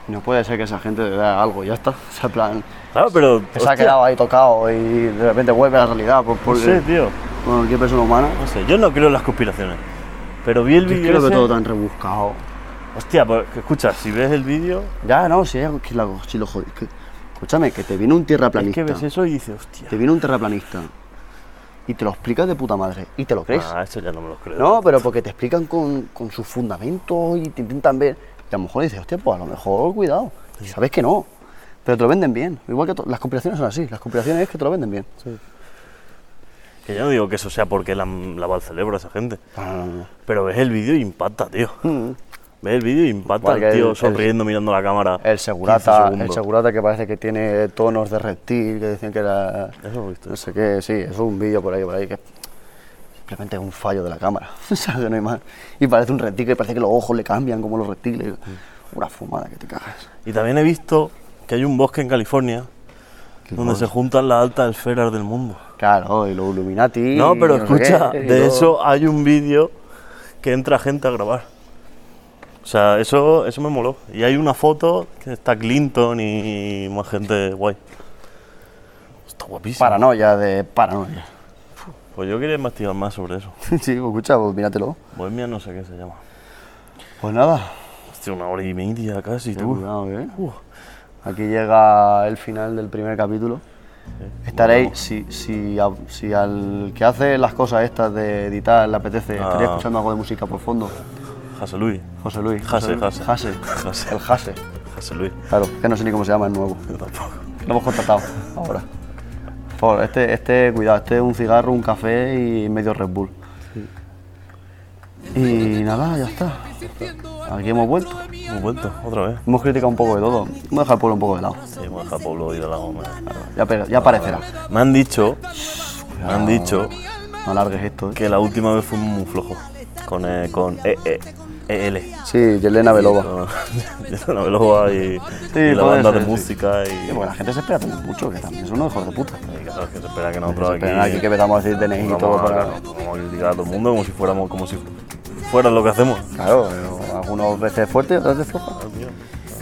A: No puede ser que esa gente le da algo, ya está. O sea, en plan,
B: Claro, pero.
A: que se ha
B: hostia,
A: quedado ahí tocado y de repente vuelve a la realidad por, por
B: No sé, tío.
A: por cualquier persona humana.
B: No sé, yo no creo en las conspiraciones. Pero vi el
A: Yo
B: vídeo.
A: creo que
B: ese-
A: todo tan rebuscado.
B: Hostia, pues, escucha, si ves el vídeo,
A: Ya, no, si es que la- si lo jod- que- Escúchame, que te viene un
B: es
A: terraplanista.
B: que ves eso y dices, hostia.
A: Te viene un terraplanista y te lo explicas de puta madre y te lo crees.
B: Ah, eso ya no me lo creo.
A: No, pero porque te explican con, con sus fundamentos y te intentan ver. Y a lo mejor dices, hostia, pues a lo mejor cuidado. Y sabes que no. Pero te lo venden bien. Igual que to- las conspiraciones son así. Las conspiraciones es que te lo venden bien.
B: Que yo no digo que eso sea porque la, la va al cerebro a esa gente.
A: No, no, no, no.
B: Pero ves el vídeo y impacta, tío.
A: Mm.
B: Ves el vídeo y impacta
A: Igual que
B: el tío
A: el-
B: sonriendo, mirando la cámara.
A: El
B: 15
A: segurata, el
B: segundos.
A: segurata que parece que tiene tonos de reptil, que decían que era...
B: Eso lo he visto.
A: No sé qué, sí, eso es un vídeo por ahí, por ahí, que simplemente es un fallo de la cámara, o sea, que no hay más. Y parece un reptil, que parece que los ojos le cambian como los reptiles.
B: Mm.
A: Una fumada que te cagas.
B: Y también he visto que hay un bosque en California donde se juntan las altas esferas del mundo.
A: Claro, y los Illuminati...
B: No, pero
A: y sé
B: escucha,
A: Mm, qué, y
B: de
A: todo.
B: eso hay un vídeo que entra gente a grabar. O sea, eso, eso me moló. Y hay una foto que está Clinton y más gente guay. Está guapísimo.
A: Paranoia de paranoia.
B: Pues yo quería investigar más sobre eso.
A: sí, pues escucha, pues míratelo.
B: Bohemia no sé qué se llama.
A: Pues nada,
B: Hostia, una hora y media casi.
A: ten
B: tú.
A: cuidado, ¿eh?
B: Uh,
A: Aquí llega el final del primer capítulo.
B: Eh,
A: Estaréis, si, si, a- si al que hace las cosas estas de editar le apetece, estaría
B: Ah.
A: escuchando algo de música por fondo.
B: José Luis.
A: José Luis.
B: Jase,
A: José Luis-
B: jase.
A: Jase.
B: Jase.
A: El Jase.
B: José Luis.
A: Claro, que no sé ni cómo se llama el nuevo.
B: Yo tampoco.
A: Lo hemos contratado ahora. Por favor, este, este, cuidado, este es un cigarro, un café y medio Red Bull. Y nada, ya está. Aquí hemos vuelto.
B: Hemos vuelto, otra vez.
A: Hemos criticado un poco de todo. Vamos a dejar el pueblo un poco de lado.
B: Sí, hemos dejado Pablo y de la goma.
A: Ya, pe- ya aparecerá.
B: Me han dicho, me han dicho
A: No alargues esto, ¿eh?
B: que la última vez fuimos muy flojos con, eh, con E- E- EL.
A: Sí, Yelena Belova.
B: Con Yelena Belova y, y la
A: puede
B: banda
A: ser,
B: de
A: sí.
B: música
A: Sí,
B: y.
A: porque la gente se espera también mucho, que también son unos hijos de puta.
B: y claro, que se espera que
A: Se
B: nosotros aquí.
A: esperan aquí que empezamos a decir DNI y
B: vamos,
A: todo
B: a,
A: para...
B: claro, vamos a criticar a todo el mundo como si fuéramos como si fuera lo que hacemos.
A: Claro, pero algunas veces fuerte y otras veces floja.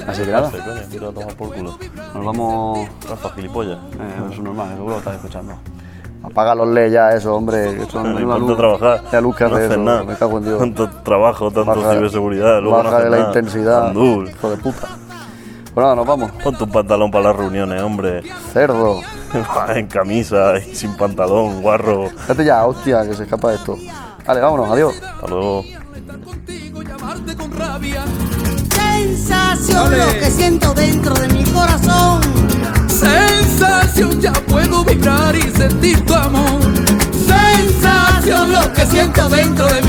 A: Así que nada,
B: Hace, coño, Mira, toma por culo.
A: nos vamos...
B: Rafa, gilipollas.
A: Eh, es normal, seguro lo estás escuchando. Apaga los leyes ya, eso, hombre. que Eso,
B: Le
A: menuda
B: importa
A: luz.
B: trabajar.
A: La luz que
B: no
A: hace
B: haces
A: eso,
B: nada.
A: me cago en Dios.
B: Tanto trabajo, tanto
A: Baja-
B: ciberseguridad. Luego no
A: Baja
B: haces
A: de la
B: nada.
A: intensidad.
B: Andul.
A: Hijo de puta. Pues nada, nos vamos.
B: Ponte un pantalón para las reuniones, hombre.
A: Cerdo.
B: en camisa y sin pantalón, guarro.
A: Vete ya, hostia, que se escapa de esto. Vale, vámonos, adiós.
B: Hasta luego.
D: estar contigo y amarte con rabia.
E: Sensación lo que siento dentro de mi corazón.
D: Sensación, ya puedo vibrar y sentir tu amor. Sensación, lo que siento dentro de mi